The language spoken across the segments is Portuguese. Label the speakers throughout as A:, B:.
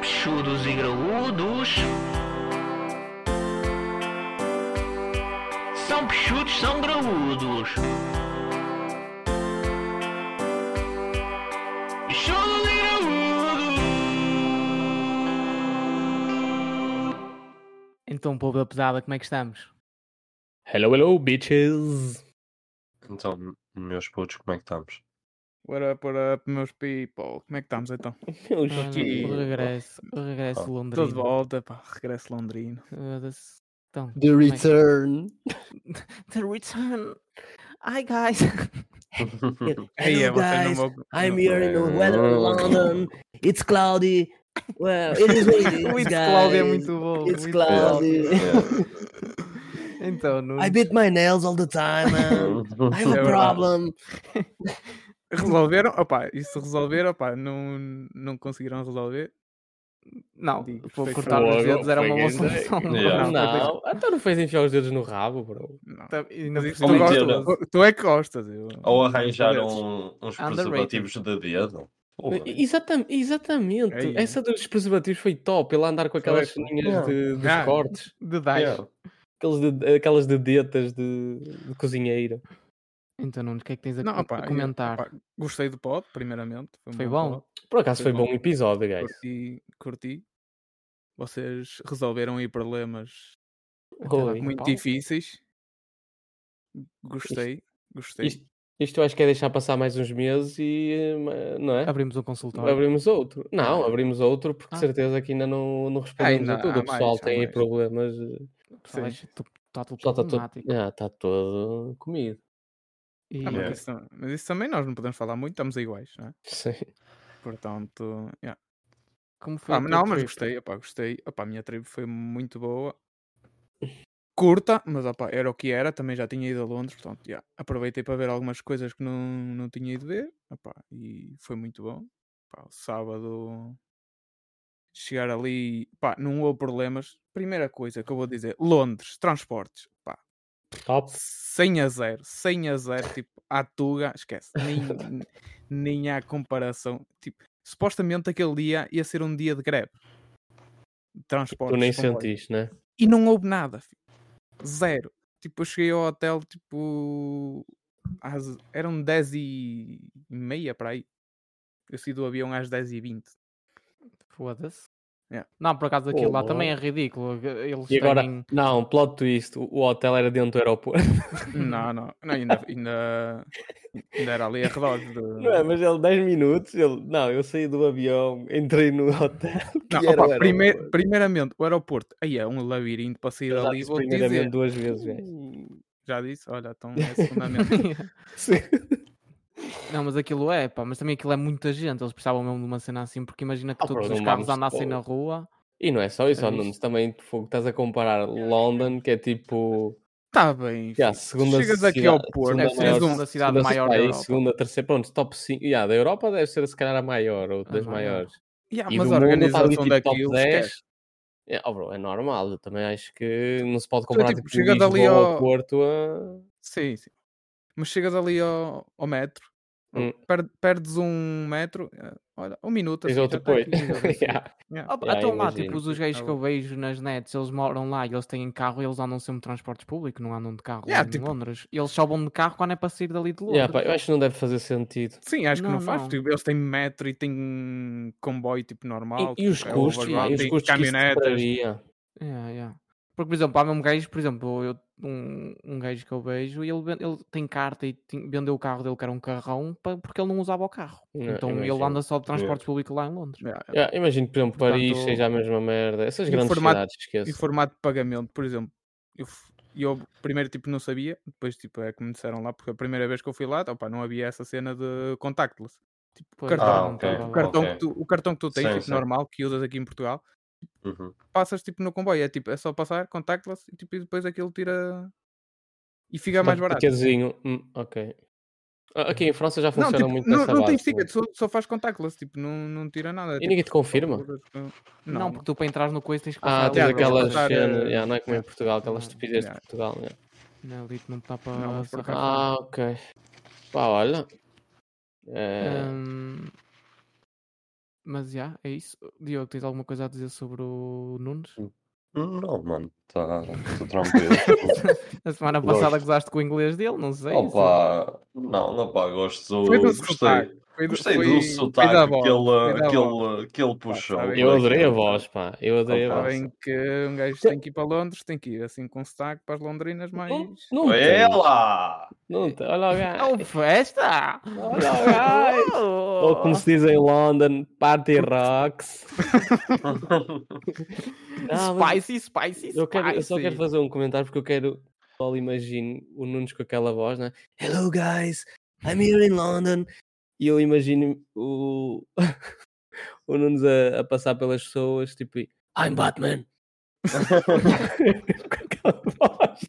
A: queixudos e graúdos. São peixudos, são graúdos. Peixudos e graúdos.
B: Então, povo da pesada, como é que estamos?
C: Hello, hello, bitches!
D: Então, m- meus putos, como é que estamos?
E: What up, what up, meus people? Como é que estamos então?
C: Meus
B: Olha,
C: filhos.
B: o regresso, o regresso
E: Estou de
B: londrino.
E: volta, pá, regresso londrino.
B: Foda-se. Então,
C: The
B: como é que-
C: return.
B: The return. Hi guys.
E: Aí é,
C: Hello, guys.
E: vocês não vão.
C: I'm
E: não-
C: here in the weather in London. It's cloudy. Well, it is what it is,
B: o It's
C: guys.
B: Cloud é muito bom.
C: It's
B: o It's
C: cloudy.
B: Cloud. Então, no...
C: I beat my nails all the time, man. I have
E: É
C: a
E: verdade.
C: problem.
E: Resolveram? Opá, isso resolveram, opá, não, não conseguiram resolver.
B: não,
E: Digo,
B: vou
E: foi
B: cortar os
C: fogo,
B: dedos, era
C: foi
B: uma boa
C: ganda-
B: solução.
D: Yeah.
C: Não,
E: Não,
C: até não fez enfiar os dedos no rabo, bro.
E: Não.
B: Tá- e não
E: Mas isso
B: foi
D: não
E: tu,
B: tão
D: mentira.
B: gostoso.
E: gostas, tu é que gostas. Eu...
D: Ou arranjaram um- uns
B: Underrated.
D: preservativos de dedo. Porra.
C: Exatam- exatamente.
E: Aí,
C: Essa dos preservativos foi top. Ele a andar com aquelas
E: Foi.
C: fininhas de, dos
E: Ah.
C: cortes.
B: De dais.
D: Yeah.
C: Aqueles de- aquelas dedetas de, de cozinheira.
B: Então, Nuno, o que é que tens a,
E: Não,
B: a- a
E: opá, eu-
B: comentar?
E: opá, gostei do pod, primeiramente.
B: Foi
E: um
B: bom?
E: pod,
C: Por acaso foi
E: Foi
C: bom
E: bom.
C: um episódio, guys.
E: Curti, curti. Vocês resolveram aí problemas
B: lá
C: Oi.
B: Bem,
E: muito
B: Paulo.
E: difíceis. Gostei, gostei.
C: Isto, isto eu acho que é deixar passar mais uns meses e. eh, ma- Não é?
B: Abrimos um consultório.
C: Abrimos outro. Não, abrimos outro porque de
B: Ah.
C: certeza que ainda não, não respondemos
E: Ah, Ainda
C: a tudo.
E: há
C: O pessoal
E: mais, há
C: tem aí
E: mais.
C: problemas. eh,
B: Pessoal,
E: Sim. tá
B: Está tá tudo
C: O pessoal está todo,
B: problemático.
C: ah, está todo comido.
B: E-
E: Ah, mas,
D: Yeah.
E: isso, tam- mas isso também nós não podemos falar muito, estamos iguais, não é?
C: Sim.
E: Portanto, yeah.
B: Como foi
E: Ah,
B: a
E: mas
B: tua
E: não, mas
B: trip?
E: gostei, opá, gostei. Opá, a minha tribo foi muito boa. Curta, mas opá, era o que era, também já tinha ido a Londres, portanto, yeah, aproveitei para ver algumas coisas que não, não tinha ido ver, opá, e foi muito bom. Opá, o sábado chegar ali, pá, não houve problemas. Primeira coisa que eu vou dizer, Londres, transportes, pá,
C: Top.
E: 100 a 0, 100 a 0, tipo, à Tuga, esquece, nem, nem há comparação. Tipo, supostamente aquele dia ia ser um dia de greve. de Transportes.
C: Tu nem
E: comboios.
C: sentiste, né?
E: E não houve nada, filho. zero. Tipo, eu cheguei ao hotel, tipo, às- eram 10 e meia para aí. Eu saí do avião às 10 e 20.
B: Foda-se.
E: Yeah.
B: Não, por acaso aquilo lá
C: Pô,
B: também é ridículo. que Eles
C: E agora,
B: têm...
C: não, plot twist. O o hotel era dentro do aeroporto.
E: Não, não, não ainda, ainda, ainda era ali arredores de...
C: Não é, mas ele 10 minutos, ele, não, eu saí do avião, entrei no hotel.
E: Não,
C: que era
E: opa,
C: o
E: prime-
C: aeroporto.
E: primeiramente, o aeroporto, aí é um labirinto para sair
C: Eu já
E: ali,
C: disse
E: vou te
C: primeiramente
E: dizer.
C: duas vezes, guys.
E: Já disse? Olha, então é segundamente.
B: não, mas aquilo é, pá. Mas também aquilo é muita gente. Eles precisavam mesmo de uma cena assim, porque imagina que
C: Ah,
B: todos
C: bro,
B: os
C: não
B: carros
C: vamos
B: andassem
C: pôr.
B: na rua.
C: E não é só isso,
B: É
C: ó, Nunes,
B: isso.
C: também fogo, estás a comparar London, que é tipo.
E: Está Tá bem.
C: já,
E: filho.
C: segunda
E: Chegas aqui ao Porto,
C: segunda
E: deve ser a
C: maior-
E: segunda
B: cidade
C: segunda
B: maior da
C: cidade,
B: Europa.
C: segunda, terceira, pronto, top 5. Yeah, da Europa deve ser se calhar a maior ou
B: A
C: das
B: maior.
C: maiores.
E: Ya,
C: E
E: Ah, mas
C: do
E: a
C: mundo tá ali,
E: organização
C: tipo, top
E: daquilo.
C: 10.
E: esquece.
C: É, ó, bro, é normal, eu também acho que não se pode comparar
E: tipo,
C: tipo,
E: chegas ali
C: Lisboa ao
E: ao-
C: Porto a.
E: Sim, sim. Mas chegas ali ao, ao metro,
C: Hum.
E: per- perdes um metro, eh, olha, um minuto.
C: Tens
E: assim, já
C: outro
E: tá
C: apoio.
E: aqui, já tá aqui.
C: Yeah.
E: Ya.
B: Ah, pá,
C: Yeah,
B: então lá,
C: imagino.
B: tipo, os gays que eu vejo nas nets, eles moram lá e eles têm carro e eles andam sempre de transportes públicos, não andam de carro lá
E: Yeah,
B: em
E: tipo-
B: Londres. E eles só vão de carro quando é para sair dali de Londres.
C: Yeah, pá, eu acho que não deve fazer sentido.
E: Sim, acho que
B: Não,
E: não faz.
B: não.
E: tipo, eles têm metro e têm comboio tipo normal.
C: E, e os
E: tipo, é
C: custos,
E: overground,
C: e os
E: tem
C: custos que isso te
E: caminhonetas.
C: traria?
B: Yeah, yeah. Porque, por exemplo, há mesmo gajo, por exemplo, eu, um, um gajo que eu vejo, ele, ven- ele tem carta e tin- vendeu o carro dele, que era um carrão, pa- porque ele não usava o carro.
C: Yeah,
B: então ele
C: é? imagino.
B: anda só de transportes públicos lá em Londres.
E: Ya, ya.
C: Yeah, imagino que, por exemplo, Paris
E: Portanto,
C: seja a mesma merda. Essas
E: e
C: grandes
E: formato-
C: cidades, esqueço.
E: E formato de pagamento, por exemplo, eu, f- eu primeiro tipo não sabia, depois tipo é que me disseram lá, porque a primeira vez que eu fui lá, opa, não havia essa cena de contactless.
B: Pois,
C: Ah,
E: cartão,
B: não
D: ok.
B: tava
E: O
B: lá.
E: cartão,
D: Ok.
E: que, tu, o cartão que tu tens,
D: Sim,
E: tipo
D: sim.
E: normal, que usas aqui em Portugal,
D: Uhum.
E: passas tipo no comboio, é tipo, é só passar, contactless e, tipo, e depois aquilo tira e fica
C: Dá
E: é mais
C: um
E: barato.
C: ticketzinho. Hum, ok. Ah, Aqui em França já
E: Não,
C: funciona
E: tipo,
C: muito
E: não,
C: essa
E: não
C: base.
E: tens ticket,
C: também.
E: só, só faz contactless, tipo, não, não tira nada. é,
C: E
E: tipo,
C: ninguém te confirma?
E: não,
B: Não, porque tu para entrar no coisa tens que
C: Ah,
B: passar
C: tens
E: yeah,
B: ali,
E: tens que
C: aquelas
E: passar,
C: cenas.
E: eh,
C: yeah, não é como em Portugal, aquelas
B: não,
C: estupidez de
E: yeah.
C: Portugal. yeah.
B: na elite não está para
E: Não, mas por
B: sarrar.
E: acaso-
C: Ah, ok. Pá, olha. Ah, É,
B: Hum, Mas já, é isso. Diogo, tens alguma coisa a dizer sobre o Nunes?
C: Hum.
D: Não, mano, tá, tô tranquilo.
B: A semana passada
D: Gosto.
B: gozaste com o inglês dele, não sei. isso-
D: Opa, não, não pá, gosto,
E: Foi do
D: gostei,
E: sotaque. Foi do-
D: gostei
E: foi-
D: do
E: foi da
D: sotaque que
E: voz, foi
D: ele,
E: da
D: que
E: voz.
D: ele, que ele puxou.
E: sabe?
D: daquele-
E: Foi
C: Eu adorei a voz, pá. Eu adorei a
D: Opa.
C: voz.
E: Sabem que um gajo tem que ir para Londres, tem que ir assim com sotaque para as Londrinas, mas.
C: Não, não
D: É
C: tens,
D: lá!
C: Não tem. Olha o
B: É
C: gajo.
B: uma festa!
C: Olha o gajo. Ou como se diz em London, Party Rocks. Não, mas
B: Spicy, spicy,
C: eu, quero- eu só quero
B: spicy.
C: fazer um comentário porque eu quero. Só imagino o Nunes com aquela voz, né? Hello guys, I'm here in London. E eu imagino o, o Nunes a, a passar pelas pessoas, tipo, e, I'm Batman. com aquela voz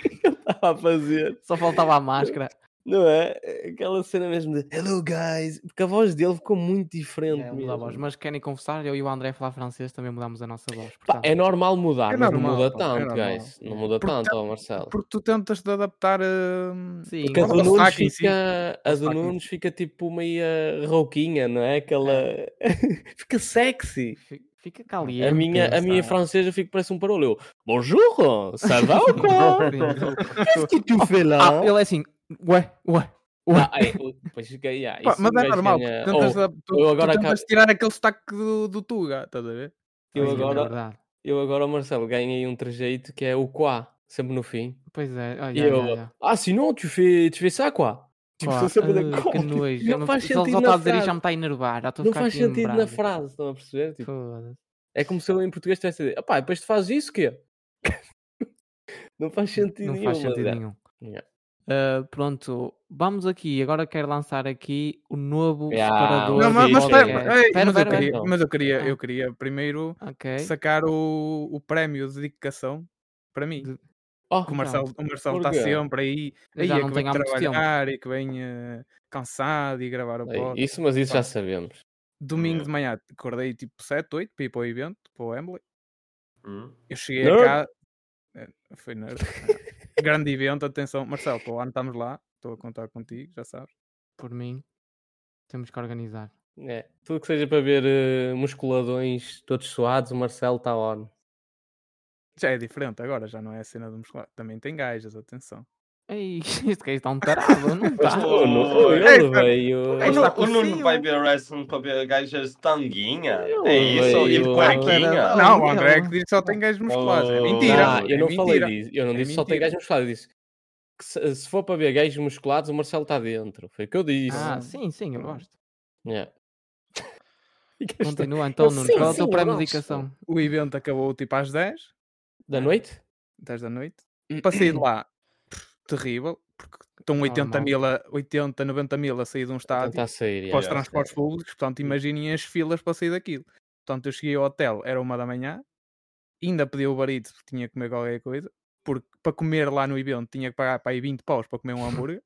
C: que ele estava a fazer.
B: Só faltava a máscara.
C: Não é? Aquela cena mesmo de Hello guys, porque a voz dele ficou muito diferente.
B: É, muda
C: mesmo.
B: a voz. Mas querem confessar, eu e o André a falar francês também mudámos a nossa voz.
C: Pá,
B: portanto.
C: é normal mudar,
E: É
C: mas
E: normal,
C: não muda
E: pá, é
C: tanto,
E: normal.
C: guys. Não muda
E: Portanto-
C: tanto, ó, Marcelo.
E: Porque tu tentas te adaptar hum, a.
B: Sim,
C: Porque a do
E: o
C: Nunes
E: sotaque em si.
C: fica, a do
E: sotaque em si.
C: Nunes fica tipo meio rouquinha, não é? Aquela. fica sexy.
B: fi- fica caliente.
C: A minha, a minha
B: sabe?
C: francesa fica parece um parolo. Eu, Bonjour, ça va ou quoi?
B: Sim.
C: Qu'est-ce que tu fais
B: Ah,
C: là?
B: ele é assim, ué, ué.
C: Ah, é, o- pois, fica, yeah,
E: Pá,
C: isso um
E: mas é
C: gajo
E: normal, tu
C: ganha-
E: tentas,
C: Oh,
E: adap- tu-
C: eu
E: tu
C: agora
E: tentas
C: acabo-
E: tirar aquele sotaque do, do Tuga, estás a ver?
C: Oh, eu
B: Pois é, é
C: agora-
B: verdade.
C: eu agora, Marcelo, ganhei um trejeito que é o quá, sempre no fim.
B: Pois é, olha,
C: E
B: olha,
C: eu,
B: olha.
C: Ah, sinon, tu fais, tu fais ça, quoi? Tipo,
B: Pá,
C: estou sempre na
B: ah,
C: cola,
B: que
C: tipo,
B: nojo.
C: Não
B: eu
C: faz
B: só, só
C: sentido
B: está
C: na
B: a dizer e
C: frase.
B: já me está a enervar. Já estou a
C: Não
B: ficar
C: faz
B: aqui
C: sentido na
B: lembrado.
C: frase, estão a perceber? Tipo,
B: Foda-se.
C: É como se eu em português tivesse a dizer, opá, depois tu fazes isso, quê? não faz sentido
B: Não
C: nenhum.
B: faz
C: mas
B: sentido
C: é.
B: nenhum.
C: Yeah.
B: Ah, pronto, vamos aqui. Agora quero lançar aqui o novo
C: Yeah,
B: separador.
C: Não,
E: Não, mas,
C: vi,
B: de
E: mas,
C: não
E: espera,
C: vi.
B: podcast.
E: ei,
B: Espera,
E: mas eu
B: espera,
E: queria,
C: espera.
E: mas eu queria,
B: Ah.
E: eu queria primeiro
B: Ok.
E: sacar o, o prémio de dedicação para mim.
B: De-
C: Oh,
E: Que
B: é
E: o Marcelo, o Marcelo
C: por
E: está
C: quê?
E: sempre aí,
B: Eu
E: aí
B: já
E: é
B: não
E: que vem
B: tenho há muito tempo.
E: trabalhar e que vem eh, cansado e gravar o
C: ei,
E: podcast.
C: é isso, é. mas isso já sabemos.
E: Domingo
D: Yeah.
E: de manhã acordei tipo 7, 8 para ir para o evento, para o Embley.
D: Hum?
E: Eu cheguei
C: Nerd.
E: a cá. eh, Foi nerd. ah. Grande evento, atenção. Marcelo, para o ano estamos lá. Estou a contar contigo, já sabes.
B: Por mim, temos que organizar.
C: É, tudo que seja para ver eh, musculadões todos suados, o Marcelo está on.
E: Já é diferente agora, já não é a cena do muscular. Também tem gajas, atenção.
B: Ei, este gajo está um tarado, não está?
D: tu-
C: Oh, não, oh,
D: Ei,
C: ele
E: pera-
C: veio.
E: é
D: O
B: Aí
D: Nuno-
B: está
D: o Nuno
B: cocinho.
D: vai ver wrestling para ver gajas de tanguinha?
C: Eu
D: É isso? E de
C: vejo-
D: cuequinha?
B: Ah,
E: não, o
B: não.
E: André é que diz que só tem gajos musculados. É
D: Oh.
E: mentira.
C: Ah, eu
E: é
C: não
E: mentira.
C: falei disso. Eu não
E: É
C: disse que só tem
E: mentira.
C: gajos musculados. Eu disse que se, se for para ver gajos musculados, o Marcelo está dentro. Foi o que eu disse. É.
B: Ah, sim, sim, eu gosto.
C: Yeah.
B: Continua então, Nuno.
C: sim,
B: Qual é o
C: sim,
B: teu
C: eu
B: prémio de
C: gosto.
B: indicação?
E: O evento acabou tipo às 10,
C: Da noite?
E: 10 da noite.
C: Hum,
E: Passei de lá, pff, terrível, porque estão 80
B: Normal.
E: mil, a, 80, 90 mil a sair de
C: Então
E: um estádio.
C: está a sair.
E: para os
D: Yeah,
E: transportes públicos, portanto, imaginem as filas para sair daquilo. Portanto, eu cheguei ao hotel, era uma da manhã, ainda pedi o barito, tinha que comer qualquer coisa, porque para comer lá no evento tinha que pagar para aí 20 paus para comer um hambúrguer,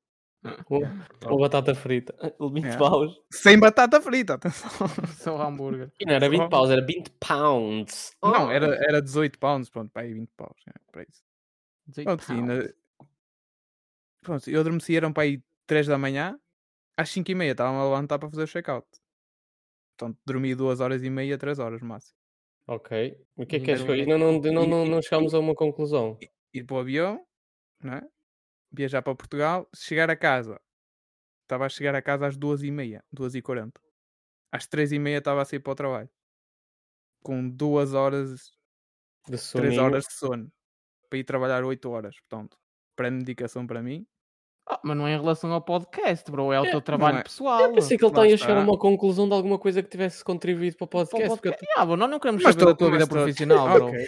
C: Ou batata frita. 20
E: Yeah.
C: paus.
E: sem batata frita, atenção.
B: Só o hambúrguer.
C: E não era 20
E: Só-
C: paus, era 20 pounds.
E: Não, era, era 18 pounds, pronto, para aí 20 paus, é, para isso.
B: 18
E: Pronto, e
B: pounds.
E: ainda... pronto, eu adormeci, eram para aí 3 da manhã, às 5 e meia estava-me a levantar para fazer o check-out. Portanto, dormi 2 horas e meia, 3 horas no máximo.
C: Ok. O que é que
B: Ainda
C: és com
B: bem.
C: isso? Não, não, não, não, não chegámos a uma conclusão.
E: ir para o avião, não é? viajar para Portugal, chegar a casa. Estava a chegar a casa às 2h30, 2h40. Às 3h30 estava a sair para o trabalho. Com 2 horas,
C: De
E: 3
C: soninho.
E: horas de sono. Para ir trabalhar 8 horas, portanto. Pré-medicação para mim.
B: Ah, mas não é em relação ao podcast, bro. É o
C: É,
B: teu
C: não
B: trabalho
E: é.
B: pessoal.
C: Eu pensei que ele
E: Lá
C: está a chegar a
E: está.
C: uma conclusão de alguma coisa que tivesse contribuído para o
B: Para o
C: podcast. Porque eu
B: podcast. Ah, bro, nós não queremos
E: Mas
B: saber da
E: tu-
B: tua
E: mas
B: vida
E: tu-
B: profissional, bro.
E: Ok.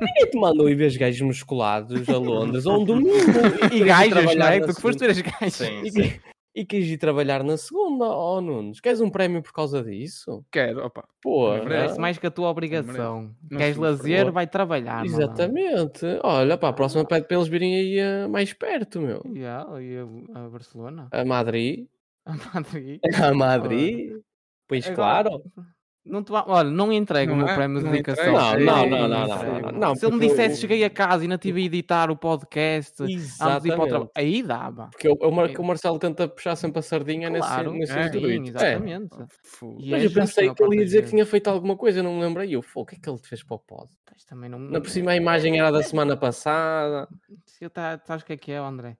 C: Ninguém te mandou ir ver os gajos musculados a Londres ou um domingo.
B: E
C: queres ir
B: gajas, não
C: trabalhar
B: é?
C: na
B: Tu que foste
C: segunda.
B: ver as gajas.
D: Sim,
C: E,
D: sim.
C: que- e quis ir trabalhar na segunda, oh Nunes. Queres um prémio por causa disso?
E: Quero, opa.
C: Pô, é?
E: Não merece.
B: Parece mais que a tua obrigação.
E: Não
B: Queres
E: sou um
B: lazer,
C: favor.
B: vai trabalhar. malandro.
C: Exatamente. Olha, pá, a próxima pede para eles virem aí eh, mais perto, meu.
B: Yeah, e a- a Barcelona,
C: A Madrid.
B: a Madrid.
C: A Madrid. Ah. Pois
B: Agora-
C: claro.
B: Não te vá- Olha, não entrego
E: Não
B: o meu
E: é?
B: prémio de
E: Não entrega.
B: dedicação.
C: Não, não,
B: Ei,
C: não, não, não,
B: entrego.
C: não, não, não,
B: Se ele me
C: porque
B: dissesse,
C: eu-
B: cheguei a casa e ainda tive a editar o podcast, antes de ir para o trabalho.
C: Exatamente.
B: Aí dava.
C: Porque o, o Mar- que o Marcelo tenta puxar sempre a sardinha nesse-
B: Claro,
C: nesse,
E: é,
B: sim,
C: intuito. É.
B: exatamente.
E: Ah, Fogo.
B: E
C: Mas
B: é
C: eu
B: justo,
C: pensei
B: não,
C: que ele ia
B: quantas
C: dizer que
B: vezes.
C: tinha feito alguma coisa, eu não me lembrei. E Eu, "Fogo, o que é que ele te fez para o pod?
B: Pois, também não...
C: Na por cima a imagem era da semana passada.
B: Se eu tá, sabes o que é que é, André?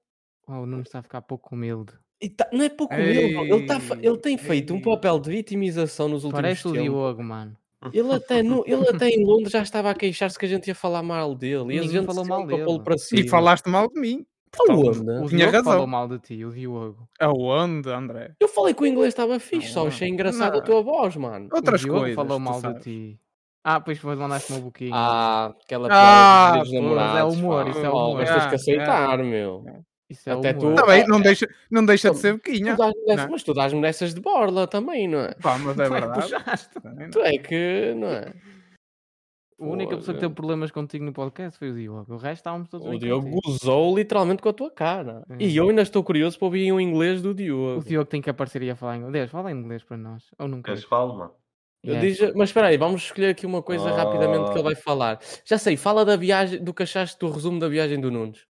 B: Oh, o Nuno está a ficar pouco humilde.
C: E tá- não é pouco humilde, bro. ele, tá, fa- ele tem feito um
E: Ei.
C: papel de vitimização nos últimos
B: Parece o
C: tempos.
B: Diogo, mano.
C: Ele até, no, ele até em Londres já estava a queixar-se que a gente ia falar mal dele. E a
B: Ninguém
C: gente
B: falou mal
C: sempre a pô-lo
B: dele.
C: Para cima.
E: E falaste mal de mim.
C: Aonde?
B: O
E: Tinha
B: Diogo falou
E: razão.
B: mal de ti, o Diogo.
E: Aonde, André?
C: Eu falei que o inglês estava fixe,
E: Não,
C: só
E: não.
C: achei engraçado a
E: Não.
C: tua voz, mano.
E: Outras
B: o Diogo
E: coisas.
B: falou
E: tu
B: mal de
E: sabes.
B: ti. Ah, pois depois mandaste-me um boquinho.
C: Ah, aquela
E: Ah,
C: piada dos
E: pois, é
C: namorados.
B: humor,
C: pá.
B: isso é
C: Oh,
B: humor.
C: Mas tens que
E: Ah,
C: aceitar, meu.
B: Isso é
C: até
B: humor.
C: tu-
E: Tá bem, não deixa, não deixa de ser
C: Tu
E: boquinha.
C: dás-me dessas-
E: Não.
C: mas tu dás-me dessas de borla também, não é?
E: Pá, mas
B: Tu
E: é
B: é que
E: verdade. né?
B: puxaste.
E: Também não.
C: Tu é que, não é?
B: A única pessoa
C: Fogo.
B: que teve problemas contigo no podcast foi o Diogo. O resto estávamos todos
C: O
B: bem
C: Diogo
B: contigo.
C: gozou literalmente com a tua cara. E
B: É.
C: eu ainda estou curioso para ouvir o inglês do Diogo.
B: O Diogo tem que aparecer e a falar inglês. Deus, fala em inglês para nós. Ou nunca.
D: Queres que fale, mano?
C: Eu
B: Yes.
C: diz- mas espera aí, vamos escolher aqui uma coisa rapidamente que ele vai falar. Já sei, fala da viagem, do que achaste do resumo da viagem do Nunes.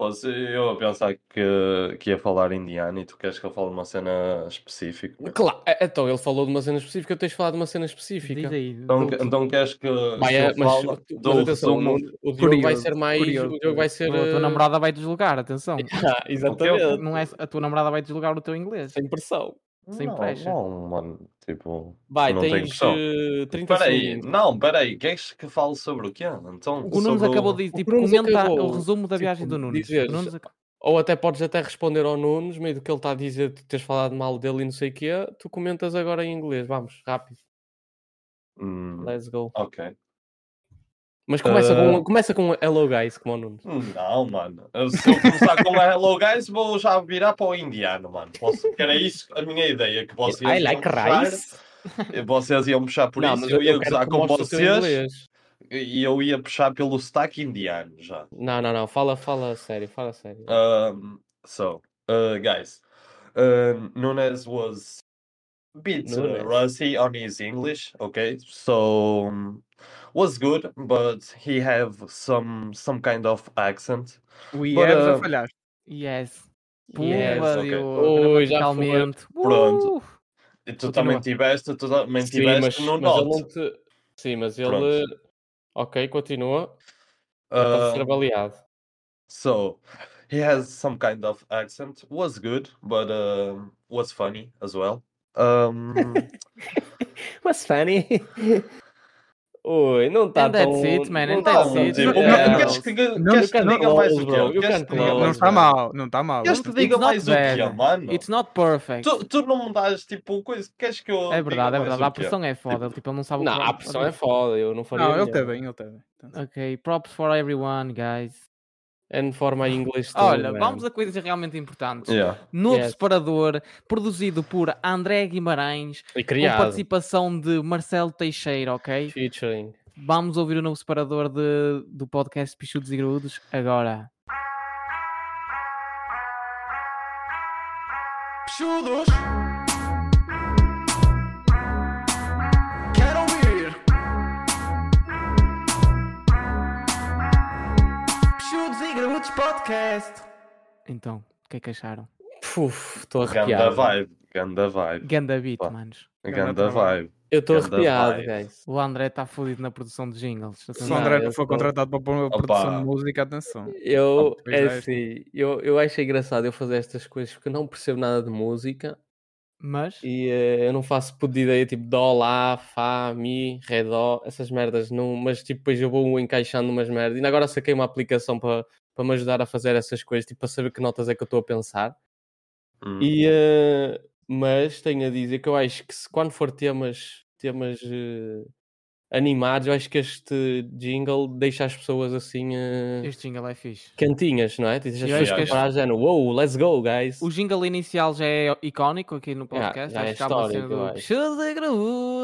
D: Fosse eu a pensar que, que ia falar indiano e tu queres que eu fale uma cena específica.
C: Claro, é- então ele falou de uma cena específica, eu tens de falar de uma cena específica.
B: Diz aí.
D: Então,
B: do-
D: então queres que,
C: Vai,
D: que
C: é,
D: eu
C: mas,
D: fale
C: tu-
D: do
C: mas atenção, o
D: resumo?
C: Nunes- o Diogo vai
E: Curioso,
C: ser mais.
E: curioso.
C: O Diogo vai ser.
B: A tua
C: eh,
B: namorada vai deslogar,
C: Ah,
B: atenção.
C: exatamente,
B: Não é... A tua namorada vai deslogar o teu inglês.
C: sem pressão.
B: sem
D: não,
B: pressa.
D: Não, mano, tipo...
C: Vai,
D: Não tem
C: tens
D: pressão.
C: eh, 30
D: Peraí,
C: segundos.
D: não, peraí, queres que fale sobre o quê? Então,
B: O Nunes
D: sobre
B: acabou de tipo,
C: Nunes
B: comentar
C: acabou,
B: o resumo da
C: tipo,
B: viagem do Nunes.
C: dizer-
B: O Nunes ac-
C: Ou até podes até responder ao Nunes, meio do que ele está a dizer, tu tens falado mal dele e não sei o quê. Tu comentas agora em inglês, vamos, rápido,
D: Hum,
C: let's go.
D: ok.
C: Mas começa,
D: Eh,
C: com, começa com um hello guys, como o Nunes.
D: Não, mano. Se eu começar com a Hello Guys, vou já virar para o indiano, mano. Posso... que Era isso a minha ideia. Que vocês
C: I
D: iam
C: like
D: puxar-
C: rice.
D: Vocês iam puxar por
C: Não,
D: isso.
C: mas
D: Eu ia
C: quero
D: gozar
C: que
D: Tá com
C: mostres o teu
D: vocês
C: inglês.
D: e eu ia puxar pelo sotaque indiano já.
C: Não, não, não, fala, fala sério, fala sério.
D: Um, so, uh, guys, uh, Nunes was a bit uh,
C: Nunes.
D: rusty on his English. Okay, so um, was good, but he have some some kind of accent.
E: O IE
D: Bora-
E: já falhaste.
B: Yes.
C: Yes,
B: Pumba,
D: ok.
B: Diogo.
C: Oi, já foi.
B: Gramaticalalmente.
D: Pronto.
B: Uh!
D: E tu também
B: Continua.
D: tiveste, tu também
C: Sim,
D: tiveste
C: mas,
D: no
C: mas ele
D: norte.
C: não tá te... Sim, mas ele...
D: Pronto.
C: Ok, continua. Para ser
D: Uh,
C: avaliado.
D: so he has some kind of accent. Was good, but um, was funny as well. Um,
C: What's funny? Oi, não está
B: And that's
C: tão...
B: it, man, and
C: tá
B: that's
D: não,
C: tão-
B: it.
D: tipo,
E: Não,
D: queres-
E: não,
D: queres que,
E: não,
D: queres que
C: you can't
D: diga mais
C: close,
D: o quê?
C: bro, you
D: Queres
C: can't
D: que diga
C: close,
E: Não
D: mais
E: está
D: o quê?
E: mal, não está mal. tipo,
D: Queres que diga
B: not
D: mais o
B: bad.
D: que, mano?
B: It's not perfect.
D: Tu, tu não me dás tipo coisa. Queres que eu.
B: É
D: diga
B: verdade, é
D: mais
B: verdade.
D: o
B: A
D: quê?
B: pressão é foda. Tipo, ele não sabe o
C: Não,
B: que vai-
C: a pressão é foda, eu não faria
E: Não, ele
C: melhor.
B: tá
E: está bem, ele está bem. Então,
B: Ok, props for everyone, guys.
C: And for my English too,
B: Olha,
C: man.
B: vamos a coisas realmente importantes.
D: Yeah.
B: Novo
C: Yes.
B: separador, produzido por André Guimarães,
C: E
B: com
C: criado.
B: participação de Marcelo Teixeira, ok?
C: Featuring.
B: Vamos ouvir o novo separador de, do podcast Pichudos e Grudos agora.
A: Chudos. Quero ouvir. Chudos e Grudos Podcast.
B: Então, o que é que acharam?
C: Puf, estou
D: Ganda
C: arrepiado.
D: vibe. Ganda vibe.
B: Ganda beat,
D: Pá.
B: manos.
D: Ganda vibe.
C: Eu estou
D: Ganda
C: arrepiado,
D: vibe.
C: guys.
B: O André está fodido na produção de jingles. é?
E: Se o
B: atenção.
C: Não,
E: André
C: eu
E: não for
C: tô-
E: contratado para pôr a produção de música, atenção.
C: Eu,
E: pois
C: é
E: é.
C: assim, eu, eu acho engraçado eu fazer estas coisas porque eu não percebo nada de música
B: Mas,
C: e eh, eu não faço puta de ideia tipo dó, lá, fá, mi, ré, dó, essas merdas, não, mas tipo depois eu vou encaixando umas merdas. Ainda agora saquei uma aplicação para para me ajudar a fazer essas coisas, tipo para saber que notas é que eu estou a pensar.
D: Hum.
C: E, eh, mas tenho a dizer que eu acho que se quando for temas, temas eh, animados, eu acho que este jingle deixa as pessoas assim eh,
B: este jingle é fixe.
C: cantinhas, não é? Deixa as
B: Eu
C: pessoas
D: acho que este-
C: preparar género, wow, let's go, guys.
B: O jingle inicial já é icónico aqui no
C: Yeah,
B: podcast.
C: já é
B: acho que acaba
C: histórico, eu
B: sendo
C: acho.
B: Chus e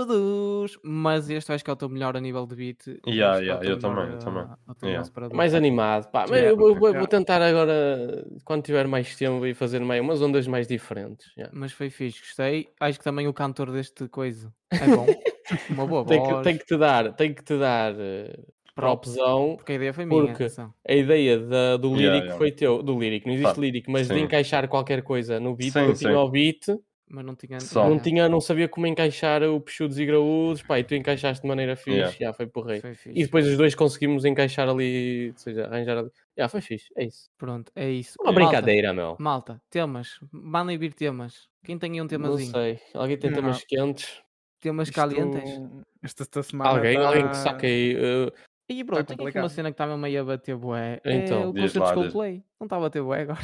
B: graúdos. Mas este acho que é o teu melhor a nível de beat. acho que
D: Yeah,
B: é o
D: yeah,
B: teu
D: eu também,
B: melhor,
D: eu também.
B: uh, o teu
D: Yeah.
B: melhor separador.
C: Mais animado, pá. Mas é-
E: Yeah,
C: eu, vou- vou-
E: yeah.
C: vou tentar agora, quando tiver mais tempo, ir fazer meio umas ondas mais diferentes. yeah.
B: Mas foi fixe, gostei. Acho que também o cantor deste coisa é bom. Uma boa
C: Tem que,
B: voz,
C: tem que te dar, tem que te dar eh, propzão.
B: porque a ideia foi minha.
C: porque-
B: atenção.
C: A ideia da- do
D: Yeah,
C: lírico
D: yeah.
C: foi teu, do lírico, não existe
D: Claro,
C: lírico, mas de
D: sim.
C: encaixar qualquer coisa no beat,
D: Sim,
C: eu
D: sim.
C: tinha o beat,
B: Mas não tinha.
D: Só.
C: não tinha, não sabia como encaixar o Peixudos e Graúdos, pá, e tu encaixaste de maneira fixe,
D: Yeah.
C: já foi porrei.
B: Foi fixe.
C: E depois os dois conseguimos encaixar ali, ou seja, arranjar ali. Já foi fixe, é isso.
B: Pronto, é isso.
C: Uma
B: Malta,
C: brincadeira, meu.
B: Malta, temas. Mandem vir temas. Quem tem aí um
C: Não
B: temazinho?
C: sei, alguém tem
E: Não.
C: temas quentes,
B: Temas
E: Isto-
B: calientes.
E: Esta, esta semana.
C: alguém,
E: tá-
C: alguém que saca aí. eh,
B: E pronto, tem aqui uma
E: complicado.
B: cena que estava meio a bater bué. é
C: Então.
B: o
D: Diz
B: concerto
D: lá,
B: de
D: diz.
B: Coldplay. Não está a bater bué agora.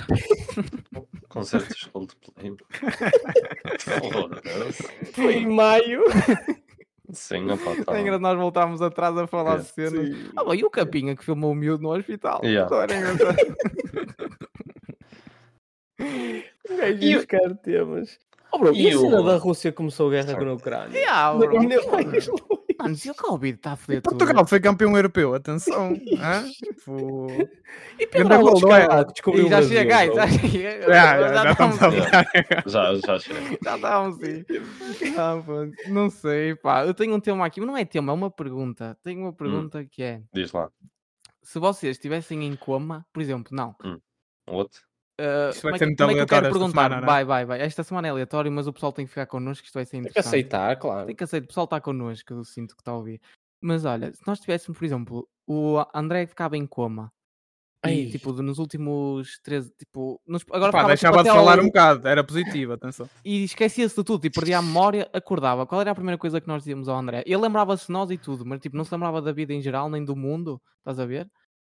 D: Concertos Oh, de Coldplay. Foda-se.
C: foi em maio.
D: Sim, opa, tá.
B: É engraçado nós voltámos atrás a falar de cenas.
C: Sim.
B: Ah, bom, e o Capinha que filmou o miúdo no hospital?
D: Yeah.
B: Então era engraçado.
C: Um gajo
D: E
C: ia
D: o-
C: buscar temas. Oh, bro, e,
D: É E
C: a cena
D: o-
C: da Rússia começou a guerra com a Ucrânia?
B: yeah, bro.
C: Ainda
D: é
C: mais longe.
B: Mano, se o Covid está a foder tudo.
E: Portugal foi campeão europeu, atenção. hã? Tipo, Pô.
B: E
E: Ganda
B: Pedro Alves,
E: gol, é.
B: caralho.
C: descobriu
B: E já
C: o Brasil,
B: chega, guys.
C: bro.
B: Já chega.
E: Já, é, já,
B: Já
E: já
B: estamos
E: estamos a
D: Yeah.
E: falar.
D: Já, já chega.
B: Já estavam sim. Ah, pô, não sei, pá. Eu tenho um tema aqui, mas não é tema, é uma pergunta. Tenho uma pergunta que é:
D: Diz lá.
B: se vocês estivessem em coma, por exemplo, não.
D: Outro?
B: ah,
E: Isto vai
B: como é
E: ser
B: que-
E: muito
B: como é que eu quero
E: aleatório esta
B: perguntar?
E: semana, não é?
B: vai, vai, vai. Esta semana é aleatório, mas o pessoal tem que ficar connosco, isto vai ser
C: Tem que
B: interessante.
C: aceitar, claro.
B: Tem que aceitar, o pessoal está connosco, eu sinto que está a ouvir. Mas olha, se nós tivéssemos, por exemplo, o André ficava em coma. E,
C: Ai.
B: tipo, nos últimos 13, tipo, nos- agora
E: Pá,
B: ficava,
E: deixava
B: tipo,
E: de
B: até
E: falar
B: ao-
E: um bocado, era positivo, atenção.
B: e esquecia-se de tudo e perdia a memória, acordava. Qual era a primeira coisa que nós dizíamos ao André? Ele lembrava-se de nós e tudo, mas tipo, não se lembrava da vida em geral, nem do mundo, estás a ver?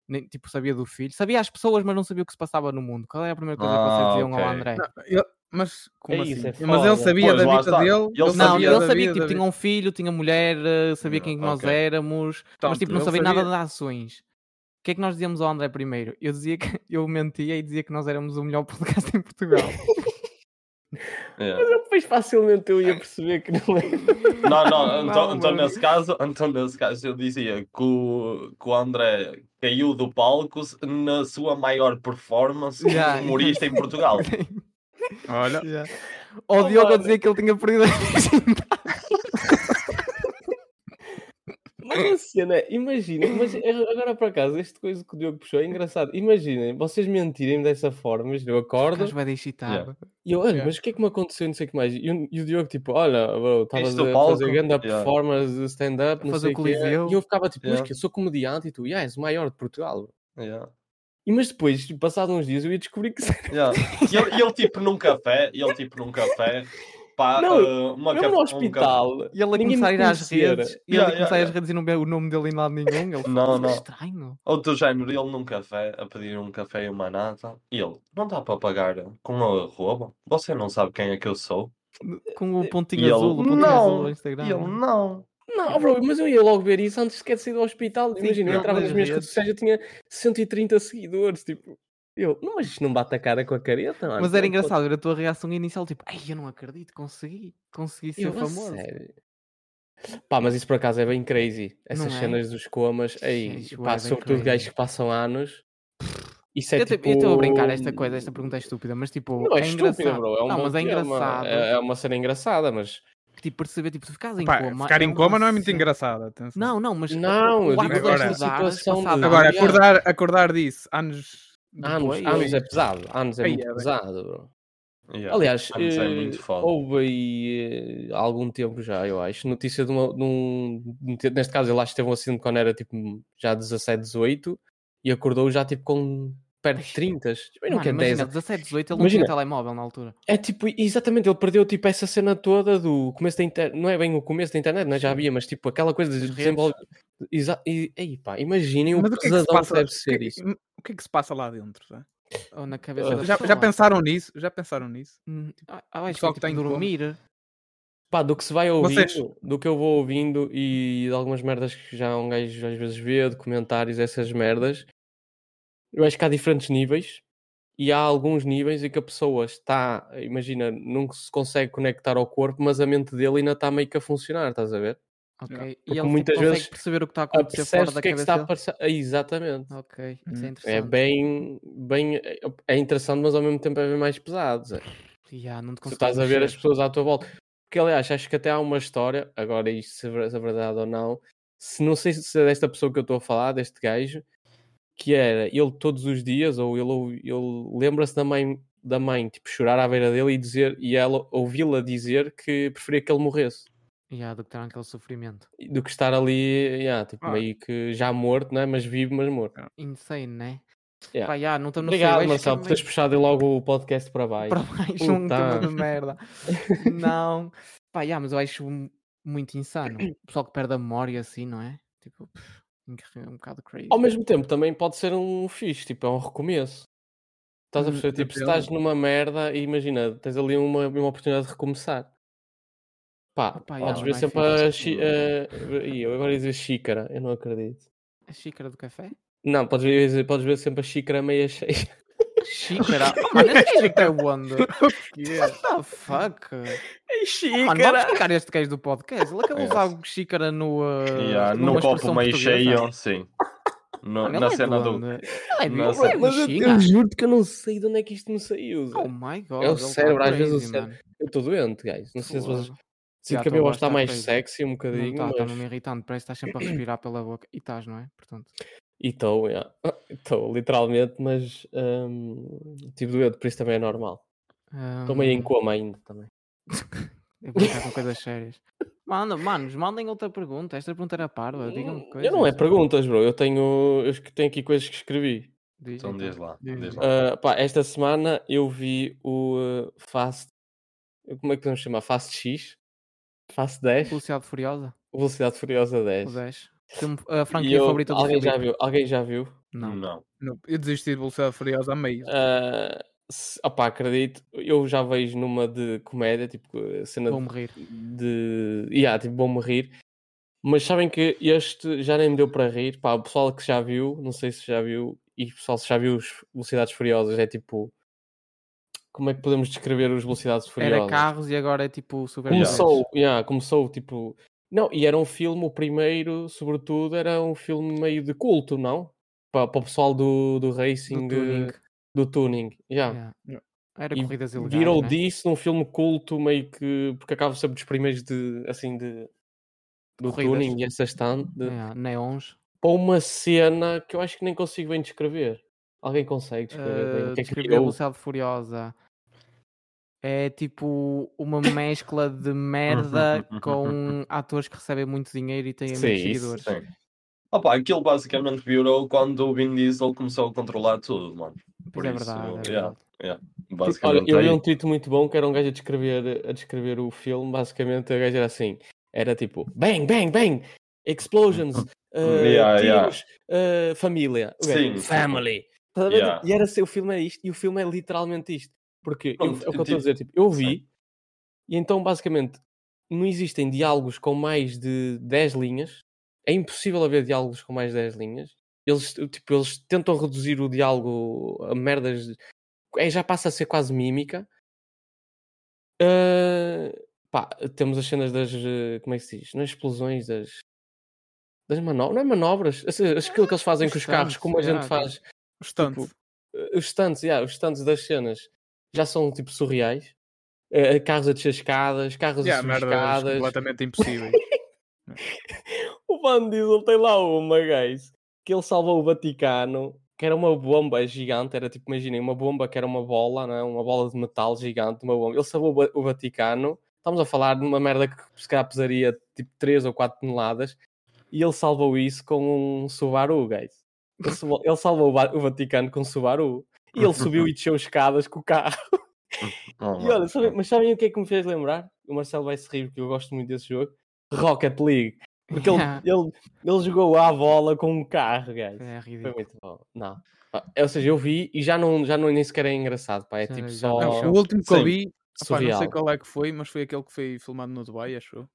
B: Nem, tipo, sabia do filho, sabia as pessoas, mas não sabia o que se passava no mundo. Qual era a primeira coisa que vocês
D: Ah,
B: diziam
D: ok.
B: ao André?
E: Eu- Mas como
C: É
E: assim?
C: isso, é
E: Mas
C: foda.
E: ele sabia
D: Pois,
E: da
D: lá
E: vida
D: está.
E: dele?
D: Ele
B: Não,
D: sabia
B: ele
E: da
B: sabia
E: vida né?
B: que tipo,
E: da
B: tinha
E: vida.
B: um filho, tinha mulher, eh, sabia quem que nós
D: Ok.
B: éramos, mas
E: Portanto,
B: tipo, não
E: ele
B: sabia nada das ações. O que é que nós dizíamos ao André primeiro? Eu dizia que eu mentia e dizia que nós éramos o melhor podcast em Portugal.
D: Yeah.
C: Mas depois facilmente eu ia perceber que não é.
D: É. Não, não, então,
B: Não,
D: então
B: mano.
D: nesse caso, então nesse caso eu dizia que o, que o André caiu do palco s- na sua maior performance como
B: Yeah.
D: humorista em Portugal.
E: Olha,
B: Ou o
C: Oh,
B: Diogo a
C: mano.
B: dizer que ele tinha perdido a virgindade.
C: Mas a cena, imaginem, mas a- agora por acaso, este coisa que o Diogo puxou é engraçado. Imaginem, vocês mentirem dessa forma, imagina, eu acordo
B: Mas vai deixar excitado.
C: e eu, olha,
E: Yeah.
C: mas o que é que me aconteceu, não sei o que mais. E, o- e o Diogo, tipo, olha, bro, estavas
D: do
C: a
D: palco?
C: fazer grande
D: Yeah.
C: performance de stand-up, não
B: Fazer
C: sei o que
B: coliseu.
C: E eu ficava tipo, mas
D: Yeah.
C: que eu sou comediante e tu, yeah, és o maior de Portugal. bro."
D: Yeah.
C: E mas depois, tipo, passados uns dias, eu ia descobrir que
D: Yeah. E ele, e ele, tipo num café, e ele tipo num café, pá,
C: Não,
D: eh, uma
C: mesmo
D: café-
C: no
D: um
C: hospital.
B: E ele a
C: Ninguém me
B: começar a ir às
C: conhecer.
B: redes. E ele a
D: Yeah,
B: começar a ir
D: yeah,
B: às redes e não ver o nome dele em lado nenhum. Ele
D: Não,
B: não,
D: não.
B: estranho.
D: Outro género, ele num café, a pedir um café e uma nata, e ele, não dá para pagar com a roupa? Você não sabe quem é que eu sou?
B: Com o pontinho
D: E ele,
B: azul, o pontinho
D: "Não."
B: azul no
D: E
B: Instagram. né?
D: ele, não.
C: Não, bro, mas eu ia logo ver isso antes sequer de sair do hospital.
B: Sim,
C: Imagina, eu
B: não,
C: entrava
B: nas
C: nas minhas redes
B: redes.
C: sociais, eu tinha 130 seguidores. Tipo, eu, não, mas isto não bate a cara com a careta, mano.
B: Mas
C: Como
B: era
C: é que
B: engraçado ver a tua reação inicial, tipo, ai, eu não acredito, consegui, consegui
C: pode-
B: ser
C: Eu, a
B: famoso.
C: sério? Pá, mas isso por acaso é bem crazy. Essas
B: Não é?
C: cenas dos comas, aí,
B: Gente, ué,
C: pá,
B: bem
C: sobretudo
B: crazy.
C: gajos que passam anos. Isso é
B: Eu te-
C: tipo...
B: eu estou a brincar esta coisa, esta pergunta é estúpida, mas tipo,
C: Não, é,
B: é,
C: estúpido,
B: engraçado.
C: bro. É um
B: não,
C: bom
B: mas é
C: tema,
B: engraçado.
C: É, é uma cena engraçada, mas...
B: Que, tipo, perceber, tipo, tu ficares em
E: pá,
B: coma.
E: ficar
B: é
E: em
B: uma
E: coma não é muito
B: cena-
E: engraçado, atenção.
B: Não, não, mas
C: Não, eu digo
B: o ato de
E: agora.
B: acordar,
C: Situação de-
B: passado
E: Agora,
B: anos,
C: Yeah.
E: acordar, acordar disso, anos
C: Anos,
E: depois,
C: anos é pesado. Anos é
E: Ai,
C: muito
E: é bem-
C: pesado, bro.
D: Yeah.
C: Aliás,
D: Anos é
C: eh,
D: muito foda.
C: houve aí eh, há algum tempo já, eu acho, notícia de, uma- de um. de- Neste caso, ele acho que teve um acidente quando era tipo já 17, 18 e acordou já tipo com perto de 30. Bem,
B: Mano,
C: nunca é 10.
B: imagina, 17, 18, ele não
C: Imagina.
B: tinha telemóvel na altura.
C: É tipo, exatamente, ele perdeu tipo essa cena toda do começo da internet. Não é bem o começo da internet, né? já havia, mas tipo aquela coisa de
B: As redes.
C: desenvolver. Exa... E, ei, pá, imaginem o
E: Mas o que é que
C: pesadão
E: se
C: que
E: passa?
C: assim um deve ser
E: O que é que-
C: isso.
E: O que é que se passa lá dentro? tá?
B: Ou na cabeça
C: Ah,
B: da
E: Já, já
B: pessoa.
E: pensaram nisso? Já pensaram nisso?
B: Hum, Ah, ah, acho que
E: pessoal
B: é,
E: que
B: tipo,
E: tá em coma.
B: dormir.
C: Pá, do que se vai ouvindo,
E: Vocês-
C: do que eu vou ouvindo e de algumas merdas que já um gajo às vezes vê, de comentários, essas merdas, eu acho que há diferentes níveis e há alguns níveis em que a pessoa está, imagina, não se consegue conectar ao corpo, mas a mente dele ainda está meio que a funcionar, estás a ver?
B: Ok.
E: Yeah.
B: E
C: Porque
B: ele
C: muitas
B: muitas consegue
C: vezes
B: perceber o que está a acontecer fora
C: Apercebes
B: da
C: o que é que
B: cabeça.
C: está a
B: dele.
C: passar. Ah, Exatamente.
B: Ok, isso
E: Hum.
B: é
E: É
B: interessante.
C: É bem, bem, é- é interessante, mas ao mesmo tempo é bem mais pesado. Zé.
B: Yeah, não te
C: Tu
B: consegues
C: estás a ver as
B: mexer.
C: pessoas à tua volta. Porque, aliás, acho que até há uma história, agora isto se é ver- se é verdade ou não, se não sei se é desta pessoa que eu estou a falar, deste gajo, que era ele todos os dias, ou ele, ou- ele lembra-se da mãe, da mãe, tipo, chorar à beira dele e dizer, e ela ouvi-la dizer que preferia que ele morresse
B: Yeah, do que terão aquele sofrimento.
C: do que estar ali, yeah, tipo,
E: Ah.
C: meio que já morto, não é? Mas vivo, mas morto.
B: Insane, né?
C: Yeah.
B: Pá, yeah, não estamos no
C: Obrigado,
B: seu eixo,
C: Marcelo, por
B: também.
C: teres puxado logo o podcast para baixo.
B: é para baixo um
C: Puta.
B: tubo de merda. Não. Pá, yeah, mas eu acho mu- muito insano. O pessoal que perde a memória assim, não é? Tipo, pff, inc- um bocado crazy.
D: Oh,
C: Ao mesmo tempo, também pode ser um fixe, tipo, é um recomeço. Estás a
B: Hum,
C: perceber? Tipo, se
B: depende.
C: estás numa merda, e imagina, tens ali uma, uma oportunidade de recomeçar. Pá,
B: Opa,
C: podes
B: já,
C: ver
B: não é
C: sempre a.
B: fixe.
C: chi- a- Ih, eu agora ia dizer xícara, eu não acredito.
B: A É xícara do café?
C: Não, podes ver, podes ver sempre a xícara meia cheia.
B: Xícara?
D: Oh,
B: Mano, esse gajo até onde? What the fuck? Mano, vamos
C: Xícara!
B: ficar este gajo do podcast. Ele acabou de usar o xícara no. Uh,
D: Yeah,
B: numa
D: no copo
B: expressão
D: meio
B: portuguesa.
D: cheio, sim. No-
B: Mano, ele
D: na
B: é
D: cena
B: de
D: do.
B: onde? Ele é
D: na
B: de- ele
D: cena-
B: é
C: Mas eu,
B: mexicano.
C: eu juro que eu não sei de onde é que isto me saiu. Zé.
B: Oh my god.
C: É o
B: ele tá
C: cérebro, às vezes o
B: crazy,
C: cérebro-
B: mano.
C: Eu estou doente, gajo. Não sei se vocês.
B: Fogo.
C: Sinto
B: Já,
C: que a
B: tua
C: minha
B: voz
C: voz está
B: tá
C: mais
B: crazy.
C: sexy um
B: Não tá,
C: bocadinho.
B: está,
C: mas...
B: está-me irritando. Parece que estás sempre a respirar pela boca. E estás, não é? Portanto.
C: E estou, yeah. estou, literalmente, mas hum, tive doente, por isso também é normal. Estou meio em
B: hum,
C: coma ainda também. é
B: Eu vou ficar com coisas sérias. Manda, manos, mandem outra pergunta. Esta pergunta era parva. Digam-me
C: Hum,
B: coisas.
C: Eu não é perguntas, bro. Eu tenho, eu que- tenho aqui coisas que escrevi.
B: Diz,
D: Então diz lá.
B: diz,
D: Diz
B: diz.
D: lá.
C: Ah, pá, esta semana eu vi o eh, Fast. Como é que podemos chamar? Fast X? Fast 10?
B: Velocidade Furiosa?
C: Velocidade Furiosa 10.
B: O 10. Filme- A
C: E
B: franquia
C: eu,
B: favorita é do
C: alguém, já
B: Filipe?
C: viu, alguém já viu?
B: Não.
D: Não.
E: Não, eu desisti de Velocidade Furiosa a meio.
C: Ah, se- opá, acredito. Eu já vejo numa de comédia, tipo eh, cena
B: Vou
C: de
B: morrer.
C: de. Yeah, tipo, vou-me rir. Mas sabem que este já nem me deu para rir. Pá, o pessoal que já viu, não sei se já viu, e o pessoal se já viu os Velocidades Furiosas, é tipo. Como é que podemos descrever os Velocidades
B: Era
C: Furiosas?
B: carros e agora é tipo super.
C: Um Começou, yeah, começou tipo. Não, e era um filme, o primeiro, sobretudo, era um filme meio de culto, não? Para, para o pessoal do, do racing,
B: Do
C: do
B: tuning.
C: tuning. Do tuning. Yeah.
B: Yeah. Era
C: E
B: corridas ilegais.
C: Virou
B: né?
C: disso num filme culto, meio que. Porque acaba sempre dos primeiros de. Assim, de. Do
B: Corridas. Hum.
C: tuning e essa stand. de-
B: Yeah, Neons.
C: Para uma cena que eu acho que nem consigo bem descrever. Alguém consegue descrever bem o
B: Eh,
C: que é que
B: descrever
C: virou?
B: Velocidade Furiosa é tipo uma mescla de merda com atores que recebem muito dinheiro e têm
C: Sim,
B: muitos
C: isso,
B: seguidores.
D: Sim. Opa, aquilo basicamente virou quando o Vin Diesel começou a controlar tudo, mano.
B: Pois
D: Por
B: é
D: isso,
B: verdade. é
D: yeah.
B: verdade.
C: Tipo, Olha,
D: Basicamente. é
C: eu
D: aí.
C: li um tweet muito bom que era um gajo a descrever, a descrever o filme. Basicamente, o gajo era assim: era tipo, bang, bang, bang, explosions, eh,
D: Yeah, yeah.
C: tiros, eh, família. O gajo,
D: Sim, sim.
C: family. Estás a ver?
D: Yeah.
C: E era assim: o filme é isto, e o filme é literalmente isto. Porque eu-
D: Pronto,
C: é o que eu estou
D: tipo-
C: a dizer, tipo, eu vi, e então basicamente não existem diálogos com mais de 10 linhas. É impossível haver diálogos com mais de 10 linhas. Eles, tipo, eles tentam reduzir o diálogo a merdas é, já passa a ser quase mímica. Ah, pá, temos as cenas das. eh, Como é que se diz? Nas explosões, das. Das manobras. Não é manobras. As, as- aquilo que eles fazem com os carros,
B: stunts,
C: como a gente
B: yeah,
C: faz.
E: Bastante.
C: eh, Os stunts, yeah, os stunts das cenas já são tipo surreais. Eh, carros a descer escadas, carros
E: Yeah,
C: a subir
E: merdas
C: escadas.
E: completamente impossíveis.
C: O Van Diesel tem lá uma, guys, que ele salvou o Vaticano, que era uma bomba gigante, era tipo, imaginem, uma bomba que era uma bola, não é? Uma bola de metal gigante, uma bomba. Ele salvou o Va- o Vaticano, estamos a falar de uma merda que se calhar pesaria tipo 3 ou 4 toneladas, e ele salvou isso com um Subaru, guys. Ele salvou, ele salvou o Va- o Vaticano com um Subaru. E ele subiu e desceu escadas com o carro.
D: Não,
C: E
D: mano.
C: olha, sabem- mas sabem o que é que me fez lembrar? O Marcelo vai se rir porque eu gosto muito desse jogo. Rocket League. Porque ele,
B: Yeah.
C: ele, ele jogou à bola com um carro, guys.
B: É
C: Foi
B: ridículo.
C: muito bom. Não. Pá, Ou seja, eu vi e já não, já não nem sequer é engraçado, pá. É
B: Já-
C: tipo
B: já
C: só
E: Não, o último que eu
D: Sim.
E: vi, opá, não
C: surreal.
E: sei qual é que foi, mas foi aquele que foi filmado no Dubai, acho eu.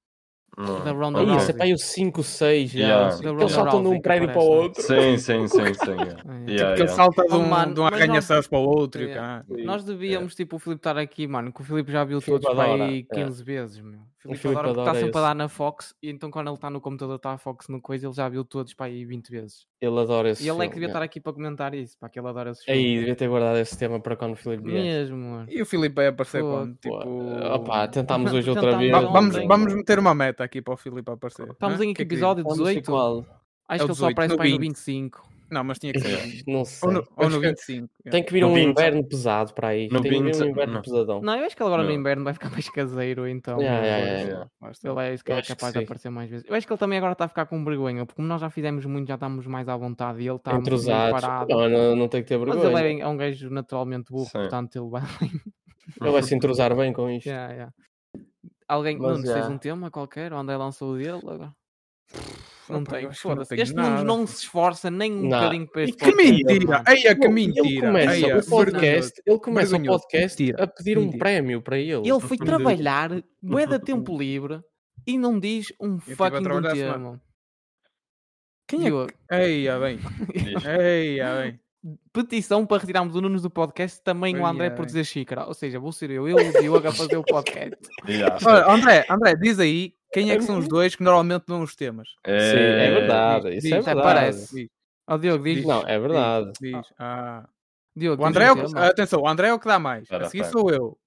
D: Não.
B: Da Ronda
D: Ok.
B: Rousey.
C: Isso, é para aí o 5, 6.
D: Yeah.
B: Da Ronda
C: Eles saltam de
B: Rousey,
C: um
B: que
C: prédio para o
B: aparece. né?
C: outro.
D: Sim, sim, sim, sim. yeah.
B: É.
D: Yeah,
E: Porque ele
D: yeah.
E: salta de
B: Oh,
E: um,
B: mano,
E: de um
B: mas nós-
E: arranha-céus para o outro. e o
B: Yeah.
E: caralho.
B: Nós devíamos, tipo, o Filipe estar aqui, mano, que o Filipe já viu
C: Filipe
B: todos para
C: adora,
B: aí
C: é.
B: 15 vezes, meu. O Filipe
C: Filipe
B: adora porque está
C: adora
B: sempre a
C: esse.
B: dar na Fox, e então quando ele está no computador, está a Fox no coisa, ele já viu todos para aí 20 vezes.
C: Ele adora esse
B: E ele é que
C: filme,
B: devia estar aqui para comentar isso, para que ele adora esses
C: yeah. Aí,
B: filmes.
C: devia ter guardado esse tema para quando o Filipe vier.
B: Mesmo, mano.
E: E o Filipe vai aparecer
B: Pô,
E: quando?
C: Pô,
E: Tipo...
C: Opa, tentámos hoje outra
B: Tentámos
C: vez.
E: Va-
B: ontem.
E: vamos,
B: Ontem.
E: vamos meter uma meta aqui para o Filipe aparecer.
B: Estamos
E: hã?
B: em
E: Que é que diz?
B: episódio
C: Vamos ver
B: 18.
C: qual.
B: Acho
E: É
B: que ele só
E: 18,
B: aparece
E: no
B: para aí no
E: 20.
B: 25.
E: Não, mas tinha que ser.
C: Não sei.
E: ou, no, ou no
C: Acho que
E: 25. yeah.
C: Tem que vir
D: No
C: um
D: 20.
C: inverno pesado para aí.
D: No
C: Tem que vir
D: 20,
C: um inverno
D: não.
C: pesadão.
B: Não, eu acho que ele agora no
D: Não.
B: inverno vai ficar mais caseiro, então.
C: Yeah, yeah,
B: pois.
C: yeah,
D: yeah.
E: Lá está.
B: Ele é isso que ele é
C: acho que
B: capaz de
C: sim.
B: aparecer mais vezes. Eu acho que ele também agora está a ficar com vergonha, porque como nós já fizemos muito, já estamos mais à vontade e ele está tá muito menos
C: Entrosados.
B: parado.
C: Não, não, não tem que ter
B: Mas
C: vergonha.
B: ele
C: Ele,
B: é, é um gajo naturalmente burro,
D: Sim.
B: portanto ele vai.
C: vai se entrosar bem com isto.
B: Yeah, yeah. Alguém,
C: Mas
B: Nuno, fez
C: já.
B: um tema qualquer, onde ele lançou o dele agora? Não
E: Opa,
B: tem,
E: eu acho que não
B: foda-se.
E: tenho
B: Este Nuno
E: nada.
B: não se esforça nem um
C: Não.
B: bocadinho para
E: E
B: este
E: que
B: podcast, é
E: mentira!
B: mano.
E: Eia, é que
C: Ele- Ele
E: mentira!
C: começa
E: Eia,
C: o podcast, ele começa o
E: Vergonhoso.
C: podcast
E: Mentira.
C: a pedir um
E: Mentira.
C: prémio para ele.
B: Ele foi trabalhar, bué de tempo livre, e não diz um
E: tive a
B: fucking de um
E: trabalhar a
B: tema.
E: semana.
B: Quem é que...
E: Eia, bem. Eia, bem.
B: petição para retirarmos o Nunes do podcast, também o
E: Olha
B: André por
E: aí.
B: dizer xícara. Ou seja, vou ser eu, eu e o Diogo a fazer o podcast.
D: Yeah.
E: Olha, André, André, diz aí quem é que são os dois que normalmente dão os temas.
C: Sim, é verdade. Isso é
E: Eh, Diz,
B: Até
C: verdade.
B: parece.
E: Diz,
B: Ó Diogo, diz.
E: Diz.
C: Não, é verdade.
E: diz. Ah.
B: Diogo,
E: O
B: diz
E: André é o
B: tema.
E: que, atenção, o André é o que dá mais.
D: Espera,
E: A seguir
D: espera.
E: sou eu.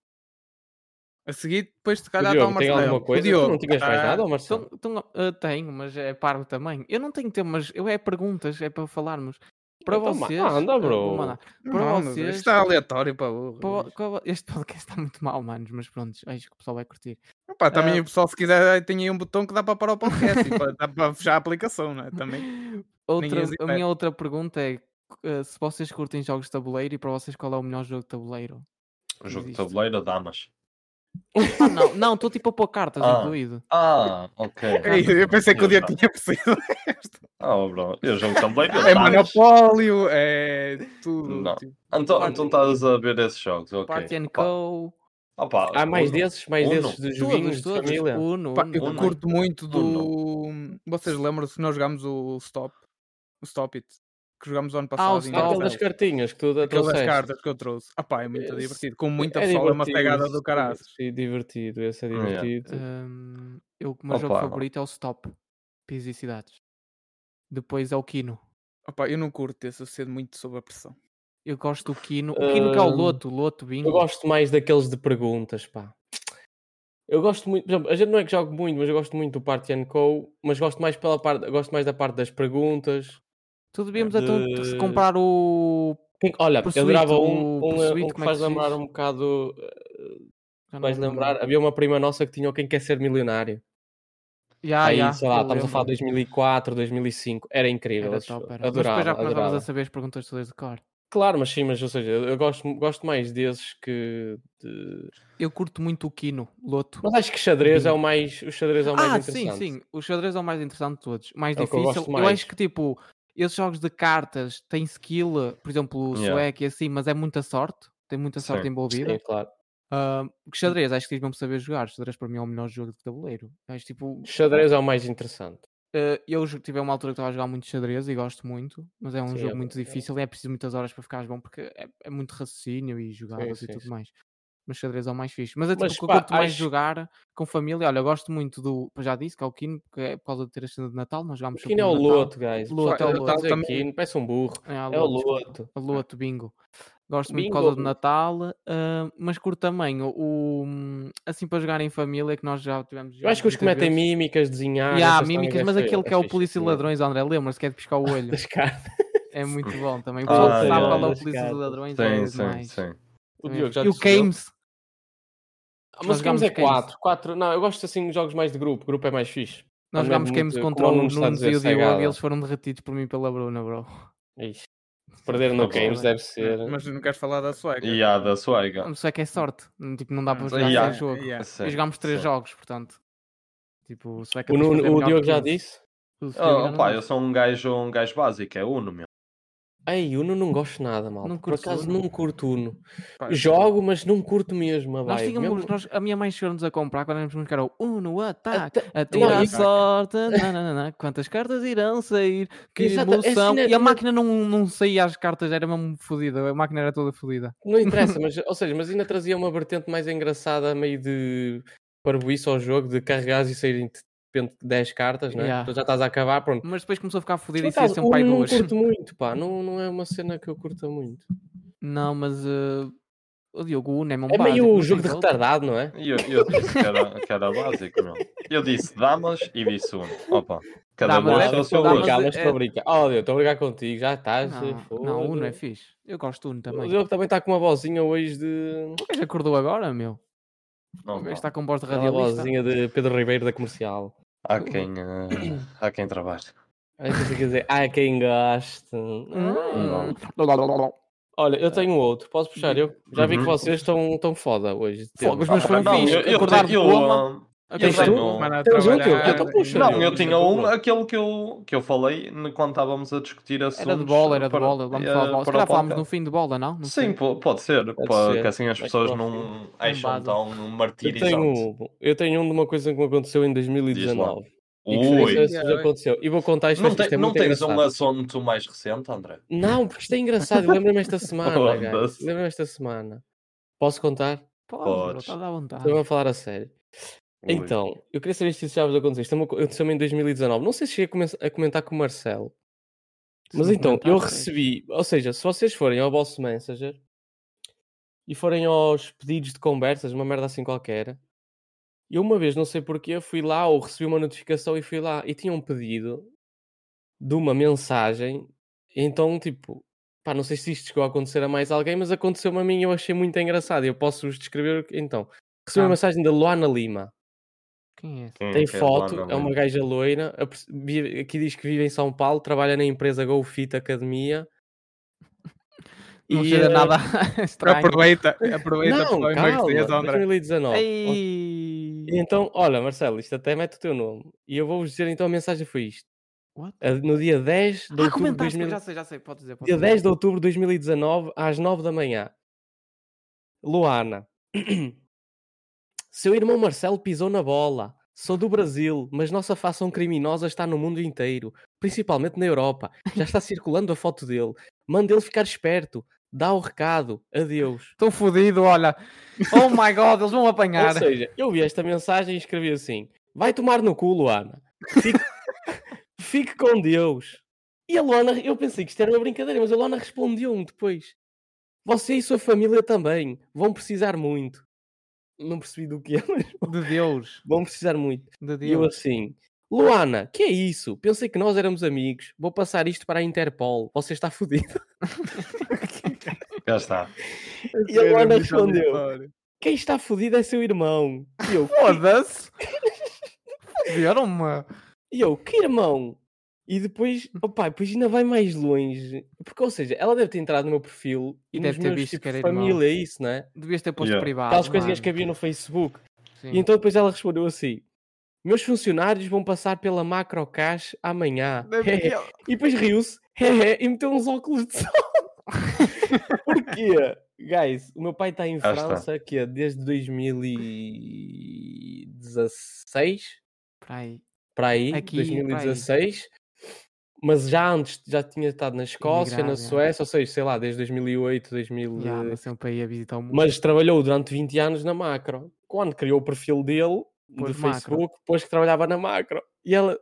E: A seguir, depois se
C: O
E: calhar está o
C: Diogo, tem
E: Marcelo.
C: alguma coisa?
E: O
C: Tu
E: Diogo.
C: não tinhas mais
E: Ah,
C: nada, ou Marcelo?
B: Então- então, ah, tenho, mas é parvo também. Eu não tenho temas, eu é perguntas, é para falarmos. Para
C: Então, ma-
B: vocês.
C: manda,
B: ah, vou
C: bro.
B: mandar.
E: Não,
B: Para
E: mas isto
B: vocês-
E: está aleatório para burro.
B: Para vo- qual- Este podcast está muito mal, manos, mas pronto, acho que o pessoal vai curtir.
E: Opa, também
B: Ah.
E: o pessoal, se quiser, tem aí um botão que dá para parar o podcast e para- dá para fechar a aplicação, não é? Também.
B: Outra,
E: as
B: a
E: impede.
B: minha outra pergunta é ah, se vocês curtem jogos de tabuleiro e para vocês qual é o melhor jogo de tabuleiro?
D: um Jogo de
B: Existe.
D: tabuleiro, damas.
B: Ah, não, não, estou tipo a pôr cartas
D: Ah.
B: incluído.
D: Ah, ok.
E: É Eu pensei que o Diogo
D: Exato.
E: tinha percebido.
D: tá. Ah, bro. Eu jogo de tabuleiro.
E: É
D: damas.
E: Monopólio, é tudo.
D: Não.
E: tipo.
D: Então,
B: Party-
D: então estás a ver esses jogos, ok.
B: Party and
D: Opa,
B: Co.
D: opa,
C: Há mais
D: Uno.
C: desses, mais
D: Uno.
C: desses de joguinhos
B: Todos,
C: de
B: todos.
C: família.
B: Uno,
E: Pá,
B: Uno.
E: eu
D: Uno.
E: curto muito do. Vocês lembram-se que nós jogámos o Stop? O Stop It. Que jogámos
C: Ah,
E: ano passado. em
B: Stop.
E: Natal.
C: Aquele das cartinhas que tu da-
E: Aquele das
C: trouxeste.
E: cartas que eu trouxe. Ah pá, é muito
C: Esse
E: divertido. Com muita
C: É
E: pessoa, é uma
C: divertido
E: pegada
C: esse-
E: do caralho.
C: esse É divertido, esse é
D: Yeah.
C: divertido.
B: Hum, eu, o meu jogo
D: Opa.
B: favorito é o Stop. Pis e Cidades. Depois é o Kino.
E: Ah pá, eu não curto esse, eu cedo muito sob a pressão.
B: Eu gosto do Kino. O Kino que é o
C: Hum,
B: Loto, o Loto, Bingo.
C: Eu gosto mais daqueles de perguntas, pá. Eu gosto muito, por exemplo, a gente não é que jogo muito, mas eu gosto muito do Party and Co, mas gosto mais pela parte, eu gosto mais da parte das perguntas.
B: Tu devíamos então
C: de-
B: se comprar o.
C: Quem- Olha,
B: Pursuit,
C: eu adorava um,
B: o
C: um,
B: Pursuit,
C: um que
B: como é
C: faz
B: que se
C: lembrar
B: diz?
C: um bocado, eh,
B: Já não
C: vais
B: lembro o
C: lembrar,
B: nome.
C: havia uma prima nossa que tinha o Quem Quer Ser Milionário.
B: Já,
C: Aí,
B: Ah, já,
C: sei lá,
B: eu
C: estamos a falar de
B: lembro.
C: 2004, 2005, era incrível,
B: Era
C: esse
B: top,
C: jogo.
B: era. Mas
C: adorava,
B: depois já começavas
C: adorava.
B: a saber as perguntas todas de cor.
C: Claro, mas sim, mas ou seja, eu eu gosto, gosto mais desses que de-
B: Eu curto muito o Kino, Loto.
C: Mas acho que xadrez é o mais. O xadrez é o mais
B: ah, sim,
C: interessante.
B: sim. O xadrez é o mais interessante de todos. Mais
C: É o que eu
B: difícil.
C: gosto
B: Eu,
C: mais.
B: acho que, tipo, esses jogos de cartas têm skill, por exemplo, o
D: Yeah.
B: Sueco e assim, mas é muita sorte. Tem muita sorte
D: Sim.
B: envolvida.
C: Sim, claro.
B: Ah, o xadrez, acho que tens mesmo saber jogar. Xadrez para mim é o melhor jogo de tabuleiro. Acho tipo,
C: Xadrez é o mais interessante.
B: eh, eu jo- tive uma altura que estava a jogar muito xadrez e gosto muito, mas é um
C: Sim,
B: jogo
C: eu-
B: muito
C: eu-
B: difícil e é preciso muitas horas para ficares bom porque é, é muito raciocínio e jogadas
C: sim,
B: e tudo
C: sim.
B: mais. Mas xadrez é o mais fixe. Mas é tipo
C: Mas,
B: que eu
C: pá,
B: curto mais
C: acho-
B: jogar com família. Olha, eu gosto muito do, já disse, que é o Kino, porque é por causa de ter a cena de Natal. Nós jogámos
C: Aqui não é o
B: sempre no Natal.
C: loto, guys.
B: Loto,
C: Pessoal,
B: é o
C: eu
B: loto.
C: tava
E: Também-
C: aqui, não parece um burro.
B: É, a
C: É o
B: loto, desculpa.
C: loto.
B: A Loto, bingo. Gosto muito por
C: Bingo.
B: causa do Natal, ah, mas curto também o, o- assim para jogar em família que nós já tivemos.
C: Eu acho que os que metem
B: mim
C: mímicas, desenhar.
B: E há
C: essas
B: mímicas,
C: cenas,
B: mas
C: é
B: aquele que é o
C: fixe,
B: polícia e
C: também.
B: ladrões, André, lembra-se que é de piscar o olho.
C: Das cartas.
B: É muito bom também. O
D: Ah,
B: pessoal que sabe
D: yeah,
B: qual é o
C: das
B: polícia e
C: cartas.
B: ladrões é
D: Sim, sim,
B: demais.
D: sim.
C: O
B: Também é
C: Diogo já
B: fixe. e o
C: desceu.
B: Games,
C: Ah,
B: Nós
C: Mas o Games é
B: jogámos Games.
C: 4. 4. Não, eu gosto assim de jogos mais de grupo. Grupo é mais fixe.
B: nós
C: Também
B: jogámos
C: muito-
B: Games
C: como
B: contra
C: o um
B: o
C: Nuno está a
B: Nunes
C: dizer,
B: e o Diogo
C: cegada.
B: e eles foram derretidos por mim pela Bruna, bro.
C: Ixi, Perder É no
D: Tá bom.
C: Games deve ser.
E: Mas não queres falar da sueca.
D: E há da Suega.
B: Não sei que é sorte. Tipo, não dá para
E: Ah,
B: jogar
D: yeah,
B: sem jogo.
E: Yeah.
D: Sim,
B: E jogámos 3
D: sim.
B: jogos, portanto. Tipo, se é que
C: O,
B: depois
C: Nuno-
B: fazemos
C: o
B: melhor
C: Diogo
B: que
C: já
B: isso.
C: disse.
B: O Diogo
D: Ah,
B: já não
D: pá,
B: disse.
D: eu sou um gajo, um gajo básico, é Uno, meu.
C: Ei, Uno não gosto nada, mal.
B: Não
C: Por
B: curtes
C: acaso
B: Uno?
C: não curto Uno.
E: Pá,
C: Jogo, mas não curto mesmo a
B: Nós
C: vibe.
B: tínhamos,
C: mesmo-
B: nós- a minha mãe chegou-nos a comprar quando éramos que era o Uno Ataque,
C: Até-
B: atira
C: Não,
B: a
C: isso-
B: sorte, nananana, quantas cartas irão sair, que
D: é
C: Exato, esse
B: emoção.
C: ainda-
B: E a máquina não, não saía as cartas, era mesmo fodida, a máquina era toda fodida.
C: Não interessa, mas, ou seja, mas ainda trazia uma vertente mais engraçada, meio de parboiço ao jogo, de carregares e saírem de repente 10 cartas, né?
B: Yeah.
C: Tu já estás a acabar, pronto. é
B: Mas depois começou a ficar
C: Por
B: fodida e
C: acaso,
B: saía-se um pai
C: Uno não
B: duas.
C: curto muito, pá. Não, não é uma cena que eu curta muito.
B: Não, mas eh, o Diogo, o Uno é mesmo
C: É
B: básico,
C: meio
B: não
C: jogo de
B: tens outro.
C: retardado, não é?
D: E Eu, eu disse que era, que era básico, meu. Eu disse damas e disse um. Opa, cada
B: Damas
D: gosto
B: é-
D: é o seu
B: damas
D: gosto.
C: Brincar,
B: é-
C: mas estou a brincar. Oh, Deus, estou a brincar contigo, já estás.
B: Não, não, o Uno é
C: foda.
B: fixe. Eu gosto do Uno
C: O
B: também.
C: jogo também está com uma vozinha hoje de.
B: O gajo acordou agora, meu.
D: Não,
B: O gajo
D: não.
B: está com voz de
C: Aquela
B: radialista.
C: vozinha de Pedro Ribeiro da comercial.
B: é
D: Há quem, eh, há quem trabalhe.
C: Aí você quer dizer, ah, quem gosta. Ah.
B: Hum. Blablabla.
C: Olha, eu tenho outro, posso puxar? Eu já vi que
D: Ah. Uhum. Ah,
C: vocês estão tão foda hoje. de
B: Fogo, os
C: temas.
B: meus foram
D: Não,
B: fixe.
D: eu, eu,
B: Acordar de
D: tenho- eu,
B: coma.
D: ah,
B: Ok,
D: eu
C: Tens tu?
D: tenho,
E: semana a
C: Tens outro?
E: trabalhar,
C: Eu tô puxando.
E: e-
D: Não, eu tinha
E: Pronto.
D: um, aquele que eu, que eu falei no- quando estávamos a discutir assuntos.
B: Era de bola, era de
D: para-
B: bola. Vamos
D: eh,
B: falar de bola. Se
D: para
B: calhar
D: o
B: falámos no
D: podcast.
B: fim de bola, não? Não sei.
D: Sim, po- pode ser,
C: Pode
D: para
C: ser.
D: que assim as
C: Vai
D: pessoas
C: para o
D: não acham
B: Embasa.
D: tão
C: Eu tenho,
D: martirizante.
C: um- eu tenho um de uma coisa que me aconteceu em 2019. E gostaria de
D: Ui,
C: saber se vos aconteceu. E vou contar isto,
D: não,
C: mas
D: tem-
C: isto é
D: não
C: muito
D: tens um
C: engraçado.
D: assunto mais recente, André?
C: Não, porque isto é engraçado. eu Lembro-me esta semana,
D: Foda-se.
C: guys. Lembro-me esta semana. Posso contar?
B: Pode,
D: Podes.
B: está à vontade.
C: Estou a falar a sério.
D: Ui.
C: Então, eu queria saber se isso já vos aconteceu. Isto é uma co- aconteceu-me em 2019. Não sei se cheguei a comen- a comentar com o Marcelo.
B: Se
C: Mas
B: não
C: então, eu
B: comentaste,
C: recebi, ou seja, se vocês forem ao vosso Messenger e forem aos pedidos de conversas, uma merda assim qualquer, eu uma vez, não sei porquê, fui lá ou recebi uma notificação e fui lá e tinha um pedido de uma mensagem. Então, tipo, pá, não sei se isto chegou a acontecer a mais alguém, mas aconteceu-me a mim e eu achei muito engraçado. e Eu posso-vos descrever o que- então. Recebi uma
B: Tá.
C: mensagem da Luana Lima.
B: Quem é esse?
D: Quem
C: Tem
D: quer
C: foto,
D: falar, não
C: é uma gaja loira. apres- vive- Aqui diz que vive em São Paulo, trabalha na empresa GoFit Academia.
B: Não
C: E,
B: cheira
D: é-
C: eh,
B: nada estranho.
E: Aproveita, aproveita
C: Não,
E: pessoal, e
C: calma,
E: mercês, André.
C: 2019. ok?
B: Ei! Ah,
D: É.
C: E Então, olha, Marcelo, isto até mete o teu nome. E eu vou-vos dizer, então a mensagem foi isto.
B: What?
C: A- No dia 10 de
B: Ah,
C: outubro de
B: comentaste,
C: 2000
B: já sei, já sei, pode dizer. Pode
C: dia
B: dizer.
C: 10 de outubro de 2019, às 9 da manhã. Luana. Seu irmão Marcelo pisou na bola. Sou do Brasil, mas nossa facção criminosa está no mundo inteiro, principalmente na Europa. Já está circulando a foto dele. Manda ele ficar esperto. Dá o recado. Adeus.
B: Estou fodido, olha. Oh my god, eles vão apanhar.
C: Ou seja, eu vi esta mensagem e escrevi assim: Vai tomar no cu, Luana. Fique, fique com Deus. E a Luana, eu pensei que isto era uma brincadeira, mas a Luana respondeu-me depois: Você e sua família também vão precisar muito. Não percebi do que é, mas
B: De Deus,
C: vão precisar muito.
B: de
C: E eu
B: Deus.
C: assim: Luana, que é isso? Pensei que nós éramos amigos. Vou passar isto para a Interpol. Você está fodido.
D: Já está.
C: E a Luana
E: Era Tá muito
C: respondeu:
E: aleatório.
C: Quem está fodido é seu irmão. E eu:
B: Foda-se. Foderam-me.
C: E eu, que irmão? E depois,
B: Hum.
C: opá, depois ainda vai mais longe. Porque, ou seja, ela deve ter entrado no meu perfil e
B: E
C: nos
B: deve ter
C: meus
B: visto
C: tipo,
B: que era irmão.
C: família, é isso, né?
B: Devias ter posto
D: Yeah.
B: privado.
C: Aquelas coisinhas que
B: mano.
C: havia no Facebook.
B: Sim.
C: E então depois ela respondeu assim: Meus funcionários vão passar pela macro cash amanhã.
B: Deve-
C: E depois riu-se hehe, e meteu uns óculos de sol. Porquê? Guys, o meu pai está em
D: está.
C: França que é desde 2016
B: Espera aí.
C: para aí,
B: Aqui, para aí.
C: 2016. Mas já antes, já tinha estado na Escócia, na
B: Imigrado, é.
C: Suécia, ou seja, sei lá, desde 2008, 2000.
B: Já,
C: eh,
B: mas sempre aí a visitar o mundo.
C: Mas trabalhou durante 20 anos na Macro. Quando criou o perfil dele,
B: Pôs
C: do
B: Macro.
C: Facebook, depois que trabalhava na Macro. E ela,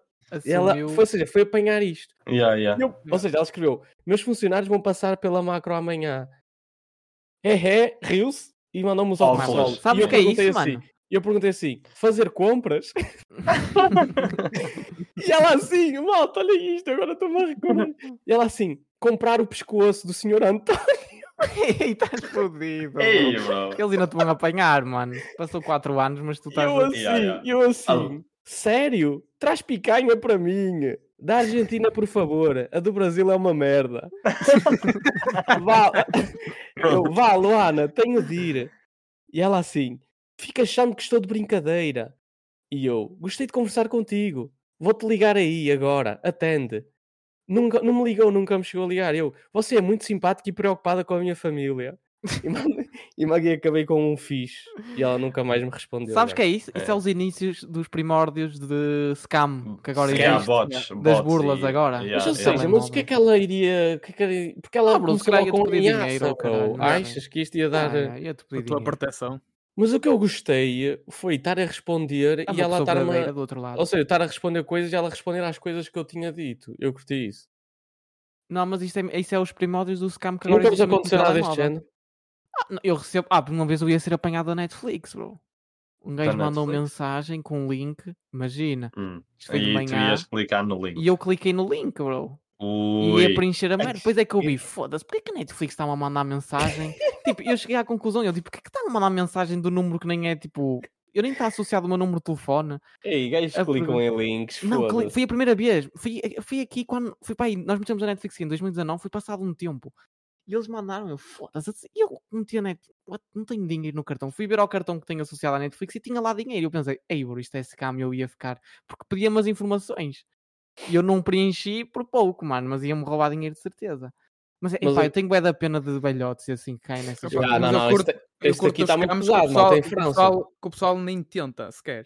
C: ela
B: Assumiu- um.
C: foi, ou seja, foi apanhar isto.
D: Yeah, yeah.
C: E eu- ou seja, ela escreveu, meus funcionários vão passar pela Macro amanhã. É, é, riu-se e mandou-me os óculos de
D: Óculos.
C: sol. E
B: Sabes
C: eu
B: o que é
C: perguntei
B: isso,
C: assim,
B: mano?
C: e eu perguntei assim: fazer compras? e ela assim, malta, olha isto, agora estou-me a recordar. E ela assim, comprar o pescoço do senhor Antônio.
B: Ei, estás fodido.
D: Ei,
B: bro.
D: bro.
B: Eles ainda te vão apanhar, mano. Passou 4 anos, mas
C: E
B: tu estás.
C: eu
B: a-
C: assim,
D: Yeah, yeah.
C: e eu assim, sério? Traz picanha para mim. Da Argentina, por favor. A do Brasil é uma merda. Vá, eu, vá, Luana, tenho de ir. E ela assim, fica achando que estou de brincadeira. E eu, gostei de conversar contigo. Vou-te ligar aí agora, atende. Nunca, não me ligou, nunca me chegou a ligar. Eu, você é muito simpática e preocupada com a minha família. E mandei- E Magui acabei com um fixe e ela nunca mais me respondeu.
B: Sabes
C: já.
B: que é isso? Isso é os inícios dos primórdios de scam que agora
D: Yeah,
B: existe. né?
D: bots,
B: das
D: bots
B: burlas
D: e-
B: agora.
D: yeah,
C: Mas ou
D: yeah.
C: seja, mas o que Ah, é que ela iria. o que é que ela- Porque ela
B: Ah, Bruno, se
C: começou
B: calhar
C: logo
B: ia-te
C: com é?
B: pedir
C: ameaça,
B: dinheiro,
C: bro.
B: caralho, não era?
C: Achas que isto ia
B: Ah,
C: dar. eh?
B: é, ia-te
E: A
B: pedir
E: tua
B: dinheiro.
E: proteção.
C: Mas o que eu gostei foi estar a responder
B: É
C: e
B: uma
C: ela
B: pessoa
C: estar
B: verdadeira
C: a.
B: do outro lado.
C: Ou seja, estar a responder coisas e ela responder às coisas que eu tinha dito. Eu curti isso.
B: Não, mas isto é, isso é os primórdios do scam que agora
C: Nunca vos
B: existe muito no
C: aconteceu nada deste
B: telemóvel.
C: género.
B: Não, Eu recebo. Ah, por uma vez eu ia ser apanhado da Netflix, bro. Um gajo mandou uma
D: Netflix.
B: mensagem com um link, imagina.
D: Hum.
B: Isto foi de
D: E tu
B: manhã.
D: ias clicar no link.
B: E eu cliquei no link, bro. E ia
D: Ui.
B: preencher a merda.
D: Ai,
B: Depois é que eu vi, foda-se, porquê que a Netflix está-me a mandar mensagem? tipo, eu cheguei à conclusão, eu digo, porquê que está-me a mandar mensagem do número que nem é tipo. Eu nem está associado ao meu número de telefone.
C: Ei,
B: A
C: gajos clicam em links.
B: Não, cli-
C: foda-se.
B: foi a primeira vez. Fui, eh, fui aqui quando. Fui para aí, nós metemos a Netflix em 2019, foi passado um tempo. E eles mandaram, eu foda-se. assim, e Eu não tinha net, what? não tenho dinheiro no cartão. Fui ver ao cartão que tenho associado à Netflix e tinha lá dinheiro. Eu pensei, ei, bro, isto é scam, eu ia ficar. Porque pedia umas informações. E eu não preenchi por pouco, mano, mas ia-me roubar dinheiro de certeza. Mas, é
C: Mas
B: epá,
C: eu-
B: eu tenho bué da pena de velhotes e assim que caem nessas
E: Epá,
B: coisas.
C: Ah,
E: mas
C: não,
E: eu
C: não,
E: curto-
C: este, este
E: curto
C: aqui
E: os
C: está muito
E: scams
C: pesado, malta, em França.
E: Que o, pessoal, que o pessoal nem tenta sequer.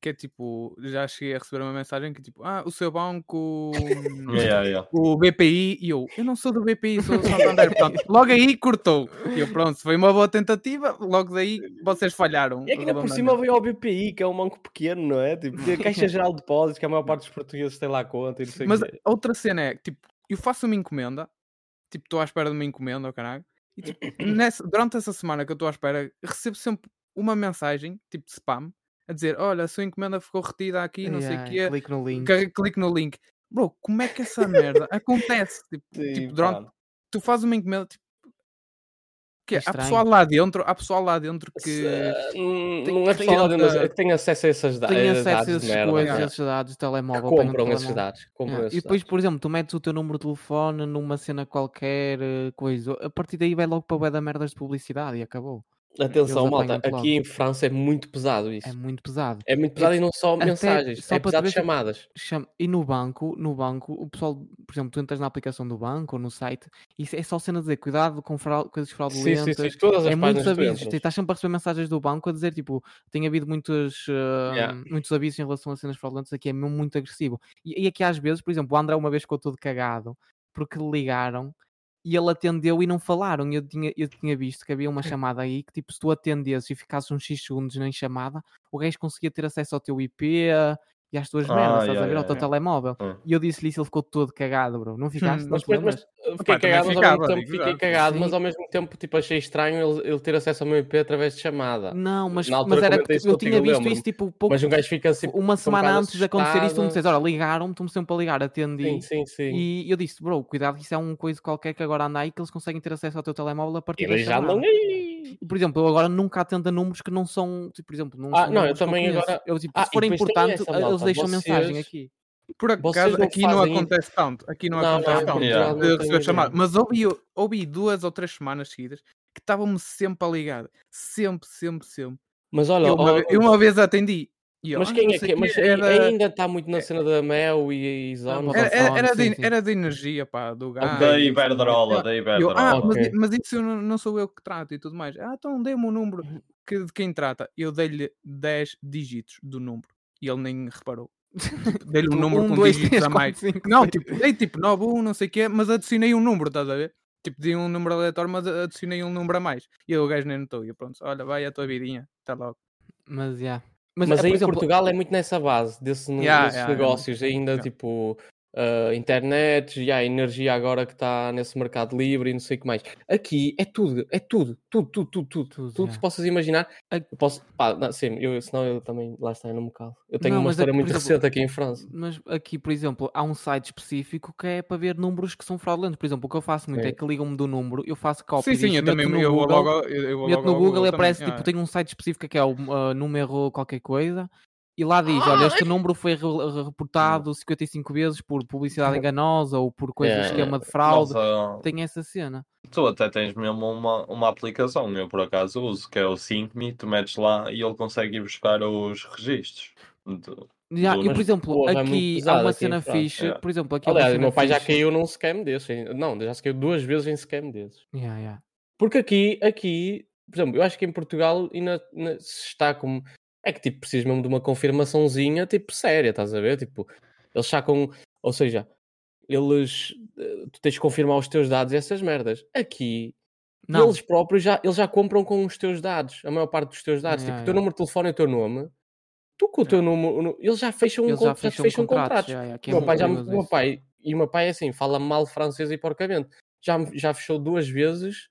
E: Que é tipo, já cheguei a receber uma mensagem que tipo, ah, o seu banco. hum,
D: Yeah, yeah.
E: O BPI e eu, eu não sou do BPI, sou do Santander. Portanto, logo aí cortou. E eu, pronto, foi uma boa tentativa, logo daí vocês falharam.
C: E é que ainda por
E: redondamente.
C: cima veio ao BPI, que é um banco pequeno, não é? Tipo, tem a Caixa Geral de Depósitos, que a maior parte dos portugueses tem lá conta e não sei o
E: Mas
C: quê.
E: a outra cena é, tipo, eu faço uma encomenda, tipo, estou à espera de uma encomenda, oh, caralho, e tipo, nessa- durante essa semana que eu estou à espera, recebo sempre uma mensagem, tipo de spam, a dizer, olha, a sua encomenda ficou retida aqui, não
B: Ai,
E: sei o quê,
B: Clico no link.
E: carre- clique no link. Bro, como é que essa merda acontece? Tipo,
C: Sim,
E: tipo, durante-
C: pá.
E: tu fazes uma encomenda, tipo,
B: É
E: que é, há
B: estranho.
E: pessoal lá dentro, há pessoal lá dentro
C: Se-
E: que...
C: Hum,
E: tem
C: não é
E: que
C: pessoal lá
E: ter
C: dentro, mas
E: essa-
C: é que tem acesso a essas É. da- eh,
B: Tenho
C: dados.
B: acesso a
C: de
B: essas
C: merda,
B: coisas,
C: não é?
B: essas dados de
C: Que
B: telemóvel. apanham
C: Compram esses
B: telemóvel.
C: dados. Compram
B: Yeah,
C: esses
B: E depois,
C: dados.
B: por exemplo, tu metes o teu número de telefone numa cena qualquer eh, coisa, a partir daí vai logo para bué da merdas de publicidade e acabou.
C: Atenção,
B: eles
C: malta,
B: apanham-te
C: aqui em França é muito pesado isso.
B: É muito pesado.
C: É muito pesado e não só
B: até-
C: mensagens,
B: só
C: é
B: para te
C: pesado
B: ver-
C: chamadas.
B: Cham- E no banco, no banco, o pessoal, por exemplo, tu entras na aplicação do banco ou no site, e isso é só cena de dizer cuidado com frau- coisas
C: Sim, sim,
B: fraudulentas.
C: sim. Todas as
B: É muitos
C: páginas que tu
B: avisos.
C: entras.
B: tu Estás sempre a receber mensagens do banco a dizer tipo, tem havido muitos, eh,
C: Yeah.
B: muitos avisos em relação a cenas fraudulentas, aqui é mesmo muito agressivo. E, e aqui às vezes, por exemplo, o André uma vez ficou todo cagado porque lhe ligaram e ele atendeu e não falaram. E Eu tinha, eu tinha visto que havia uma chamada aí que tipo, se tu atendesses e ficasses uns X segundos nem chamada, o gajo conseguia ter acesso ao teu IP e às tuas
D: Ah,
B: merdas, estás a
D: yeah,
B: ver, ao
D: yeah,
B: teu
D: yeah.
B: telemóvel.
D: Hum.
B: E eu disse-lhe isso, ele ficou todo cagado, bro. Não ficaste?
E: Hum,
B: não
C: Mas,
B: te
C: depois, mas
B: lembras?
C: uh,
E: Opa,
C: fiquei
E: também
C: cagado, mas ao
E: ficava,
C: mesmo tempo
E: digo já.
C: fiquei cagado, mas
B: Sim.
C: ao mesmo tempo tipo, achei estranho ele, ele ter acesso ao meu IP através de chamada.
B: Não, mas,
C: Na altura
B: mas era
C: comentei
B: que
C: isso
B: eu tinha
C: contigo,
B: visto
C: lembro-me.
B: isso tipo Um pouco
C: Mas um gajo fica assim.
B: uma semana
C: bocado
B: antes de acontecer isto, tu me
C: assustado.
B: disseste, olora, ligaram-me, estão-me sempre a ligar, atendi.
C: Sim, sim, sim.
B: E eu disse, bro, cuidado que isso é um coisa qualquer que agora anda aí que eles conseguem ter acesso ao teu telemóvel a partir
C: E
B: da
C: daí já
B: chamada.
C: andam aí.
B: E, Por exemplo, eu agora nunca atendo a números que não são, tipo, por exemplo, não
C: Ah,
B: são
C: não, eu
B: números que
C: também
B: conheço.
C: agora-
B: Eu, tipo,
C: Ah,
B: se
C: e
B: for
C: depois tem
B: importante,
C: essa,
B: eh, eles
C: malta,
B: deixam mensagem
C: vocês-
B: aqui.
E: Por
C: Vocês
E: acaso,
C: não
E: aqui não
C: fazem-
E: acontece tanto. Aqui não,
C: Não, não,
E: acontece
C: em
E: tanto.
D: Portugal
C: não
E: De
C: tenho
E: receber chamada.
C: ideia.
E: Mas ouvi, ouvi duas ou três semanas seguidas que estavam-me sempre a ligar. Sempre, sempre, sempre.
C: Mas olha,
E: eu, uma,
C: ó,
E: ve- eu uma vez atendi. E eu,
C: mas
E: "Ah,
C: quem
E: não
C: é
E: sei
C: que é?
E: quê",
C: Mas aí-
E: era, é,
C: ainda está muito na cena da Mel e, e Zona.
E: era, era, era
B: Sim,
E: de,
B: sim.
E: era de energia, pá, do gás.
D: Da
E: e não sei o quê.
D: Ah, Iberdrola, da
E: Ah, Eu, ah,
D: Iberdrola.
E: mas,
C: Ok.
E: mas isso eu não, não sou eu que trato e tudo mais. Ah, então dê-me o número
C: Uhum.
E: que, de quem trata. Eu dei-lhe 10 dígitos do número e ele nem reparou. Tipo, Dei-lhe um
B: Tipo,
E: número com
B: dois,
E: dígitos
B: três,
E: a
B: quatro,
E: mais.
B: cinco,
E: Não,
B: seis.
E: tipo, dei tipo 91, não sei o quê, mas adicionei um número, estás a ver? Tipo, dei um número aleatório, mas adicionei um número a mais. E eu, o gajo nem notou. E eu, pronto, olha, vai a tua vidinha, tá está logo.
B: Mas, yeah.
C: Mas,
B: eh,
C: aí
B: por
C: em
B: exemplo,
C: Portugal é muito nessa base, desse, nu-
E: Yeah,
C: desses
E: yeah, yeah.
C: negócios ainda,
E: Yeah.
C: tipo, ah, internet, e a energia agora que está nesse mercado livre e não sei o que mais. Aqui é tudo, é tudo, tudo, tudo, tudo, tudo, tudo,
B: Tudo,
C: que
B: yeah.
C: possas imaginar. Eu posso, pá, não, sim, eu, senão eu também, lá está, eu não me calo. Eu tenho
B: Não,
C: uma
B: mas é que,
C: história
B: por
C: muito
B: exemplo,
C: recente aqui em França.
B: Mas aqui, por exemplo, há um site específico que é para ver números que são fraudulentos. Por exemplo, o que eu faço muito é
C: Sim.
B: que ligam-me do número, eu faço copy
E: sim, sim,
B: disto,
E: eu também
B: meto no
E: eu vou
B: Google,
E: logo. ao- Eu, eu vou
B: meto
E: logo
B: no
E: ao
B: Google e
E: também,
B: aparece,
E: yeah,
B: tipo, tem um site específico que é o ah, número qualquer coisa e lá diz,
C: Ah,
B: olha, este número foi re- re-
E: Hum.
B: reportado 55 vezes por publicidade enganosa ou por coisa,
C: Yeah,
B: esquema de
D: Mas,
B: fraude.
D: ah,
B: Tem essa cena.
D: tu até tens mesmo uma, uma aplicação, eu por acaso uso, que é o Syncme, tu metes lá e ele consegue ir buscar os registros. Do-
B: Já,
D: do-
B: e
D: mas,
B: por exemplo,
C: pô, vai muito
B: aqui há
C: pesado
B: uma
C: aqui em
B: cena
C: França,
B: fixe.
D: é.
B: Por exemplo, aqui há uma
C: Aliás, o
B: cena
C: meu pai já
B: fixe-
C: caiu num scam desse. em- Não, já se caiu duas vezes em scam desses.
B: Yeah, yeah.
C: Porque aqui, aqui, por exemplo, eu acho que em Portugal ainda, ainda se está como. É que tipo, precisas mesmo de uma confirmaçãozinha, tipo, séria, estás a ver? Tipo, eles sacam. Ou seja, eles. eh, Tu tens de confirmar os teus dados e essas merdas. Aqui,
B: Não,
C: eles próprios já, eles já compram com os teus dados, a maior parte dos teus dados.
B: Yeah,
C: tipo, o teu
B: yeah.
C: número de telefone e o teu nome. Tu com o teu número. o nu- Eles já fecham, um
B: eles
C: con-
B: já
C: já te
B: fecham, contratos.
C: contratos.
B: yeah, yeah,
C: O
B: que é
C: meu
B: muito
C: pai já me,
B: perigoso
C: o meu
B: isso.
C: pai, e o meu pai é assim, fala mal francês e porcamente. Já, me- já fechou duas vezes,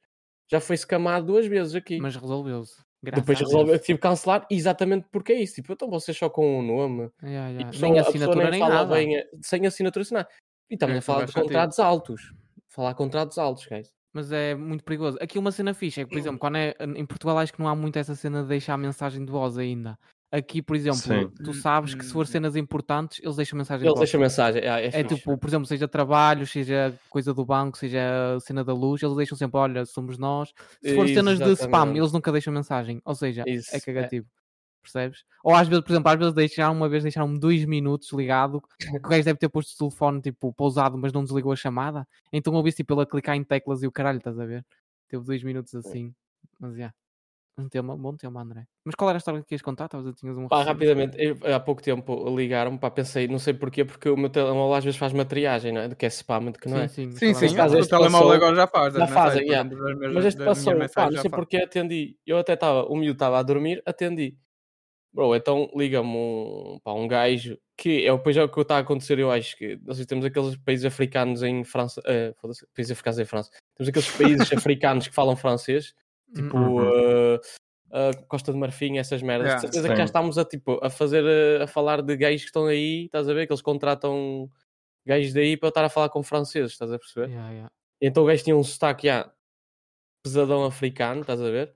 C: já foi escamado duas vezes aqui.
B: Mas resolveu-se. graças
C: Depois
B: a Deus.
C: resolveu, tive que cancelar exatamente porque é isso. Tipo, então vocês só com o nome.
B: Yeah,
C: assim. e
B: yeah.
C: a pessoa-
B: Nem
C: a pessoa
B: assinatura nem
C: fala
B: nada.
C: bem, eh, sem assinatura, sem nada. E estamos
E: É,
C: a
E: tu
C: falar
E: vais
C: de
E: chatear.
C: contratos altos. Falar contratos altos, guys.
B: Mas é muito perigoso. Aqui uma cena fixe é que, por exemplo, quando é, em Portugal acho que não há muito essa cena de deixar mensagem de voz ainda. Aqui, por exemplo,
D: Sim.
B: tu sabes que se for cenas importantes, eles deixam mensagem
C: Eles
B: de voz.
C: deixam mensagem. É, é
B: É
C: fixe.
B: tipo, por exemplo, seja trabalho, seja coisa do banco, seja cena da luz, eles deixam sempre, olha, somos nós. Se for cenas de spam,
C: Exatamente.
B: eles nunca deixam mensagem. Ou seja,
C: Isso,
B: é
C: é.
B: cagativo. Percebes? Ou às vezes, por exemplo, às vezes deixaram, uma vez deixaram-me dois minutos ligado, que o gajo deve ter posto o telefone tipo pousado, mas não desligou a chamada. Então ouvi-se tipo ele a clicar em teclas e o caralho, estás a ver? Teve dois minutos assim. Mas já. Um tema, bom tema, André. Mas qual era a história que ias contar? Talvez tinhas um
C: Pá,
B: receio.
C: rapidamente, eu- há pouco tempo ligaram-me, pá, pensei, não sei porquê, porque o meu telemóvel às vezes faz uma triagem, não é? De que é spam, e de que não é.
B: Sim, sim.
E: Sim,
B: falava-
E: sim,
C: caso,
E: o
C: este
E: telemóvel
C: passou-
E: agora já faz.
C: já
E: as
C: fazem,
E: mensagens,
C: yeah.
E: por exemplo, das minhas-
C: Mas este
E: das minhas
C: passou, pá,
E: mensagens
C: não
E: já
C: sei
E: faz.
C: porque atendi. Eu até estava, o miúdo estava a dormir, atendi. Bro, então liga-me um, pá, um gajo que é o país é o que está a acontecer, eu acho que nós temos aqueles países africanos em França, eh, foda-se, países africanos em França, temos aqueles países africanos que falam francês,
B: Hum,
C: tipo eh, eh, Costa de Marfim, essas merdas.
E: Uhum. Yeah,
C: de certeza que já
D: sim.
C: estamos a, tipo, a fazer, eh, a falar de gays que estão aí, estás a ver? Que eles contratam gays daí para estar a falar com franceses, estás a perceber?
B: Yeah, yeah.
C: Então o gajo tinha um sotaque já, pesadão africano, estás a ver?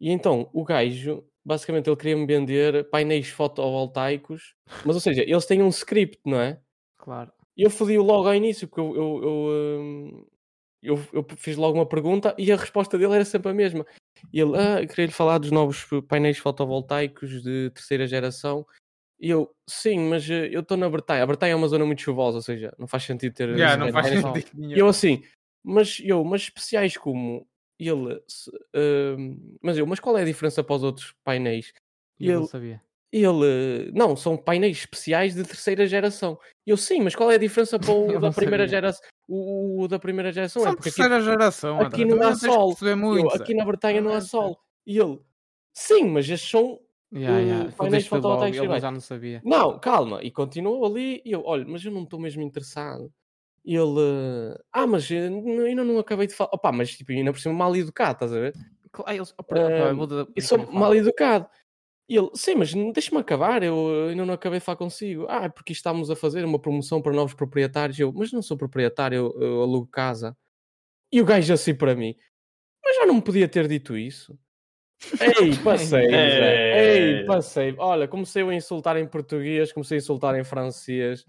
C: E então o gajo, basicamente, ele queria-me vender painéis fotovoltaicos, mas ou seja, eles têm um script, não é?
B: Claro.
C: E eu fodi logo ao início, porque eu, eu, eu, hum, eu, eu fiz logo uma pergunta e a resposta dele era sempre a mesma. E ele, ah, eu queria-lhe falar dos novos painéis fotovoltaicos de terceira geração. E eu, sim, mas eh, eu estou na Bretanha. A Bretanha é uma zona muito chuvosa, ou seja, não faz sentido ter.
E: Yeah,
C: eh,
E: não faz
C: painéis
B: só.
E: sentido nenhum.
C: e eu assim, mas eu, mas especiais como E ele, se- ahm, mas eu, mas qual é a diferença para os outros painéis?
B: E eu não
C: Ele-
B: sabia.
C: E ele, não, são painéis especiais de terceira geração. E eu sim, mas qual é a diferença para
B: Eu
C: o da
B: não
C: primeira
B: sabia.
C: geração? O, o- o da primeira geração é
E: São
C: porque aqui,
E: terceira geração,
C: aqui
E: André,
C: não
E: também
C: há
E: tens que
C: sol.
E: perceber
C: eu,
E: muito, é
C: aqui
E: Zé.
C: na Bretanha não há
E: Ah,
C: sol. E ele, sim, mas estes são
B: Yeah,
C: Eh,
B: yeah.
C: painéis
B: Fodeste logo,
C: fotovoltaicos
B: ele
C: também.
B: já não sabia.
C: Não, calma. E continuou ali. E eu, olha, mas eu não estou mesmo interessado. E ele, ah, mas eu n- ainda não acabei de falar. Opa, mas tipo, ainda por cima mal educado, estás a ver?
B: Cla- Ah, eles... oh, pera- opa, eu
C: Ah,
B: vou dar-
C: E
B: deixa
C: sou
B: eu falar.
C: mal educado. E ele, sim, mas n- deixa-me acabar, eu ainda não acabei de falar consigo. Ah, é porque estamos a fazer uma promoção para novos proprietários. Eu, mas não sou proprietário, eu, eu alugo casa. E o gajo assim para mim, mas já não me podia ter dito isso. Ei, passei, Zé.
D: É.
C: Ei, passei. Olha, comecei a insultar em português, comecei a insultar em francês.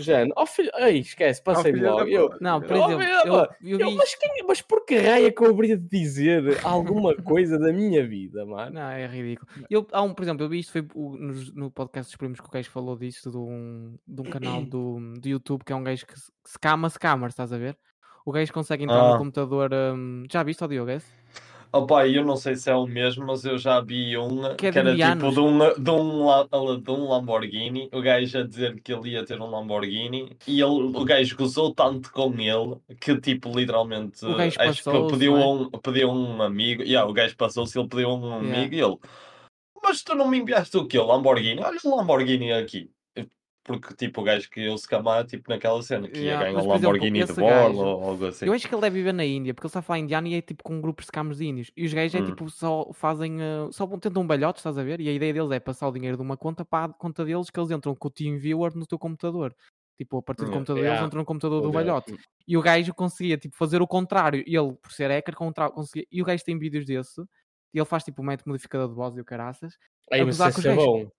C: Jane, oh filho, ei, esquece,
E: Ah,
C: passei-me
E: filha da
C: logo. Eu,
E: puta.
B: Não, por
C: Oh,
B: exemplo, eu,
C: merda!
B: eu
C: eu,
B: vi.
C: mas, quem, mas por que raia que eu haveria de dizer alguma coisa da minha vida, mano?
B: Não, é ridículo. Eu, há um, por exemplo, eu vi isto foi o- nos- no, podcast dos primos que o gajo falou disto de um, de um canal do, do YouTube que é um gajo que se se cama scammers, estás a ver? O gajo consegue entrar no
D: Ah.
B: computador. hum, já viste o Diogo? esse?
D: Opa, eu não sei se é o mesmo, mas eu já vi um
B: Que é
D: que,
B: de
D: era
B: indianos.
D: tipo de um, de, um, la- de um Lamborghini, o gajo a dizer que ele ia ter um Lamborghini e ele, o gajo gozou tanto com ele que tipo literalmente
B: O gajo
D: acho que
B: passou-se,
D: pediu,
B: não é?
D: a um, pediu a um amigo, yeah, o gajo passou-se, ele pediu a um
B: Yeah.
D: amigo e ele mas tu não me enviaste o quê? Lamborghini? Olha o Lamborghini aqui. Porque tipo o gajo que eu se camar tipo naquela cena que
B: Yeah,
D: ia ganhar
B: mas,
D: um
B: por exemplo,
D: Lamborghini de
B: esse
D: bola
B: gajo-
D: ou algo assim.
B: Eu acho que ele deve viver na Índia, porque ele está a falar indiano e é tipo com grupos de scammers de índios. E os gajos é
D: Hum.
B: tipo só fazem. ah, só vão- tentam balhotes, estás a ver? E a ideia deles é passar o dinheiro de uma conta para a conta deles que eles entram com o TeamViewer no teu computador. Tipo, a partir do
D: Yeah,
B: computador
C: yeah.
B: eles entram no computador do
C: Olha,
B: balhote. E o gajo conseguia tipo, fazer o contrário. E ele, por ser hacker, contra... conseguia. E o gajo tem vídeos desse. E ele faz tipo um método modificador de voz e o caraças.
C: Ei, mas
B: Apesar
C: isso
B: que
C: é
B: os gajos-
C: bom.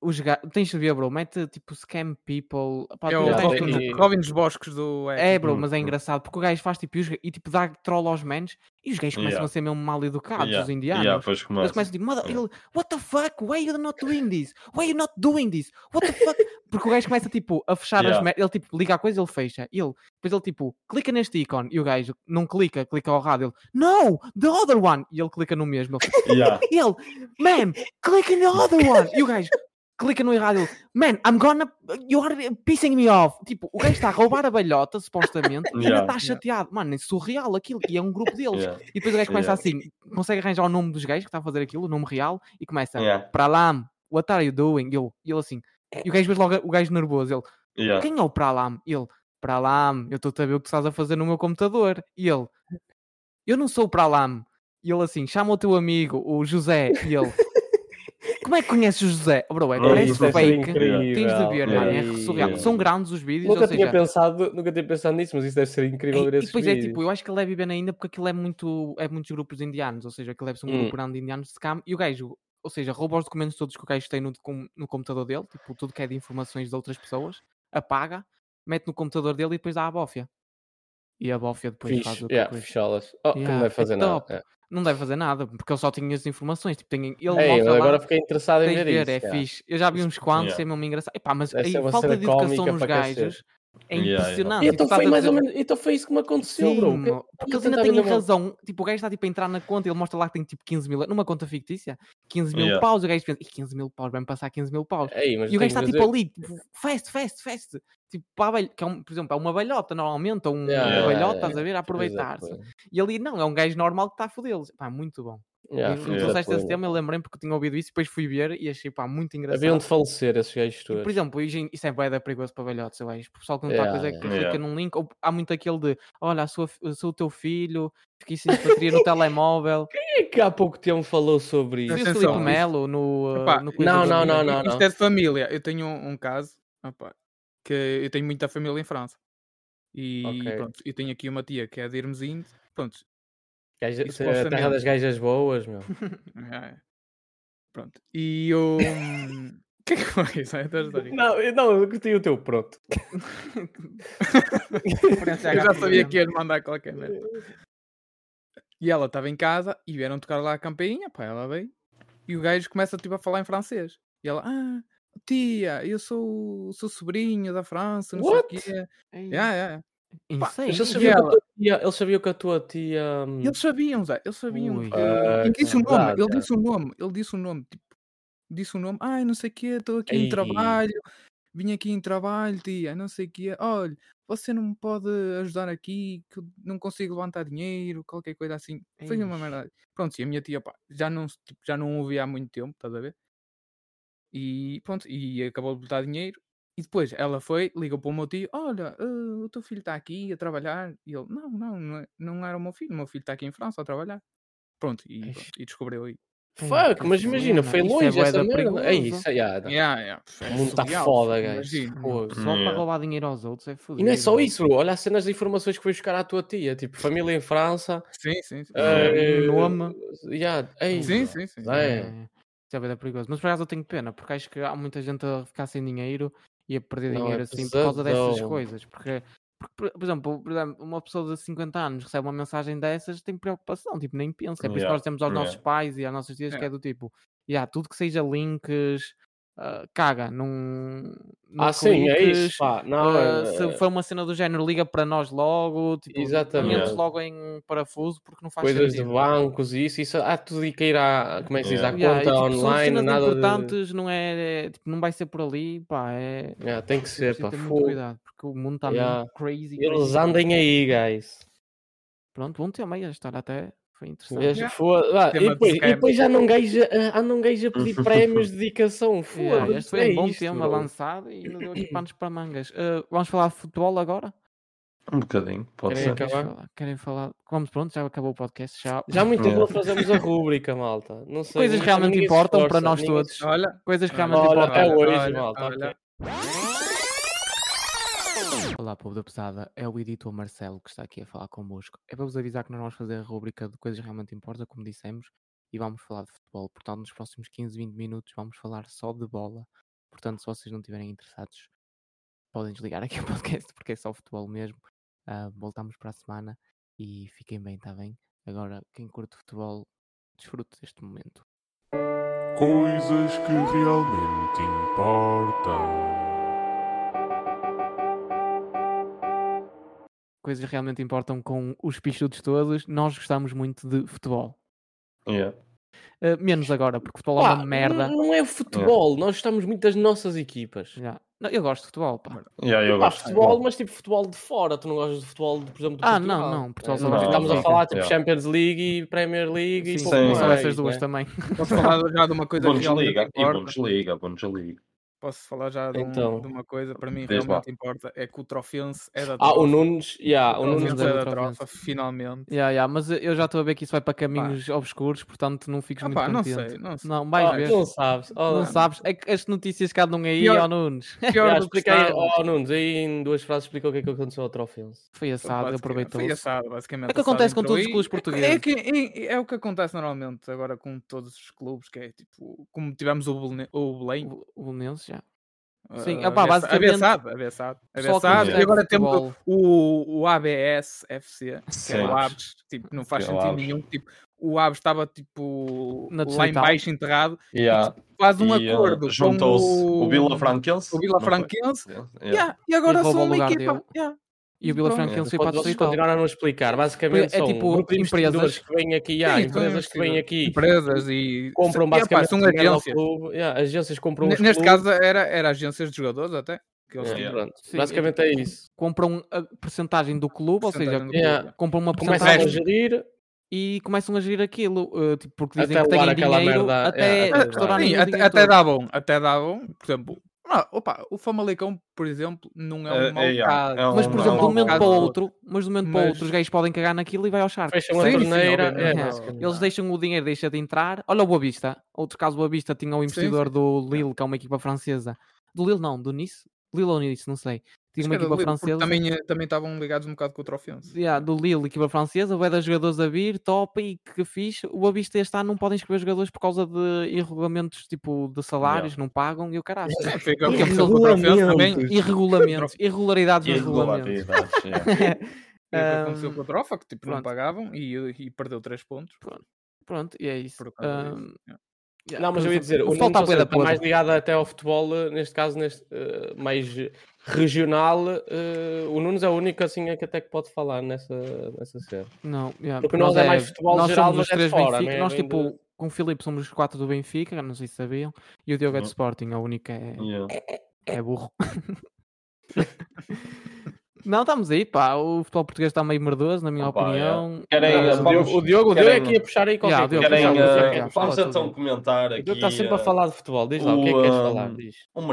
B: os ga... tens de ver, bro, mete tipo scam people. Epá,
E: É
B: tu
E: o
B: já tens
E: Robin,
B: tudo.
C: tem-
E: Robin dos Bosques do Epic.
B: É, bro, mas é
F: Hum, hum.
B: engraçado porque o gajo faz tipo e, os ga- e, tipo dá troll aos manos e os gajos começam
D: Yeah.
B: a ser mesmo mal educados, os
D: Yeah,
B: indianos.
D: yeah, pois
B: Eles
D: começa.
B: começam tipo, Mother,
D: Yeah.
B: ele, what the fuck? Why you not doing this? Why you not doing this? What the fuck? Porque o gajo começa tipo a fechar as
D: Yeah.
B: mer... ele tipo liga a coisa, ele fecha. E Ele, depois ele tipo clica neste ícone e o gajo não clica, clica ao rádio. Ele, no, the other one. E ele clica no mesmo. Ele,
D: Yeah.
B: e ele, man, click on the other one. E o gajo clica no errado. Ele, man, I'm gonna. You are pissing me off. Tipo, o gajo está a roubar a balhota, supostamente, e ainda
D: Yeah,
B: está
E: yeah.
B: chateado. Mano, é surreal aquilo. E é um grupo deles.
D: Yeah.
B: E depois o gajo começa
D: Yeah.
B: assim, consegue arranjar o nome dos gajos que está a fazer aquilo, o nome real, e começa,
D: Yeah.
B: para lá, what are you doing? E ele, e ele assim. E o gajo vê logo o gajo nervoso. Ele,
D: Yeah.
B: quem é o Pralam? E Ele, Pralam, eu estou a ver o que estás a fazer no meu computador. E ele, eu não sou o Pralam. E ele assim, chama o teu amigo, o José. E ele, como é que conheces o José? Oh, Bro, é,
D: Bro,
B: parece
D: isso deve ser
B: fake.
D: incrível.
B: Tens de ver, mano, é
D: Yeah.
B: surreal. São grandes os vídeos,
C: Nunca
B: ou
C: tinha,
B: seja...
C: pensado, nunca tinha pensado nisso, mas isso deve ser incrível ver
B: E, e
C: esses
B: depois é
C: vídeos.
B: tipo, eu acho que ele é vivendo ainda porque aquilo é muito, é muitos grupos de indianos, ou seja, aquilo é um
C: Hum.
B: grupo grande de indianos de scam e o gajo, ou seja, rouba os documentos todos que o gajo tem no, com- no computador dele, tipo, tudo que é de informações de outras pessoas, apaga, mete no computador dele e depois dá à bófia. E a bófia depois faz
C: Fixe,
B: o que
C: yeah,
B: coisa.
C: ficholas. Oh, que não
B: Yeah,
C: deve
B: é
C: fazer
B: top.
C: nada.
B: Não deve fazer nada, porque ele só tinha as informações, tipo, tem, ele
C: É. Ei,
B: mostra
C: eu
B: lá,
C: agora fiquei interessado em ver,
B: tens de ver,
C: isso.
B: é
C: yeah.
B: fixe. Eu já vi uns quantos,
D: Yeah.
B: é mesmo engraçado. Epá, mas
C: Deve
B: aí,
C: ser uma
B: falta
C: cena
B: de educação
C: cómica
B: nos
C: para cacete.
B: gajos é
D: Yeah, yeah.
B: impressionante.
C: E
B: E tu
C: então
B: estás
C: foi
B: a
C: mais ou
B: dizer-
C: menos, então foi isso que me aconteceu,
B: Sim,
C: bro. Que-
B: mo- porque eles
C: eu
B: ainda
C: tentava
B: têm
C: ainda-
B: razão. Tipo, o gajo está tipo, a entrar na conta, ele mostra lá que tem tipo 15 mil, numa conta fictícia, 15 mil
D: Yeah.
B: paus. O gajo pensa, "Ih, 15 mil paus, vai-me passar 15 mil paus.
C: Ei, É, mas
B: E o
C: tenho
B: gajo está
C: que
B: tipo
C: dizer-
B: ali, tipo, fast, fast, fast. Tipo, para a abelha, que é um, por exemplo, é uma balhota normalmente, ou um
C: Yeah,
B: uma
D: yeah,
B: balhota,
C: yeah,
B: estás a ver, a
C: Exato,
B: aproveitar-se. E ali não, é um gajo normal que está a fodê-los. Pá, muito bom.
C: yeah,
B: e
C: foi
B: tu
D: yeah.
B: trouxeste esse
C: exatamente.
B: tema, eu lembrei porque tinha ouvido isso, depois fui ver e achei, pá, muito engraçado.
C: Haviam de falecer esses gajos
B: E,
C: todos.
B: por exemplo, hoje em- isso é boeda perigoso para velhotes, eu acho. O pessoal que não está a
C: Yeah,
B: coisa é que
C: yeah.
B: clica
D: Yeah.
B: num link, ou há muito aquele de olha, sou, a fi- eu sou o teu filho, fiquei sem bateria no telemóvel.
C: Quem é que há pouco tempo falou sobre
B: Foi
C: isso?
B: o
E: Atenção,
B: Filipe
E: isso- então?
B: Melo no, uh,
E: Epá,
B: no coisa
C: Não,
B: do
C: não,
B: Miguel.
C: não, não, não.
E: Isto é de família. Eu tenho um, um caso opá, que eu tenho muita família em França. E
C: Ok.
E: pronto, eu tenho aqui uma tia que é de Irmezinho. Pronto,
C: Gaja-
E: isso
C: a terra
E: supostamente.
C: das gajas boas, meu.
E: é, é. pronto. E eu. O que é que foi isso? É da história.
C: Não, eu- não, eu curti o teu pronto.
B: Referência à
E: Eu já
B: Gabi
E: sabia
B: Guilherme.
E: que ia mandar qualquer merda. E ela estava em casa e vieram tocar lá a campainha, pá, ela veio. E o gajo começa tipo, a falar em francês. E ela, ah, tia, eu sou, sou sobrinho da França, não
C: What?
E: sei o quê.
B: Ei,
E: Yeah, yeah.
B: É insane.
C: Mas eles
E: e
C: sabiam, que a
E: ela?
C: tua tia, eles sabiam que a tua tia. hum,
E: E Eles sabiam, Zé, eles sabiam.
B: Ui.
E: que-
C: Ah,
E: ele disse o nome,
C: verdade,
E: ele
C: é.
E: disse o nome, ele disse o nome, tipo, disse o nome, ai, não sei o quê, estou aqui
C: Ei.
E: em trabalho, vim aqui em trabalho, tia, não sei o quê, olha, você não me pode ajudar aqui, que eu não consigo levantar dinheiro, qualquer coisa assim. Foi uma
B: Eish.
E: merda. Pouronto, e a minha tia, pá, já não, se- tipo, já não ouvi há muito tempo, estás a ver? E pronto, e acabou de botar dinheiro. E depois ela foi, ligou para o meu tio: Olha, ah, o teu filho está aqui a trabalhar. E ele: Não, não, não, é- não era o meu filho, o meu filho está aqui em França a trabalhar. Pronto, e,
C: Eish.
E: pronto, e descobriu aí.
B: Ei,
C: Fuck,
B: que
C: mas imagina,
B: cena,
C: foi
B: isso é
C: longe
B: bué
C: essa
B: da
C: merda. É
B: perigoso.
C: isso, yeah, não.
E: Yeah, yeah, pff, é
C: O mundo tá
E: surreal,
C: foda,
E: fogo,
C: gajo.
E: imagina.
B: é, Pô, Só para
D: Yeah.
B: roubar dinheiro aos outros é fodido.
C: E não é só isso, bro. Olha as cenas de informações que foi buscar à tua tia. Tipo, família em França.
E: Sim, sim, sim.
C: eh,
B: Uhum. nome.
C: Yeah, ei,
E: sim, sim, sim.
C: Zé. É.
B: Isso é bué da perigoso. Mas por acaso eu tenho pena, porque acho que há muita gente a ficar sem dinheiro e a perder
C: Não, é
B: dinheiro assim por causa dessas
C: pesadão.
B: coisas. Porque, porque, por, por exemplo, por exemplo, uma pessoa de 50 anos recebe uma mensagem dessas, tem preocupação, tipo, nem pensa. É por isso que
D: Yeah,
B: nós temos aos nossos
D: yeah.
B: pais e às nossas tias que é
E: Yeah.
B: do tipo, yeah, tudo que seja links, ah, caga, não.
C: Ah,
B: não
C: sim, é
B: cliques,
C: isso. Pá. Não,
B: ah,
C: é-
B: se for uma cena do género, liga para nós logo, tipo,
C: Exatamente.
B: ponhamos logo em parafuso porque não faz
C: coisas de
B: sentido.
C: bancos e isso, isso há tudo e que ir à, como é que se diz, à
D: Yeah.
B: Yeah, e,
C: conta
B: tipo, são
C: online,
B: cenas
C: nada de-
B: importantes, não é, é, tipo, não vai ser por ali, pá, é
C: Yeah, tem que
B: é
C: ser,
B: preciso
C: pá,
B: ter muito
C: fogo.
B: cuidado, porque o mundo está
C: Yeah.
B: mesmo crazy,
C: Eles
B: crazy.
C: andem aí, guys.
B: Pronto, bom tema aí, a história até foi interessante.
C: Vês?
E: Yeah.
C: Foda- vá,
E: Tema
C: e,
E: de
C: depois, e
E: scam.
C: depois já não gajo a, andam gajo a pedir prémios de dedicação. Foda-se.
B: Yeah, este foi
C: é
B: um bom
C: isto,
B: tema
C: bro.
B: lançado e nos deu aqui panos para mangas. Ah, vamos falar de futebol agora?
D: Um bocadinho, pode
C: Querem
D: ser.
B: Queres
C: acabar?
B: falar? Querem falar? Vamos, pronto, já acabou o podcast. tchau.
C: Já há muito tempo
D: Yeah.
C: não fazemos a rúbrica, malta. Não sei,
B: Coisas
C: ninguém-
B: realmente
C: ninguém se
B: importam para
C: esforça,
B: nós
C: ninguém
B: todos. É
C: se esforça.
E: Olha,
B: Coisas que realmente
C: Olha,
B: importam.
C: até tá hoje,
E: olha,
C: malta.
E: olha.
C: ok.
B: Olá, povo da pesada, é o editor Marcelo que está aqui a falar convosco. É para vos avisar que nós vamos fazer a rubrica de coisas que realmente importa, como dissemos, e vamos falar de futebol. Portanto, nos próximos 15, 20 minutos vamos falar só de bola. Portanto, se vocês não estiverem interessados, podem desligar aqui o podcast, porque é só futebol mesmo. Ah, voltamos para a semana e fiquem bem, está bem? Agora, quem curte futebol, desfrute deste momento.
F: Coisas que realmente importam.
B: Coisas que realmente importam com os pichudos todos. Nós gostamos muito de futebol.
D: Yeah.
B: Ah, menos agora, porque futebol é
C: Pá,
B: uma merda.
C: Não, não é futebol, nós gostamos muito das nossas equipas.
B: Já. Não, eu gosto de futebol, pá.
D: Yeah, eu
C: Pá,
D: gosto.
C: futebol, mas tipo futebol de fora, tu não gostas de futebol, de, por exemplo, de
B: Ah,
C: Portugal.
B: não, não, Portugal
C: Eh,
B: só
C: nós
D: gosta de
C: estamos a
D: Benfica.
C: falar tipo
D: Yeah.
C: Champions League e Premier League e
B: Sim,
C: pouco
D: sim.
B: Só
C: mais,
B: essas duas
E: é.
C: né?
B: também.
E: Posso falar já de uma coisa que realmente
D: Bundesliga, e
E: importa?
D: Bundesliga, Bundesliga.
E: Posso falar já de, um-
C: Então.
E: de uma coisa para mim
D: Diz lá.
E: realmente importa? É que o Trofense é da
C: Ah, o
E: trofa.
C: Nunes, yeah, o
E: Trofense
C: Nunes
B: Nunes
E: é
B: é
E: da
B: do
E: trofa,
B: Trofense.
E: finalmente.
B: Ya, ya, mas eu já estou a ver que isso vai para caminhos obscuros, portanto não fiques é
E: Ah,
B: muito
E: pá, não
B: contente.
E: sei, não sei.
B: Não,
C: Ah,
B: vais ver.
C: não sabes. Oh,
B: Não sabes, é que as notícias que andam aí,
E: Pior-
B: ó Nunes.
E: Pior
C: já
E: do que
C: explica aí,
E: estava.
C: oh, Nunes, aí em duas frases explica o que é que aconteceu ao Trofense.
B: Foi assado,
E: Basicamente-
B: aproveitou.
E: Foi
B: É
E: assado, basicamente.
B: o que
E: assado
B: acontece com
E: entrou
B: todos os
E: aí.
B: clubes
E: É,
B: portugueses.
E: que, é, é o que acontece normalmente agora com todos os clubes, que é tipo, como tivemos o Belém, o Belém
B: O o Belenenses, já.
E: ah,
B: Sim, opá,
E: avessa-
B: basicamente,
E: avessado, avessado,
B: pessoal que não
E: avessado,
D: percebe
E: É e
D: de
E: agora temos
B: futebol.
E: o, o ABS FC, que é
D: Sim.
E: o Aves, tipo, não faz
D: Que é o
E: sentido
D: Aves.
E: nenhum, tipo, o Aves estava tipo
B: Na
E: lá
B: terceira
E: em
B: etapa.
E: baixo enterrado,
D: Yeah.
E: faz um
D: E, uh,
E: acordo com
D: Juntou-se o,
E: o
D: Vila Franquense.
E: o Vila
D: não foi?
E: Franquense,
D: Yeah.
E: yeah, e agora
B: rouba
E: são
B: o
E: uma
B: lugar
E: equipa,
B: dele.
E: yeah,
B: E o Vila
E: Pronto.
B: Franquense foi para
C: Pode
B: a
C: vocês
B: Distrital.
C: continuaram a não explicar. Basicamente
B: É
C: são
B: tipo
C: grupos de
B: empresas.
C: investidores que vêm aqui, yeah,
E: Sim, são
C: empresas que vêm
E: investidores.
C: aqui,
E: empresas e
C: compram
E: yeah, é, pá,
C: basicamente
E: são
C: dinheiro ao
E: agências.
C: clube, yeah, agências compram
E: Ne-
C: os
E: Neste
C: clubes,
E: caso era, era agências de jogadores até. Que eles
C: yeah,
E: tinham.
C: pronto.
B: Sim, é
C: basicamente é isso.
B: Compram um, a percentagem do clube, ou seja,
E: Percentagem do
C: yeah.
E: clube.
B: compram uma
C: Começam a
E: Resto.
B: porcentagem
C: gerir,
B: e começam a gerir aquilo, eh, tipo, porque dizem
C: Até
B: que têm
C: levar aquela
B: dinheiro
C: merda, é,
B: até
C: até
B: restaurar
C: levar.
E: Sim, até, até dá bom, até dá bom. Por exemplo, ah, opa, o Famalicão, por exemplo, não é
D: É-
E: um mau
D: é, yeah,
E: caso.
D: é um-
B: Mas, por exemplo,
D: Não,
B: de
D: não,
B: um momento
D: não.
B: para o outro, mas de um momento para o
E: Mas-
B: outro, os gays podem cagar naquilo e vai ao charco.
C: fecham a
E: Sim, sim,
C: torneira.
E: obviamente.
C: é,
B: É.
C: basicamente.
B: Eles deixam o dinheiro, deixa de entrar. Olha o Boa Vista. Outro caso, o Boa Vista tinha um
E: Sim, sim,
B: investidor do Lille, que é uma equipa francesa. Do Lille, não, do Nice. Lille ou Nice, não sei. Tinha
E: Acho
B: uma
E: que era
B: equipa
E: livre, porque
B: francesa.
E: também, eh, também estavam ligados um bocado com o Trofense.
B: Yeah, do Lille, equipa francesa, vai dar jogadores a vir, top e que fixe. O Boa Vista este ano não podem escrever jogadores por causa de irregulamentos tipo de salários, não pagam e o caralho.
E: Foi aquilo que aconteceu com o Trofense também. foi
B: Irregulamentos, irregularidades
D: E
B: nos regulamentos.
D: irregularidades, yeah.
E: aquilo que aconteceu com o Trofa, que tipo, não
B: pronto.
E: pagavam e, e perdeu 3 pontos.
B: Pronto, e é isso.
E: Por causa disso.
B: Ahm,
E: Yeah.
B: yeah,
C: Não, mas
B: por
C: eu ia
B: isso,
C: dizer, o
B: futebol está
C: Nuno
B: bué da
C: está mais
B: podre.
C: ligado até ao futebol, eh, neste caso, neste, eh, mais eh, regional. eh, o Nunes é o único assim é que até que pode falar nessa, nessa cena.
B: Não, yeah,
C: Porque nós é mais futebol
B: nós
C: geral,
B: somos os
C: mas é de
B: três
C: fora,
B: Benfica.
C: né?
B: Nós,
C: Vem
B: tipo,
C: de-
B: com o Filipe somos os quatro do Benfica, não sei se sabiam. E o Diogo é do
D: Uhum.
B: Sporting, a única é,
D: Yeah.
B: é burro. não, estamos aí, pá. O futebol português está meio merdoso, na minha
D: Opa, é.
B: opinião.
D: Querem,
B: Ah,
D: eh,
C: o, Diogo, o Diogo, o Diogo é
D: querem-
C: que é ia puxar aí
B: Yeah,
C: qualquer
B: o Diogo,
C: coisa.
D: Querem,
B: Fala,
D: eh,
B: Diogo, já, fala
D: vamos
B: tudo.
D: então comentar
C: O
D: aqui
C: Diogo está sempre a
D: eh,
C: falar de futebol. Diz lá, o, que é que
D: o,
C: queres
D: ah,
C: falar? Diz.
D: o
E: O Diogo já,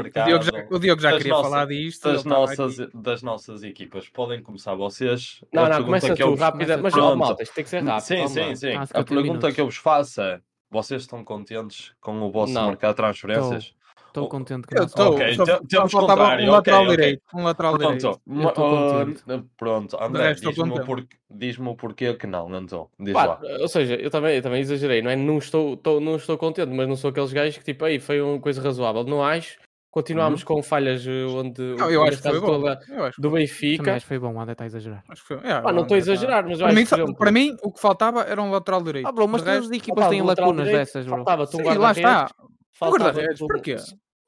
D: mercado
E: o Diogo já
D: das
E: queria
D: nossas-
E: falar disto. ele
D: das
E: estava
D: nossas,
E: aqui.
D: das nossas equipas. Podem começar vocês.
C: Não,
D: A
C: não,
D: pergunta
C: começa
D: que eu
C: tu,
D: vos-
C: rápida. Mas,
D: Pronto.
C: ó, malta, isto tem que ser É rápido.
D: Sim,
C: vamos lá.
D: sim, sim.
B: Ah, se
D: A
B: calhar tem
D: pergunta que eu
B: minutos.
D: vos faço é: vocês estão contentes com o vosso
C: Não.
D: mercado de transferências?
B: Estou
D: Oh,
B: contente com
E: Eu
B: o nosso-
E: estou.
D: Ok,
E: só,
D: então
E: só
D: temos
E: faltava
D: contrário,
E: um
D: ok,
E: lateral
D: ok.
E: direito. Um lateral direito.
D: Pronto,
B: Eu tô
D: ah,
B: contente.
D: pronto,
E: De
D: André,
E: resto, tô
D: diz-me o,
E: contente.
D: porquê, diz-me o porquê que não, Antão. Diz
C: Pá,
D: lá.
C: ou seja, eu também, eu também exagerei, não é? Não estou, tô- não estou contente, mas não sou aqueles gajos que tipo, aí foi uma coisa razoável, não acho. Continuámos
D: Uhum.
C: com falhas eh, onde
E: Não, eu acho
C: neste
E: que foi
C: caso,
E: bom.
C: do-
E: Eu acho
C: do
B: Também
C: Benfica.
B: acho que foi bom, o André está a exagerar.
E: Acho que foi- yeah,
C: Pá, não estou a
E: tá-
C: exagerar, mas eu
E: Para
C: acho que
E: mim,
C: um por
E: só-
C: exemplo,
E: para mim, o que faltava era um lateral direito.
B: Ah, bro, mas
E: De
B: todas
E: resto,
B: as equipas
C: faltava um
B: têm
C: lateral
B: lacunas
C: direito,
B: dessas, bro.
C: faltava-te um
E: sim, lá
C: guarda-redes,
E: está. O
C: faltava-te
E: guarda-redes,
C: um-
E: porquê?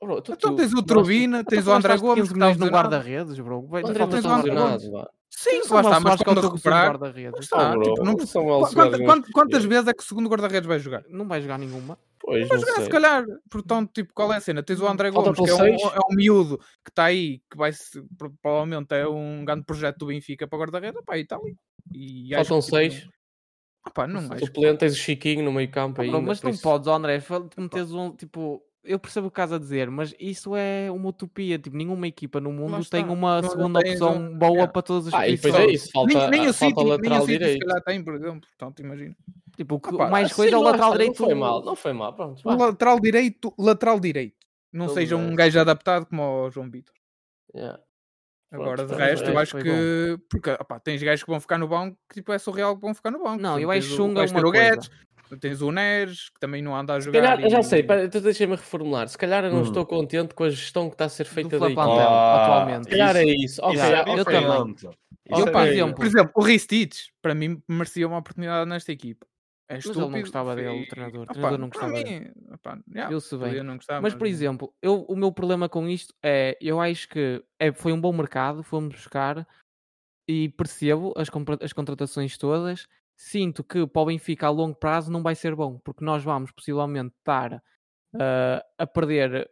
C: Bro, tu-
E: Então
C: tu-
E: tens o
C: nós-
E: Trubina,
B: Então
E: tens
B: tu
E: o André
B: gastaste
E: Gomes
B: 15
E: que está
B: milhões no
E: lesionado.
B: guarda-redes, bro. Vai-
C: André
B: falta
E: tens
C: Gomes
B: só
E: o
B: um
E: André
B: guarda-redes.
C: lesionado, vá.
E: Sim,
B: Quem
E: lá
B: são
E: está,
B: os
E: mas
B: Vasco
E: quando
B: Alves que
E: recuperar.
B: guarda-redes?
E: está,
C: Ah, bro,
E: tipo,
C: são
E: não- Qu-
C: elas
E: quanta-
C: jogadoras
E: quant-
C: que-
E: quantas vezes é que o segundo guarda-redes vai jogar?
B: Não vai jogar nenhuma.
C: Pois,
E: Vai
C: não
E: jogar,
C: sei.
E: se calhar. Portanto, tipo, qual é a cena? Tens o André
C: Falta
E: Gomes, que é um,
C: pelo seis.
E: é um miúdo que está aí, que vai se- pro- provavelmente é um grande projeto do Benfica para guarda-redes, pá, e está ali. E acho
C: Faltam
E: que, tipo,
C: seis.
E: ah, pá, não acho.
C: Suplente, tens o Chiquinho no meio campo
B: Ah,
C: aí.
B: bro, mas não podes, ó, André, fa- tu metes um, tipo, eu percebo o que estás a dizer, mas isso é uma utopia, tipo, nenhuma equipa no mundo tem
E: está.
B: uma
E: Não
B: segunda
E: tens
B: opção
E: um-
B: boa
E: yeah.
B: para todas as
C: Ah, e depois
B: posições.
C: é isso, falta,
E: nem, nem o
C: ah, falta
E: City, nem
C: lateral
E: o City se
C: direito.
E: calhar tem, por exemplo. Portanto, imagina.
B: Tipo, o que-
E: Opa,
B: mais
C: Ah,
B: coisa
C: sim,
B: é o
C: lá
B: lateral
C: está,
B: direito.
C: Não foi mal, não foi mal, pronto.
E: Um
C: vá.
E: lateral direito, lateral direito. Não
C: Todo
E: seja um
C: resto.
E: gajo adaptado como o João Vitor.
C: Yeah. Pronto,
E: Agora, de
C: pronto,
E: resto, eu
C: é,
E: acho
B: foi
E: que. Porque opá, tens gajos que vão ficar no banco que tipo, é surreal que vão ficar no banco.
B: Não,
E: Portanto,
B: eu
E: tens
B: acho
E: o-
B: chunga
E: vais ter
B: uma
E: o Guedes, Tens o Neres, que também não anda a
C: Se
E: jogar.
C: calhar, eu já
E: e-
C: sei, pá, então deixa-me reformular. Se calhar eu não
D: Hum.
C: estou contente com a gestão que está a ser feita
B: do
C: da
B: Flapandel,
C: equipa.
D: Ah,
B: atualmente.
C: Se calhar é isso. Ok,
D: Isso
B: já-
C: ah,
D: é
B: eu
C: ok.
B: também.
D: diferente. Isso
B: Eu,
D: é
B: por
D: diferente.
B: exemplo,
E: Por exemplo, o Ristich, para mim, merecia uma oportunidade nesta equipa. É
B: ele
E: estúpido,
B: não gostava dele, o
E: e-
B: treinador. O
E: Opa,
B: treinador não
E: para
B: gostava dele.
E: mim, opa,
C: é.
E: yeah,
B: Eu se bem.
E: podia não gostar,
B: Mas, por
D: é.
B: exemplo, eu, o meu problema com isto é, eu acho que é, foi um bom mercado, fomos buscar e percebo as, compra- as contratações todas. Sinto que para o Benfica a longo prazo não vai ser bom, porque nós vamos possivelmente estar ah, a perder,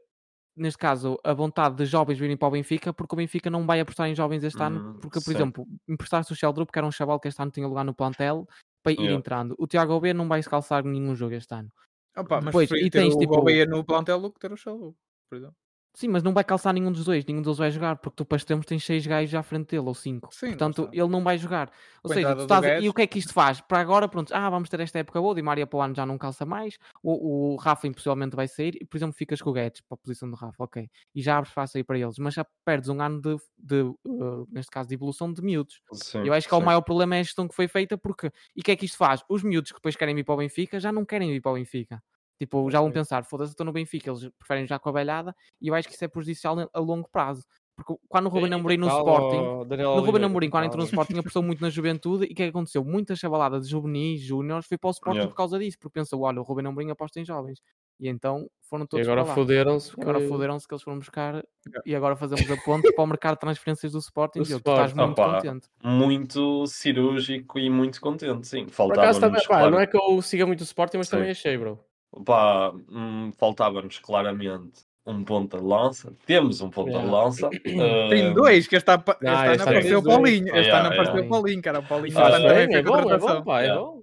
B: neste caso, a vontade de jovens virem para o Benfica, porque o Benfica não vai apostar em jovens este ano,
D: Hum,
B: porque, por
D: certo.
B: exemplo, emprestaste o Sheldrup, que era um chaval que este ano tinha lugar no plantel, para ir
D: Yeah.
B: entrando. O Tiago B não vai se calçar nenhum jogo este ano.
E: Opa, mas
B: depois,
E: preferia
B: e
E: ter
B: tens,
E: o
B: tipo,
E: Gouveia no plantel do que ter o Xalu, por exemplo.
B: Sim, mas não vai calçar nenhum dos dois, nenhum deles vai jogar, porque tu para tempos tens seis gajos à frente dele, ou cinco.
E: Sim, lá
B: Portanto,
E: está.
B: ele não vai jogar. Ou
E: Com a
B: seja,
E: entrada
B: tu
E: do
B: estás a- e
E: Guedes.
B: o que é que isto faz? Para agora, pronto, ah, vamos ter esta época boa, o Di Maria para o ano já não calça mais, o, o Rafa impossivelmente vai sair, e por exemplo ficas com o Guedes para a posição do Rafa, ok, e já abres espaço aí para eles, mas já perdes um ano de, de, uh, neste caso, de evolução de miúdos.
D: Sim,
B: Eu acho que é o
D: sim.
B: maior problema é a gestão que foi feita, porque e o que é que isto faz? Os miúdos que depois querem vir para o Benfica já não querem vir para o Benfica. Tipo,
C: é.
B: já vão pensar, foda-se, estou no Benfica, eles preferem já com a velhada, e eu acho que isso é prejudicial a- a longo prazo. Porque quando o
C: É,
B: Ruben Amorim no Sporting, no Ruben Amorim, quando entrou no Sporting, apostou muito na juventude, e o que é que aconteceu? Muita chavalada de juvenis, júniores, foi para o Sporting
D: Yeah.
B: por causa disso, porque pensou, olha, o Ruben Amorim aposta em jovens. E então foram
C: E
B: todos
C: agora
B: para lá.
C: foderam-se.
B: E Agora
C: que-
B: foderam-se que eles foram buscar e agora fazemos a ponte para o mercado de transferências do Sporting.
C: Do
B: Diogo, tu estás
C: Sporting.
B: muito
D: Opa.
B: contente.
D: Muito cirúrgico e muito contente, sim.
C: Por acaso também,
D: Faltava-nos,
C: pá,
D: claro,
C: não é que eu siga muito o Sporting, mas
D: Sim.
C: também achei, bro.
D: pá, hum, faltava-nos claramente um ponta de lança. Temos um ponta de
C: Yeah.
D: lança.
E: Tem
D: Ah,
E: dois, que esta, pa-
C: Ehm, Ah,
E: esta ano
C: esta é
E: apareceu o
C: dois.
E: Paulinho. Esta
D: Yeah,
E: ano
D: yeah.
E: apareceu o Paulinho, cara. O Paulinho tá
D: Faz
E: este ano também
C: bem,
E: foi
C: é bom, é bom,
E: contratação.
C: pá, é
D: Yeah.
C: bom.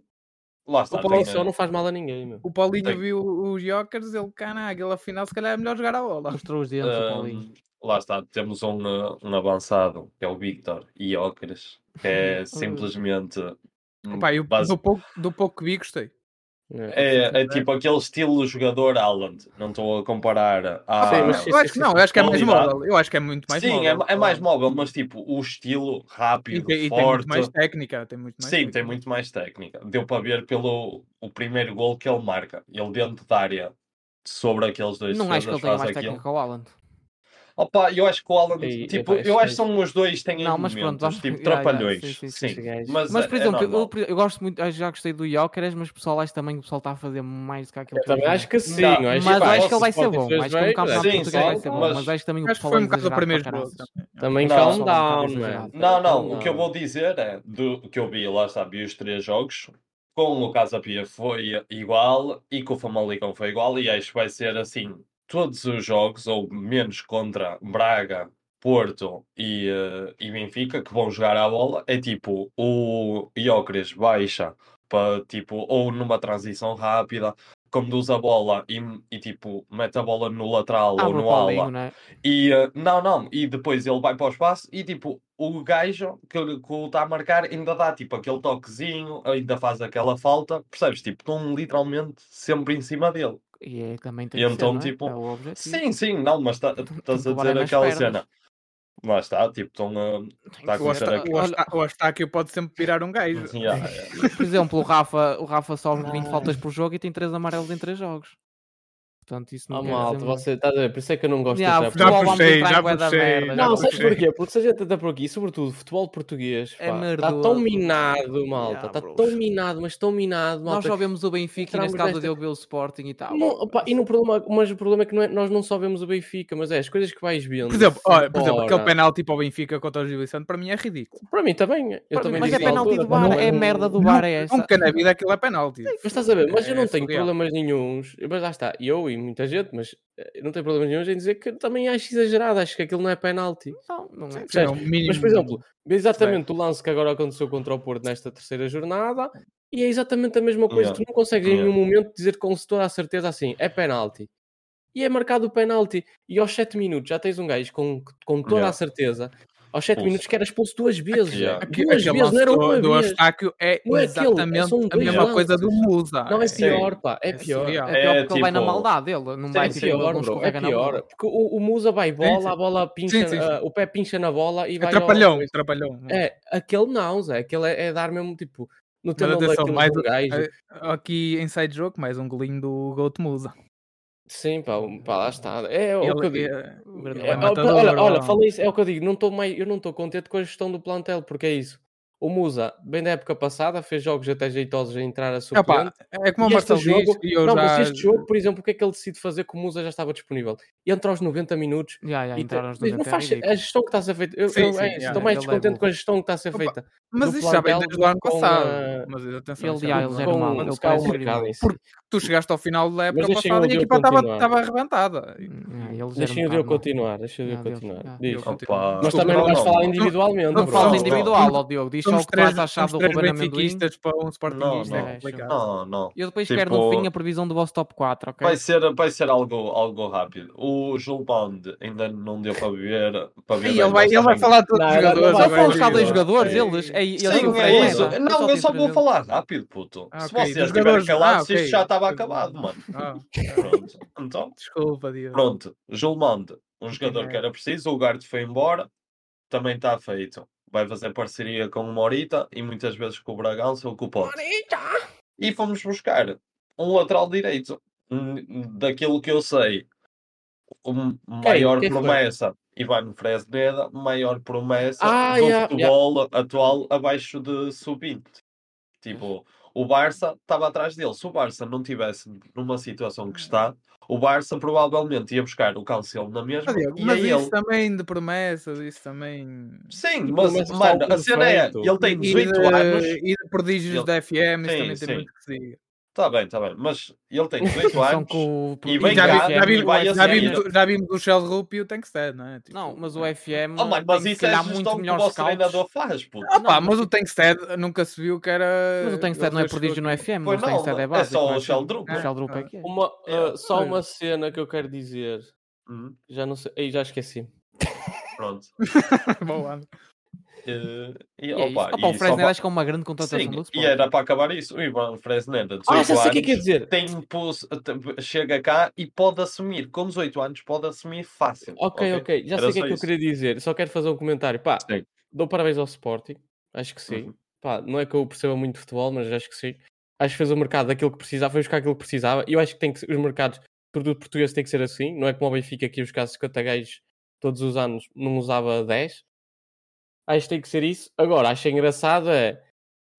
D: Lá está.
C: O
D: tem,
C: Paulo
D: eh,
C: só não faz mal a ninguém, meu.
E: O Paulinho
D: Tem.
E: viu os Jokers, ele, canaga, ele afinal se calhar é melhor jogar a bola.
B: Mostrou os dentes, o Paulinho.
D: Ahm, lá está, temos um, eh, um avançado, que é o Victor Iócaras, que é simplesmente. hum,
E: Opa, eu,
D: base-
E: do, pouco, do pouco que vi, gostei.
D: É, é
B: né?
D: tipo aquele estilo do jogador Haaland. Não estou a comparar a.
C: Sim, mas-
E: eu acho que não, eu acho que é mais
D: Ah, Qualidade.
E: móvel. Eu acho que é muito mais
D: Sim,
E: móvel.
D: é, ma- é mais
E: claro.
D: móvel, mas tipo, o estilo
E: E,
D: rápido,
E: tem- e tem
D: forte.
E: muito mais técnica. Tem muito mais
D: Sim, tem
E: técnica.
D: muito mais técnica. Deu para ver pelo o primeiro gol que ele marca. Ele dentro da área, sobre aqueles dois
B: Não acho que
D: defesas,
B: ele tenha
D: faz
B: mais
D: aquilo.
B: técnica que o Haaland.
D: Opa, eu acho que o Alan,
C: Ei,
D: tipo,
C: epá, isto
D: eu acho
C: é-
D: que são os dois que têm
B: Não,
D: aí
B: mas pronto,
D: momentos,
B: vamos- Ya,
D: tipo,
B: ya,
D: trapalhões.
B: sim, sim, sim,
D: sim,
C: sim, gajo.
D: Mas,
B: Mas,
D: é-
B: por
D: é
B: exemplo, eu- eu,
D: normal.
B: pre- eu gosto muito, eu já gostei do Jóqueres, mas o pessoal acho também que o pessoal está a fazer mais do que aquilo
C: Eu
B: que ele
C: também acho que sim.
D: Não,
C: acho,
B: Mas
C: pá,
B: acho que ele
C: se
B: vai
C: o
B: ser
C: Sporting
B: bom.
C: fez
B: Acho que
C: bem,
B: no campeonato
D: sim,
B: português vai
D: sim,
B: ser bom.
D: mas-
B: Mas acho que também que o
E: Acho que
B: pessoal é
E: foi um bocado o
B: exagerado para
E: primeiro jogo.
B: caraças.
E: também.
C: Também
D: Não,
C: calm
B: só não estava
C: down,
B: exagerado.
C: man. Calm
D: Não, não, o que eu
C: down.
D: vou dizer é do que eu vi, lá está, vi os três jogos. Com o Casa Pia foi igual e com o Famalicão foi igual, e acho que vai ser assim todos os jogos, ou menos contra Braga, Porto e, eh, e Benfica, que vão jogar à bola. É tipo o Iócres baixa para tipo, ou numa transição rápida, conduz a bola e, e tipo mete a bola no lateral ou
B: Abre o
D: no ala.
B: Paulinho, Ah, não é?
D: E eh, não, não, e depois ele vai para o espaço e tipo, o gajo que, ele- que o está a marcar ainda dá tipo aquele toquezinho, ainda faz aquela falta, percebes? Tipo, estão literalmente sempre em cima dele.
B: E é, também tem
D: E
B: que ser,
D: então,
B: não é?
D: tipo,
B: É o objetivo.
D: Sim, sim, não, mas tá-
E: Então,
B: Tem que
E: tipo,
D: estás a
B: levar
E: é
B: aí
D: dizer
B: nas
D: aquela
B: pernas.
D: cena. Lá está, tipo, estão a.
B: Tem
D: tá
B: que
E: O
D: com
B: ser.
D: Será
E: Asta-
D: que-
E: o Asta- O Astáquio pode sempre virar um gajo.
D: Yeah, yeah.
B: Por exemplo, o Rafa, o Rafa sofre 20 faltas por jogo e tem 3 amarelos em 3 jogos. Portanto, isso não
C: Ah,
B: quer
C: malta,
B: dizer muito.
C: você está a ver? Por isso é que eu não gosto
B: Ya, o
C: de
E: Já
B: futebol
C: futebol.
B: vamos
E: puxei,
B: entrar em
E: já
B: é bué da
E: puxei,
B: merda,
E: já
C: Não,
B: puxei.
C: sabes porquê? Porque se a gente anda por aqui, sobretudo futebol português,
B: É
C: pá, está
B: merdoso.
C: tão minado,
B: Ya,
C: malta. Está
B: bro.
C: tão minado, mas tão minado,
B: Nós
C: malta.
B: só vemos o Benfica e
C: Entramos
B: neste caso o
C: nesta-
B: Diogo vê o Sporting e tal.
C: Não, opá, e no problema, mas o problema é que não é- nós não só vemos o Benfica, mas é as coisas que vais vendo.
E: Por exemplo, olha, por exemplo
C: fora.
E: aquele penalti para o Benfica contra o Gil Vicente, para mim é ridículo.
C: Para mim também. Eu
B: Para mim,
C: também
B: Mas é
C: disse na
B: penalti do
C: altura, pá,
B: bar,
C: não
B: é merda do bar, é essa.
E: Nunca na vida aquilo é penalti.
C: Mas estás a ver, mas eu
E: É
C: não tenho
E: surreal.
C: problemas nenhuns, mas lá está, eu e muita gente, mas eh, eu não tenho problemas nenhuns em dizer que eu também acho exagerado, acho que aquilo não é penalti.
B: Não, não é.
E: Sim, é o mínimo.
C: Mas, por exemplo, vê exatamente o lance que agora aconteceu contra o Porto nesta terceira jornada, e é exatamente a mesma coisa.
D: Yeah.
C: Tu não consegues em
D: Yeah.
C: nenhum momento dizer com toda a certeza assim, é penalti. E é marcado o penalti. E aos 7 minutos já tens um gajo com, com toda
D: Yeah.
C: a certeza, aos 7
D: Expulso.
C: minutos que era expulso duas vezes. já.
D: Yeah.
E: Aquele
C: Duas vezes,
E: lance
C: não era
E: do,
C: uma
E: do
C: vez.
E: Astáquio é
C: Não é aquele,
E: exatamente
C: são
E: a
C: dois
E: mesma
C: lances.
E: coisa do Musa.
C: Não, é
D: Sim.
C: pior, pá, é
E: É
C: pior.
E: surreal.
B: É pior
D: É,
B: porque ele vai na
D: tipo,
B: maldade dele, não
D: sim,
B: vai
C: É
D: sim.
B: tipo, ele
C: pior, bro,
B: não
C: é
B: escorrega na
C: pior.
B: bola.
C: Porque o, o Musa vai bola,
E: sim.
C: a bola pincha,
E: sim, sim.
C: ah, o
E: É
C: pé pincha na bola e vai. ao-
E: Atrapalhão, atrapalhão.
C: É, aquele não, Zé, aquele é, é dar mesmo tipo. No tunnel
E: atenção,
C: daquele
E: mais-
C: do gajo.
E: Aqui, inside joke, mais um golinho do Goat Musa.
C: Sim, pá, um- pá, lá está. É, é o que eu
E: Ele,
C: digo.
E: é, ele
C: É,
E: é
C: olha,
E: matador,
C: olha, olha,
E: lá.
C: falei isso, é o que eu digo, não tô mais, eu não estou contente com a gestão do plantel, porque é isso. O Musa, bem da época passada, fez jogos até jeitosos a entrar a
E: Epá,
C: suplente.
E: é como o
C: E este
E: Marcelo diz,
C: jogo-
E: e eu
C: não,
E: já...
C: mas este jogo, por exemplo, o que é que ele decide fazer que o Musa já estava disponível? Entra aos 90 minutos.
B: Já, já,
C: e te-
B: entraram
C: mas
B: os dois
C: não
B: até, é
C: faz,
B: ridículo.
C: a gestão que está a ser feita. Eu,
E: Sim,
C: eu- é
E: sim,
C: isso,
E: yeah,
C: estou mais
B: ele é
C: descontente
B: burro.
C: com a gestão que está a ser
E: Opa,
C: feita.
E: Mas
C: do
E: isto já vem
C: plantel
E: desde o ano
C: com,
E: passado.
C: eh,
E: Mas atenção,
B: Ele,
E: isto
B: já,
E: é
B: eles
E: tudo-
B: eram
C: com-
B: mal.
C: com
B: Ele
C: o
B: parece
C: mercado
B: incrível.
C: em si.
E: Porque tu chegaste ao final da época
C: deixem o
E: passada e a
C: Diogo
E: equipa
C: continuar.
E: estava arrebentada.
B: Yeah, eles eram
C: é- Deixem
B: um
C: o de eu
B: bocado mal.
C: continuar, deixem o de eu
B: Ah, Diogo,
C: continuar.
B: ah,
C: Diz.
B: Diogo.
D: Opa.
C: Mas também não
D: Desculpa,
C: vais
D: não,
C: falar
D: não.
C: individualmente.
B: Não
D: Não,
B: fala
D: não.
B: individual, ó Diogo. Diz só o
E: Somos
B: que estás
E: três,
B: a achar
E: somos
B: do
E: três
B: Ruben Amendoim.
E: benfiquistas para um sportinguista.
D: não.
E: é complicado.
D: Não, não.
B: E eu depois quero no
D: Tipo-
B: fim a previsão do vosso top 4, ok?
D: Vai ser, vai ser algo, algo rápido. O Jules Bond ainda não deu para ver. Para ver
E: Ih,
D: bem,
E: ele vai,
D: mas
E: ele vai
D: também-
E: falar de todos
C: Não,
E: os
C: não, não
E: jogadores.
C: vai
B: Só
E: ele vai
B: falam
E: dizer.
B: só dois
D: sim.
B: jogadores,
D: Sim.
B: eles. Ei,
D: Sim,
B: eles não
D: é
B: têm
D: isso.
B: nada.
D: Não, eu só
B: tenho
D: vou
B: três
D: falar rápido, puto.
E: Ah,
D: Se
E: ok,
D: vocês
E: dos
D: estiverem
E: jogadores.
D: calados,
E: Ah, ok.
D: isto já estava acabado, mano.
E: Ah,
D: Pronto. Então,
E: desculpa, Diogo.
D: Pronto, Gilmond, um jogador
C: é.
D: que era preciso, o Garde foi embora, também está feito. Vai fazer parceria com o Morita e muitas vezes com o Bragança ou com o Pote. E fomos buscar um lateral direito. Hum, Daquilo que eu sei, um maior
C: Quem foi?
D: promessa, Ivan Fresneda, maior promessa
C: Ah,
D: do
C: yeah,
D: futebol atual abaixo de sub-20. Tipo, o Barça estava atrás dele. Se o Barça não tivesse numa situação
B: Uhum.
D: que está, o Barça provavelmente ia buscar o Cancelo na mesma
E: Ah, Diogo,
D: e
E: mas
D: aí é
E: isso
D: ele.
B: tá
E: também de promessas, isso também.
D: Sim,
B: tipo,
C: mas
D: mas
B: tá
C: está
D: mano,
C: um
D: a cena é,
C: defeito.
D: ele tem
E: E
D: 18
E: de-
D: anos.
E: E de prodígios
D: Ele-
E: da FM, isso
D: Sim,
E: também
D: sim.
E: tem muito que se diga.
D: Está Tá bem, está bem, mas ele tem 18
B: São
D: anos.
B: com o- é
D: E
B: o
D: vem
E: Já,
D: cá,
B: FM.
E: vi- já,
D: e vai assim. né? a
E: vimos, já,
D: seguir.
E: vimos, já vimos o Shell Rupi e o Tankstead, não é? Tipo,
B: Não, mas o FM.
D: Oh, mano, mas
B: um tem, se
D: isso é a
B: calhar, muito
D: gestão que o
B: melhores
D: vosso
B: scouts.
D: treinador faz, puto.
E: Ah, pá,
B: não,
E: mas o Tankstead nunca se viu que era.
B: Mas o Tankstead não é
E: ele chegou
B: prodígio no
E: aqui.
B: FM,
D: Pois
B: mas o
D: não,
B: Tankstead é
D: é,
B: básico.
D: só
B: não
D: o Shell
B: O
D: Drupa.
B: Shell Drupa é que é.
C: Uma, ah, só
E: olha.
C: uma cena que eu quero dizer.
D: Hum,
C: Já não sei. Aí já esqueci.
D: Pronto.
B: é?
E: Boa.
D: Eh, E,
B: E é isso.
D: opa,
B: Opa, o
D: e só
B: Fresnel
D: pa-
B: acho que é uma grande contratação
D: Sim,
B: do
D: e
B: Sporting.
D: era para acabar isso. O Ivan Fresneda, 18
C: Ah,
D: anos,
C: já sei o que é que ia dizer.
D: tem impulso, tem- chega cá e pode assumir. Com 18 anos, pode assumir fácil.
C: Ok, ok. Já
D: Era
C: sei o que é
D: só
C: que eu
D: isso.
C: queria dizer. Só quero fazer um comentário. Pá,
D: Sim.
C: dou parabéns ao Sporting. Acho que
D: Uhum.
C: sim. Pá, não é que eu perceba muito de futebol, mas acho que sim. Acho que fez o mercado daquilo que precisava, foi buscar aquilo que precisava. E eu acho que tem que ser- os mercados, produto português, tem que ser assim. Não é como o Benfica que ia buscar 50 gajos todos os anos, não usava 10. Acho que tem que ser isso. Agora, acho engraçado é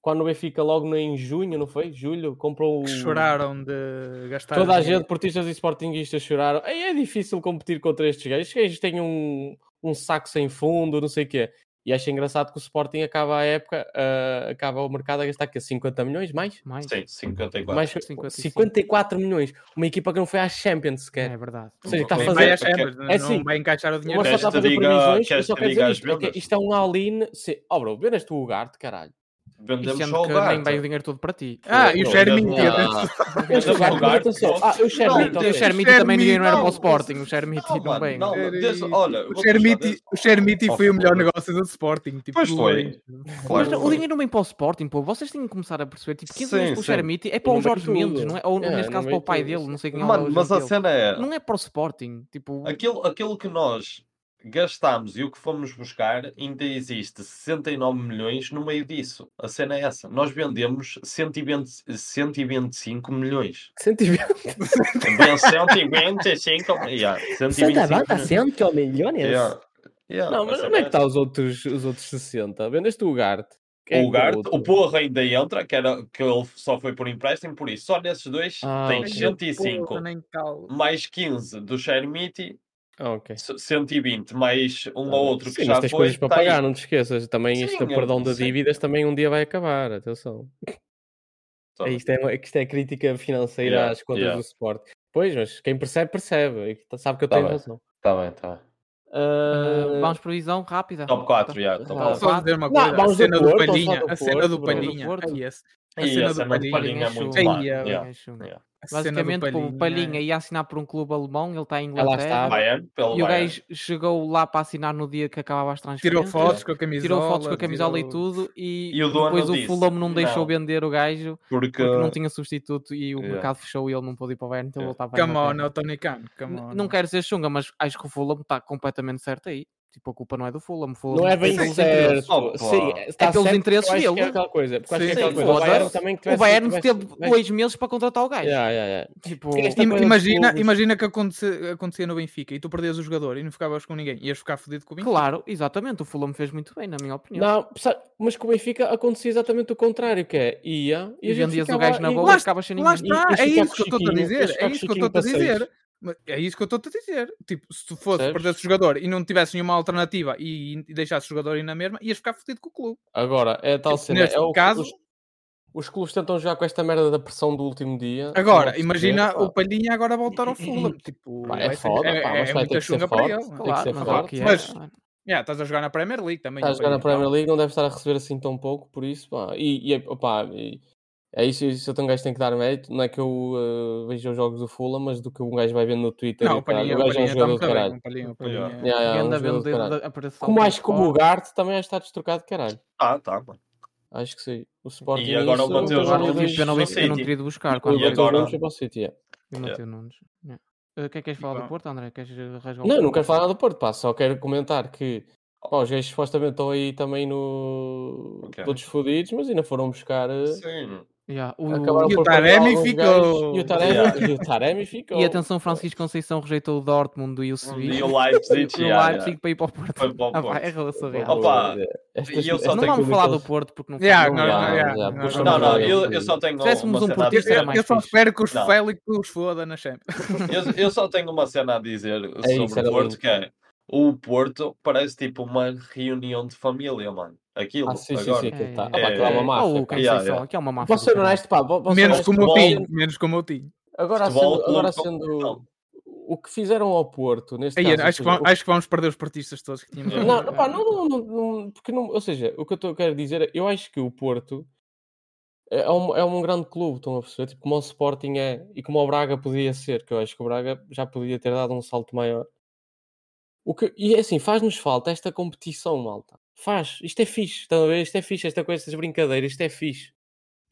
C: quando o Benfica, logo no- em junho, não foi? Julho, comprou o.
E: Que choraram de gastar.
C: Toda a
E: dinheiro.
C: gente, portistas e sportinguistas choraram. Aí é difícil competir contra estes gajos. Estes gajos têm um, um saco sem fundo, não sei o quê. E acho engraçado que o Sporting acaba a época, ah, acaba o mercado a gastar que 50 milhões mais?
B: Mais?
D: Sim, 54.
C: mais
B: 55.
C: 54 milhões. Uma equipa que não foi à Champions sequer.
B: É verdade.
C: Ou seja, está a
D: Nem
E: Vai
C: fazer.
E: às Champions, não-
C: é assim,
E: não vai encaixar o dinheiro.
C: Mas só
D: Queres
C: está
B: tá-
C: a
D: te
C: fazer
D: diga-
C: previsões. Eu
D: queres
C: só
D: te
C: quero
D: diga
C: dizer
D: as
C: isto. é que
D: vendas?
C: isto é um all-in. se- Oh, bro, vendas tu o Garte, caralho.
B: E
D: Vendemos
B: sendo
D: só o
B: que nem
D: Garte.
B: vai o dinheiro todo para ti.
E: Ah, e o
D: Não,
E: Shermin
D: não.
E: Tida.
C: Vendas o
D: Vendemos
C: Garte,
D: o Garte.
C: mas atenção. Ah, eu Sherman,
D: Não,
B: E o
C: talvez.
B: Shermiti
E: Shermiti,
B: também ninguém não era
D: não,
B: para o Sporting. O Shermiti
D: Não,
B: não
D: mano,
B: vem.
D: não. Desde- olha, eu
E: O
D: vou puxar
E: Shermiti,
D: desse-
E: o Shermiti
D: Oh,
E: foi o melhor
D: foda-se.
E: negócio do Sporting. Tipo,
D: Pois foi.
E: longe.
B: Mas
D: Claro que
B: não- o
D: foi.
B: dinheiro não vem para o Sporting, pô. Vocês têm que começar a perceber. Tipo, 15
D: Sim,
B: milhões para o
D: sim.
B: Shermiti é para
C: não
B: o
C: vem
B: Jorge
C: tudo.
B: Mendes, não é? Ou
C: É,
B: neste
C: não
B: caso para
C: vem
B: o pai
C: tudo,
B: dele,
C: sim.
B: não sei quem é o
D: Mano,
B: Jorge
D: mas a
B: dele.
D: cena é.
B: Não é para o Sporting. Tipo,
D: Aquilo, aquilo que nós gastámos e o que fomos buscar ainda existe 69 milhões no meio disso. A cena é essa. Nós vendemos 120, 125 milhões.
C: 120.
D: Bem, 125 milhões. Yeah, 125 milhões.
G: Senta, milhões?
D: Yeah, yeah,
C: Não, mas
D: essa
C: onde é que
D: merda.
C: está os outros, os outros 60? Vendas tu o Garte. Quem é que
D: assim. O Garte,
C: outro?
D: o Porra ainda entra, que, era, que ele só foi por empréstimo, por isso. Só nesses dois
C: Ah,
D: tem
C: ok.
D: 105
E: Porra, nem calo.
D: mais 15 do Shermiti,
C: Ah, ok.
D: 120 mais um ou outro que
C: Sim, mas
D: já
C: tens
D: foi.
C: coisas para
D: tá aí.
C: pagar, não é? te esqueças. Também
D: Sim,
C: este
D: eu-
C: perdão de
D: sim.
C: dívidas também um dia vai acabar, atenção.
D: Tá
C: É,
D: bem.
C: isto, é, é que isto é crítica financeira
D: Yeah,
C: às contas
D: yeah.
C: do Sporting. Pois, mas quem percebe, percebe. E tá- Sabe que eu
D: Tá
C: tenho
D: bem.
C: razão.
D: Tá bem, tá bem.
B: ah,
C: Ah,
B: vamos previsão rápida.
D: Top 4, já. tá
C: Ah,
D: Top
C: Vá.
E: Só
D: 4.
E: dizer uma
C: Não,
E: coisa. a
C: vamos do
E: cena do
C: Porto, vamos
E: Palhinha.
C: falar do
E: A cena do
C: Porto, vamos
E: Palhinha.
B: do Porto.
E: Ai, esse- Ah, A
D: E
E: cena
D: a
E: do
D: cena do Palhinha é
B: Palhinha
D: muito
E: é
D: má.
E: chulo.
D: yeah.
B: Ninguém chuta.
D: yeah.
E: a cena do é?
B: Basicamente, pô, o Palhinha ia assinar por um clube alemão, ele está em
C: lá está.
B: Inglaterra.
D: Bayern, Tá pelo
B: E o
D: Bayern.
B: gajo chegou lá para assinar no dia que acabava as transferências.
E: Tirou fotos com a camisola.
B: tirou fotos com a camisola e
E: tirou-
B: tudo e,
D: E o dono
B: depois o
D: disse,
B: Fulham não deixou
D: "Não." É.
B: vender o gajo
D: Porque...
B: porque não tinha substituto e o
D: Yeah.
B: mercado fechou e ele não pôde ir para o Bayern, então
D: Yeah.
B: voltava
E: Come on, é
B: Inglaterra.
E: Tony Khan. Come
B: N- é
E: on.
B: Não quero ser chunga, mas acho que o Fulham está tá completamente certo aí. Tipo, a culpa não é do Fulham. o Fulham
C: Não é
B: tem
C: bem
B: pelos
C: certo.
B: interesses.
D: Opa.
C: Sim, está
B: É pelos
C: certo,
B: interesses
C: porque eu acho que
B: dele.
C: É aquela coisa. porque eu acho que é
E: Sim,
C: aquela coisa.
E: sim,
C: O
B: foda-se.
C: Bayern também
B: O
C: tivesse-
B: Bayern
C: tivesse-
B: teve
C: tivesse-
B: dois meses para contratar o gajo.
C: Yeah, yeah, yeah.
B: Tipo,
C: Esta
E: Im-
C: coisa dos
E: imagina,
C: clubes.
E: imagina que acontecia, acontecia no Benfica e tu perdias o jogador e não ficavas com ninguém. Ias ficar fodido com o Benfica.
B: claro, exatamente. O Fulham fez muito bem, na minha opinião.
C: Não, perce- mas com o Benfica acontecia exatamente o contrário, que é ia e,
B: e
C: a gente
B: vendias o
C: ficava
B: gajo na
C: e-
B: boa e
E: Lá-
B: ficavas sem
E: Lá
B: ninguém.
E: está,
C: este
E: é
C: toque
E: isso que eu estou a
C: chiquinho,
E: dizer.
C: este toque
E: É isso que eu
C: chiquinho
E: estou a
C: para seis.
E: dizer. Mas É isso que eu estou a dizer. Tipo, se tu fosse,
C: Percebes?
E: perdesse o jogador e não tivesse nenhuma alternativa e, e deixasse o jogador aí na mesma, ias ficar fodido com o clube.
C: Agora, é a tal
E: Tipo,
C: cena.
E: neste
C: é o,
E: caso-
C: os, os clubes tentam jogar com esta merda da pressão do último dia. não
E: Agora,
C: perceber,
E: imagina
C: pá.
E: o Palhinha agora voltar ao Fulham. Tipo,
C: Pá, é
E: vai ser-
C: foda,
E: é,
C: pá,
E: é
C: mas vai ter
E: muita
C: que ser
E: chunga para
C: forte.
E: ele. mano.
C: Tem que ser
B: Claro, mas é o
C: forte.
B: que é.
E: Mas- Yeah, estás a jogar na Premier League também.
C: Está tá a
E: o
C: jogar na
E: Palhinha,
C: Premier
E: pá.
C: League, não deve estar a receber assim tão pouco, por isso, pá. E, e, opá, e- é isso, isso eu tenho um gajo que tem que dar mérito. Não é que eu eh, veja os jogos do Fulham, mas do que um gajo vai vendo no Twitter.
E: Não,
C: e
E: o
C: o caralho.
E: Palhinha
C: o gajo é um
E: está
C: jogador
E: muito
C: do caralho.
E: bem. O Palhinha, o
D: Yeah.
E: Palhinha-
C: Yeah, yeah, é um
B: Ganda
C: jogador do
B: venda
C: caralho.
B: da aparição.
C: Como
B: do
C: acho que o
B: Sport.
C: Bugarte também acho que está destrocado de caralho.
D: Ah, tá, mano.
C: Acho que sim. O Sporting
D: E agora
C: isso,
D: o Mateus
C: agora
B: Agora,
D: Nunes
C: dois-
B: tipo, eu não,
D: no
B: eu não
D: City.
B: teria de buscar.
C: o
B: quando
D: E
C: Mateus
B: vejo
D: agora?
C: Nunes foi para o City, é. yeah.
B: o Mateus Nunes. Yeah. Uh, O que é que queres falar
E: Bom.
B: do Porto, André? Queres uh, rasgar o
C: Não,
B: Porto?
C: não quero falar nada do Porto, pá, só quero comentar que pá, os gajos supostamente estão aí também no.
D: Oh. Ok.
C: todos fodidos, mas ainda foram buscar. eh,
D: Sim.
B: Yeah, o-
C: acabaram
E: E o
C: por comprar
E: Taremi
C: alguns
E: ficou.
C: gajos, E o Taremi,
D: Yeah.
C: e o Taremi ficou.
B: E atenção, Francisco Conceição rejeitou o Dortmund e o
D: E
B: Sevilla.
D: o
B: E
D: Leipzig,
B: o
D: já,
B: Leipzig
D: já.
B: para ir para o Porto.
D: Foi para o
B: Ah pá,
D: Porto.
B: é surreal.
D: Opa,
C: Estas-
D: e eu só
C: estas
B: Não vamos falar do
C: comunicações-
B: Porto porque não
E: Yeah,
B: fomos
E: não,
B: lá.
E: não, yeah,
C: já,
E: não,
C: puxa
E: não,
D: Não,
C: para
D: não,
C: aí,
D: eu,
C: puxa
D: eu só tenho
B: Se tivéssemos
D: uma
B: um
D: cena a
B: portista,
E: Eu,
B: Isto era
D: dizer.
E: eu,
B: mais
E: eu só
B: fixe.
E: espero que os
D: Não.
E: Félix os foda na Champions.
D: Eu, eu só tenho uma cena a dizer sobre
C: isso, era
D: o Porto,
C: lindo.
D: que é o Porto parece tipo uma reunião de família, mano. Aquilo,
C: Ah, sim, sim,
D: agora.
C: sim.
B: É,
C: Aquilo tá-
B: é,
C: ah, pá, aquilo é uma
B: é.
C: máfia,
B: Oh,
C: pá.
B: Conceição,
D: Yeah, yeah.
B: Aqui é uma máfia.
C: Vou
B: do
C: ser
B: caralho.
C: honesto, pá. vou- vou ser
E: Menos
C: honesto,
E: como
C: o
E: o
D: futebol-
E: Tinho. Menos como o Tinho.
C: Agora
D: Futebol,
C: sendo, agora
D: clube,
C: sendo
D: competição.
C: o que fizeram ao Porto, neste
E: Aí,
C: caso, ou
E: acho, que
C: seja,
E: vamos,
C: o-
E: acho que vamos perder os portistas todos que tínhamos.
D: Não,
C: Não, não, pá, não, não, não, não- porque não, ou seja, o que eu tô- quero dizer é, eu acho que o Porto é é um, é um grande clube, estão a perceber? Tipo, como o Sporting é e como o Braga podia ser, que eu acho que o Braga já podia ter dado um salto maior. O que, e é assim, faz-nos falta esta competição, malta. Faz, isto é fixe, estão a ver? Isto é fixe, esta coisa, estas brincadeiras, isto é fixe.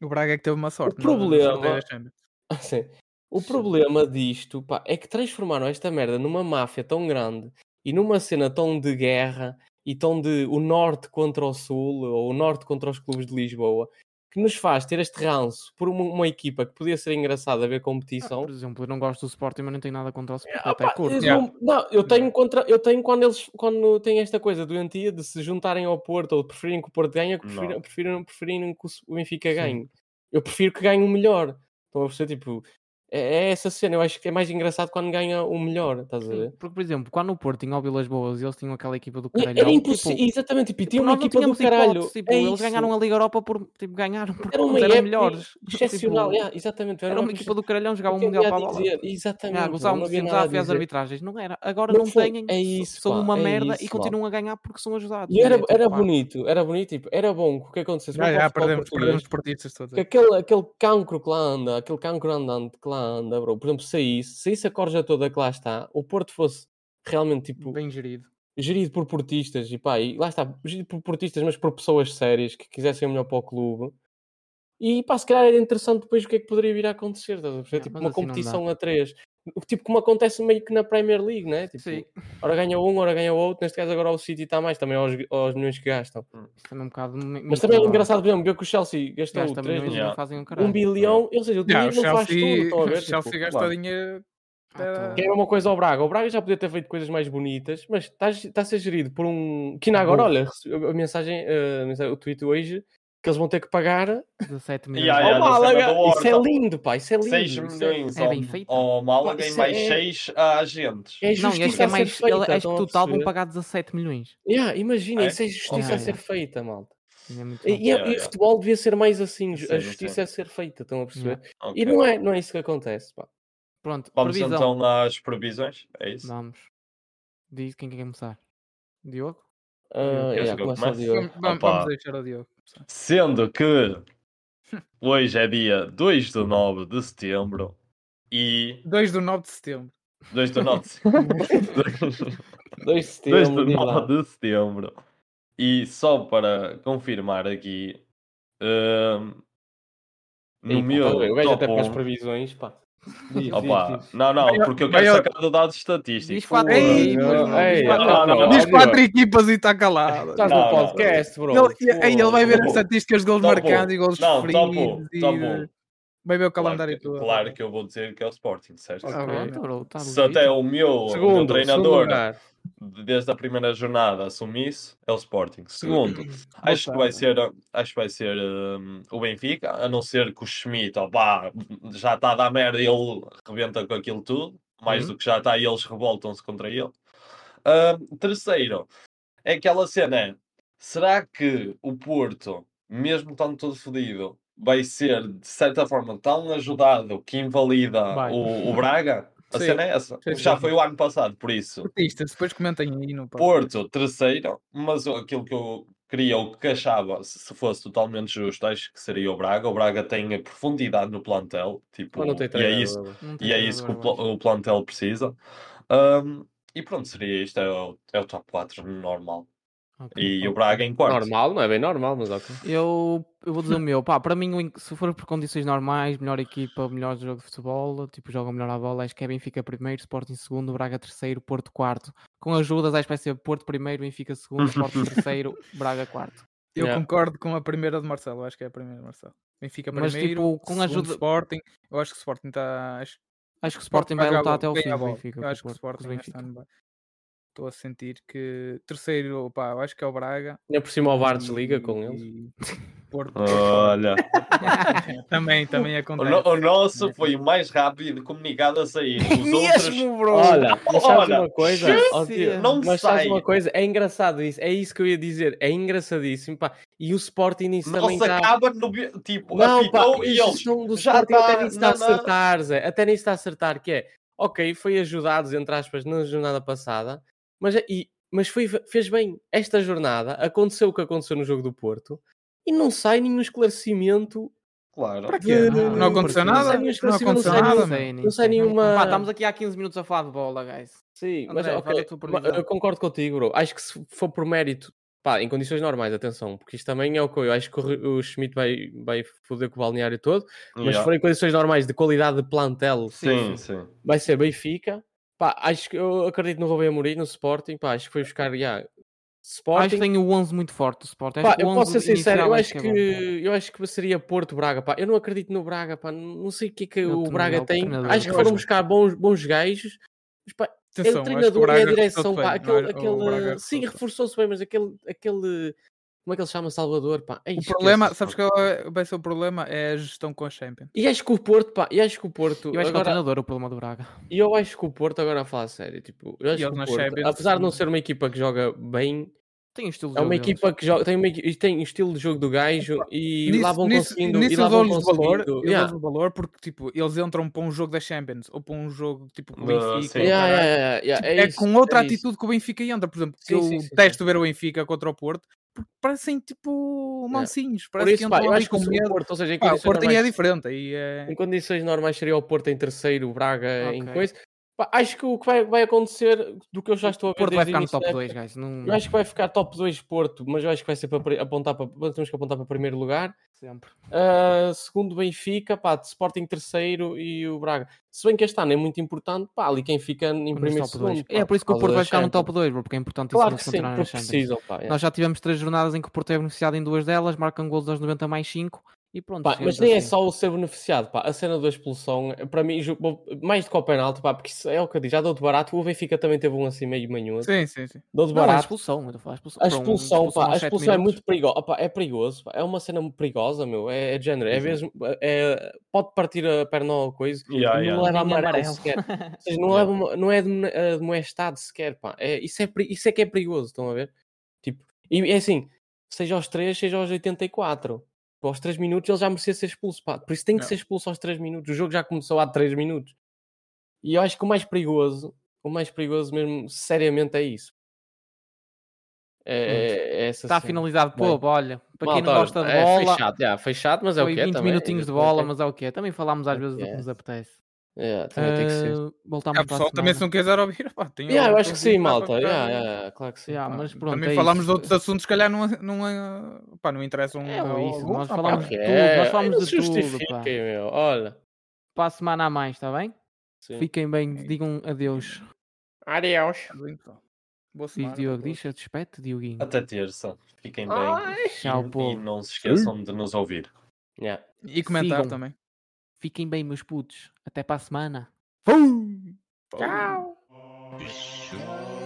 E: O Braga é que teve uma sorte.
C: O
E: na- na
C: problema-
E: sorteio da Champions.
C: Assim, o problema disto pá, é que transformaram esta merda numa máfia tão grande e numa cena tão de guerra e tão de o norte contra o sul ou o norte contra os clubes de Lisboa que nos faz ter este ranço por uma, uma equipa que podia ser engraçada a ver competição.
B: Por exemplo, eu não gosto do Sporting, mas não tenho nada contra o Sporting.
C: Ah,
B: até
C: pá,
B: curto.
C: eu
E: Yeah.
C: não, não, eu tenho contra, eu tenho quando eles quando têm esta coisa doentia de se juntarem ao Porto ou preferirem que o Porto ganhe, ou que
D: Não.
C: prefiram, prefiram, preferirem que o S- o Benfica ganhe. Eu prefiro que ganhe o melhor. Estão a perceber, tipo, é, é essa cena, eu acho que é mais engraçado quando ganha o melhor, estás a
B: Sim,
C: ver?
B: Porque, por exemplo, quando o Porto tinha o Vilas Boas e eles tinham aquela equipa do caralho.
C: Era impossível, exatamente, tipo, e tinha uma
B: nós não
C: equipa do
B: tínhamos
C: caralho.
B: hipótese, tipo,
C: é
B: eles
C: isso.
B: ganharam a Liga Europa por tipo, ganharam porque
C: era uma
B: eles eram
C: época
B: melhores.
C: excepcional,
B: Tipo,
C: yeah, exatamente.
B: Era uma
C: época
B: equipa do caralhão,
C: excepcional,
B: jogavam um
C: que eu
B: mundial
C: ia
B: para a bola.
C: dizer,
B: Ah,
C: Exatamente.
B: gozávamos
C: havia
B: sempre
C: nada
B: a
C: a
B: ver as
C: dizer.
B: arbitragens. Não era. Agora
C: Não
B: não,
C: foi.
B: têm.
C: É
B: s-
C: isso,
B: são
C: pá,
B: uma
C: é
B: merda e
C: isso,
B: continuam a ganhar porque são ajudados.
C: E era,
B: É tipo,
C: era
B: pá,
C: bonito, era bonito, tipo, era bom que o que acontecesse
E: Já,
C: vamos
E: já,
C: ao futebol
E: perdemos,
C: português,
E: perdemos os portistas todos.
C: que aquele, aquele cancro que lá anda, aquele cancro andante que lá anda, bro, por exemplo, saísse, saísse a corja toda que lá está, o Porto fosse realmente tipo,
B: Bem gerido.
C: gerido por portistas e pá, e lá está, gerido por portistas, mas por pessoas sérias que quisessem o melhor para o clube. E pá, se calhar era interessante depois o que é que poderia vir a acontecer, estás a perceber?
B: Yeah,
C: tipo
B: mas
C: uma
B: assim não dá.
C: competição a três, O tipo como acontece meio que na Premier League, né? Tipo,
B: Sim.
C: ora ganha um, ora ganha o outro, neste caso agora o City está mais também aos, aos milhões que gastam.
B: Isso também é um bocado.
C: Mas também é engraçado, por exemplo, ver que o Chelsea gastou
B: Gasta
C: três
B: milhões e
C: bilhões,
B: não
D: Yeah.
B: fazem um caralho.
C: um bilhão, ou seja, o
E: Já, o
C: dinheiro não faz tudo,
E: Chelsea,
C: estão a ver?
E: o Chelsea
C: Tipo,
E: gastou
D: claro.
E: dinheiro.
B: Ah, tá.
C: que é a mesma coisa ao Braga. O Braga já podia ter feito coisas mais bonitas, mas está, está a ser gerido por um. Que ainda agora,
B: Burro.
C: olha, rece- a mensagem, eh, a mensagem, o tweet hoje, que eles vão ter que pagar
B: 17 milhões.
D: Yeah, Ah,
C: ao
D: yeah, da
C: Málaga.
D: cena do
C: Isso é
D: Horta.
C: lindo, pá, isso é lindo.
D: 6
C: isso é-
D: milhões
B: é
D: ao,
B: bem feito.
D: ao Málaga
C: Pá,
D: e
C: isso
D: mais
C: é-
D: 6 a agentes.
C: É
B: Não, e acho
C: justiça
B: que é
C: a ser
B: mais.
C: feita,
B: ele- acho
C: estão
B: que
C: a
B: total vão
C: perceber?
B: pagar 17 milhões.
C: Yeah, imagina,
D: É?
C: isso é justiça a
B: Yeah,
C: ser
B: yeah.
C: feita, malta.
B: Ainda é muito
C: E,
B: bom.
C: e-
D: Yeah, é
C: e o
D: yeah.
C: futebol devia ser mais assim, ju-
D: Sim,
C: a
D: sim.
C: justiça a ser feita, estão a perceber?
D: Ok.
C: E não é, não é isso que acontece, pá.
B: Pronto,
D: Vamos
B: previsão.
D: então às previsões, é isso?
B: Vamos. Diz quem quer começar. Diogo?
C: Ah,
D: Queres
C: yeah,
D: que Hum, eu
C: começa a
D: comece?
C: Diogo.
E: Vamos, vamos-
D: Opa.
E: vamos deixar o Diogo.
D: Sendo que hoje é dia 2 de 9 de setembro e
E: 2 do 9 de setembro.
D: 2 de 9 de
C: Dois
D: 2
C: setembro,
D: de
C: diz lá.
D: 9 de setembro. E só para confirmar aqui, hum,
C: Ei,
D: no
C: pá, tá bem, tá o
D: meu
C: gajo até
D: top
C: para as
D: 1,
C: previsões, pá. Diz,
D: Opa,
C: diz, diz.
D: não, não,
E: Maior-
D: porque eu quero
E: maior-
D: sacar do dado estatístico.
B: Diz quatro
C: é
D: Porra.
E: Ei,
B: equipas, mano,
C: ei, tá
B: diz quatro
D: não, não,
B: equipas.
D: não.
E: Diz quatro equipas e está calado.
B: Estás
D: Não,
B: no
D: não,
B: podcast, bro.
E: Ele, e- aí ele vai ver as estatísticas de gols
D: Top um.
E: marcados e gols
D: Não, top um,
E: feridos. e-
D: top um.
E: Vai ver o
D: Claro,
E: calendário
D: que-
E: e tudo.
D: claro que eu vou dizer que é o Sporting, certo?
E: Ok.
B: Pronto, bro, tá
D: Se até
B: bonito.
D: o meu, o meu
C: Segundo, segundo
D: treinador
C: lugar.
D: desde a primeira jornada assumisse é o Sporting.
E: Uhum.
D: Segundo, acho que vai ser, acho que vai ser hum, o Benfica, a não ser que o Schmidt opá, já está a dar merda e ele rebenta com aquilo tudo,
E: Uhum.
D: mais do que já está, e eles revoltam-se contra ele. Hum, terceiro, é aquela cena: é, será que o Porto, mesmo estando todo fodido, vai ser de certa forma tão ajudado que invalida
B: Vai.
D: o, o Braga? A
E: Sim.
D: cena é essa.
E: Sim,
D: Já
E: sim.
D: foi o ano passado, por isso.
E: Portistas, depois comentem aí no
D: Porto, terceiro, mas o- aquilo que eu queria, o que achava, se se fosse totalmente justo, acho que seria o Braga. O Braga tem a profundidade no plantel, tipo,
C: Mas não tem
D: e é
C: treinador,
D: isso,
C: bro.
B: Não tem
D: e é
B: nada
D: isso que o,
B: agora,
D: pla- o plantel precisa. Ahm, e pronto, seria isto, é o, é o top 4 normal.
B: mas- ok.
D: E o Braga em quarto.
C: Normal, não é bem normal, mas ok.
B: Eu, eu vou dizer o meu, pá, para mim, o in- se for por condições normais, melhor equipa, melhor jogo de futebol, tipo, joga melhor a bola, acho que é Benfica primeiro, Sporting segundo, Braga terceiro, Porto quarto. Com ajudas, acho que vai ser Porto primeiro, Benfica segundo, Sporting terceiro, Braga quarto.
E: Eu
C: Yeah.
E: concordo com a primeira de Marcelo, acho que é a primeira de Marcelo. Benfica
B: Mas,
E: primeiro,
B: tipo, com
E: com
B: ajuda-
E: ajuda... Sporting. Eu acho que o Sporting está... Acho
B: Acho que o Sporting vai
E: jogar
B: lutar
E: bo-
B: até o
E: bem
B: fim,
E: à
B: do
E: bola.
B: Benfica.
E: Eu
B: com o
E: acho que o
B: Porto, com o
E: Sporting este
B: Benfica.
E: ano vai. Estou a sentir que... Terceiro, pá, eu acho que é o Braga.
C: Ainda por cima o VAR desliga com ele.
E: ele. Porto.
D: Olha,
E: também, também
D: o,
E: acontece.
D: no- o nosso foi o mais rápido comunicado a sair. Os outros,
B: Mesmo, bro!
C: Olha, mas sabes
D: Olha,
C: uma coisa? Ó, tio,
B: Chelsea,
D: não me
C: mas sabes
D: sai.
C: uma coisa? É engraçado isso. É isso que eu ia dizer. É engraçadíssimo, pá. E o Sporting nisso também tá
D: nossa,
C: está...
D: acaba no bi- tipo,
C: Não, pá, um
D: apitou e
C: isso
D: eles.
C: são do
D: já
C: Sporting
D: tá
C: até nem está a
D: na- na-
C: acertar, Zé. Até nem está a acertar, que é, ok, foi ajudados, entre aspas, na jornada passada, mas, é- e, mas foi, fez bem esta jornada, aconteceu o que aconteceu no jogo do Porto, e não sai nenhum esclarecimento,
D: Claro.
E: Para quê?
C: Não,
E: Não
B: porque
E: aconteceu
B: não
E: nada?
B: sei,
C: não
E: Não
C: esclareceu, não
E: aconteceu
C: sei,
E: nada, meu.
B: sei, nem
C: não sei
B: sei.
C: nenhuma...
B: Pá, estamos aqui há 15 minutos a falar de bola, guys.
C: Sim, mas
B: André,
C: ok,
B: fala a tua
C: ma-
B: previsão.
C: eu concordo contigo, bro. Acho que se for por mérito, pá, em condições normais, atenção, porque isto também é o que eu acho que o Re- o Schmidt vai, vai foder com o balneário todo, mas se
D: Yeah.
C: for em condições normais de qualidade de plantel,
D: Sim, sim.
C: vai ser Benfica. Pá, acho que eu acredito no Rubem Amorim, no Sporting. Pá, acho que foi buscar já, Sporting.
B: Acho que tem o 11 muito forte, o Sporting. Acho
C: Pá,
B: que o
C: eu posso
B: 11
C: ser sincero,
B: inicial
C: eu acho que,
B: é bom.
C: eu acho que seria Porto Braga, pá. Eu não acredito no Braga, pá. Não sei o que é que
B: Eu
C: o
B: também
C: Braga
B: não, o
C: tem.
B: treinador.
C: Acho que foram buscar bons bons gajos. Mas, pá, é
E: Atenção,
C: o
E: acho que o
C: treinador e
E: Braga
C: a direção,
E: reforçou-se
C: pá.
E: bem,
C: Aquele,
E: não é? O
C: aquele, eh,
E: Braga
C: sim,
E: reforçou-se.
C: reforçou-se bem, mas aquele, aquele. Como é que ele se chama? Salvador, pá. Ei,
E: O
C: esquece,
E: problema,
C: pá.
E: sabes qual é- vai ser o problema? É a gestão com a Champions.
C: E acho que o Porto, pá. E acho que o Porto.
B: Eu acho que é o
C: agora-
B: treinador o problema do Braga.
C: E eu acho que o Porto, agora a falar a sério, tipo, eu acho
E: eles
C: que o
E: na
C: Porto,
E: Champions,
C: apesar de não
E: sim.
C: ser uma equipa que joga bem,
B: Tem o estilo de
C: é uma
B: jogo deles.
C: equipa que joga, tem, uma, equi- e tem o estilo de jogo do gajo e lá vão conseguindo.
E: nisso
C: e lá
E: eu
C: vão
E: dou-lhes valor, eu
C: conseguindo, yeah.
E: dou-lhes valor porque tipo, eles entram para um jogo da Champions ou para um jogo tipo com o
D: Da-
E: Benfica.
D: sim.
E: ou
C: Yeah,
E: caralho.
C: yeah, yeah, yeah,
E: Tipo,
C: é
E: é,
C: isso,
E: com outra
C: é isso.
E: atitude que o Benfica entra, por exemplo,
C: Sim,
E: que
C: sim,
E: eu
C: sim, sim.
E: detesto ver o Benfica contra o Porto porque parecem tipo mansinhos,
C: Por
E: parece que
C: isso, pá,
E: entram
C: eu
E: ali
C: acho
E: com
C: que se o
E: medo.
C: Porto, ou seja, em
E: Pá, o
C: condições
E: Porto aí é
C: normais-
E: diferente, aí é
C: Em condições normais seria o Porto em terceiro, o Braga em
B: Ok.
C: coisa. Pá, acho que o que vai, vai acontecer, do que eu já estou a
B: O
C: ver
B: Porto vai
C: desde
B: ficar
C: o início da
B: no top
C: época,
B: 2, guys. Não...
C: Eu acho que vai ficar top 2 Porto, mas eu acho que vai ser para pri- apontar para. Temos que apontar para primeiro lugar.
B: Sempre.
C: Uh, segundo Benfica, pá, de Sporting terceiro e o Braga. Se bem que este ano é muito importante, pá, ali quem fica em
B: Nos
C: primeiro e
B: top dois.
C: segundo. pá,
B: É por isso que o
C: causa
B: Porto
C: da
B: vai ficar no
C: Champions.
B: top 2, bro, porque é importante
C: Claro
B: isso
C: que sim, porque precisam, pá. é.
B: Nós já tivemos três jornadas em que o Porto é beneficiado em duas delas, marcam gols aos 90 mais 5 e pronto.
C: Pá,
B: sempre
C: mas nem é
B: assim.
C: só o ser beneficiado, pá. A cena da expulsão, para mim, ju- bom, mais do que o penalti, pá, porque isso é o que eu digo, já dou de barato. O Benfica também teve um assim meio manhoso.
E: Sim, sim, sim.
C: Dou de
B: Não, é a
C: barato.
B: expulsão, eu estou a falar um expulsão.
C: A
B: Foram
C: expulsão, pá,
B: aos
C: a
B: sete
C: expulsão é
B: minutos.
C: muito perigosa, é perigoso, pá, é uma cena perigosa, meu, é, é de género, é
B: Uhum.
C: mesmo, é- pode partir a perna ou coisa,
D: Yeah,
C: e não
D: yeah.
C: leva
B: Nem
C: amarelo,
B: amarelo.
C: sequer, Ou seja, não, leva uma- não é admo- admoestado sequer, pá, é, isso, é, peri- isso é que é perigoso, estão a ver? Tipo, e é assim, seja aos 3, seja aos 84, pô, aos 3 minutos ele já merecia ser expulso, pá, por isso tem que
B: É.
E: Não.
C: ser expulso aos 3 minutos, o jogo já começou há 3 minutos, e eu acho que o mais perigoso, o mais perigoso mesmo, seriamente, é isso. É, é- é essa
B: Está
C: cena.
B: finalizado, pô,
C: Bem.
B: olha. Tá, Para quem
C: Malta,
B: não
C: olha,
B: gosta de
C: é,
B: bola,
C: Foi chato, já, foi chato, mas é o
B: foi
C: que é
B: 20
C: também.
B: minutinhos de
C: é,
B: bola,
C: é,
B: mas é o que é. Também falámos às
C: É o
B: vezes
C: que
B: do que
C: é.
B: nos apetece.
C: é, também tem que ser.
B: Ah, Voltamos
E: Ah,
B: para a
E: pessoal, também se
B: semana.
E: não quiser ouvir, pá, tem
C: Yeah, eu
E: outro
C: acho que sim,
E: convite lá para
C: malta.
E: ficar.
C: yeah, yeah, claro que sim.
B: Yeah,
E: Pá,
B: mas pronto,
E: Ah, também
B: é
E: falámos
B: isso.
E: de outros assuntos, se calhar não, não, é- pá, não interessam.
B: É
E: a
B: isso, nós
E: alguns, ah, pá,
B: falámos
C: Ok,
B: de tudo, nós
C: é,
B: falámos
C: não
B: de
C: se
B: tudo, pá.
C: justifiquem, meu, Olha,
B: para a semana a mais, está bem?
C: Sim. É
B: Fiquem bem, digam adeus.
H: Adeus.
E: Tudo bem, pessoal? Boa
B: Diz
E: semana.
B: Diogo,
E: para todos.
B: diz, despete, Dioguinho.
D: Até terça. Fiquem bem.
B: Tchau,
D: e, e
B: povo.
D: não se esqueçam de nos ouvir.
C: Yeah.
E: E comentar
B: Sigam.
E: também.
B: Fiquem bem, meus putos. Até para a semana.
H: Tchau.
F: Bicho.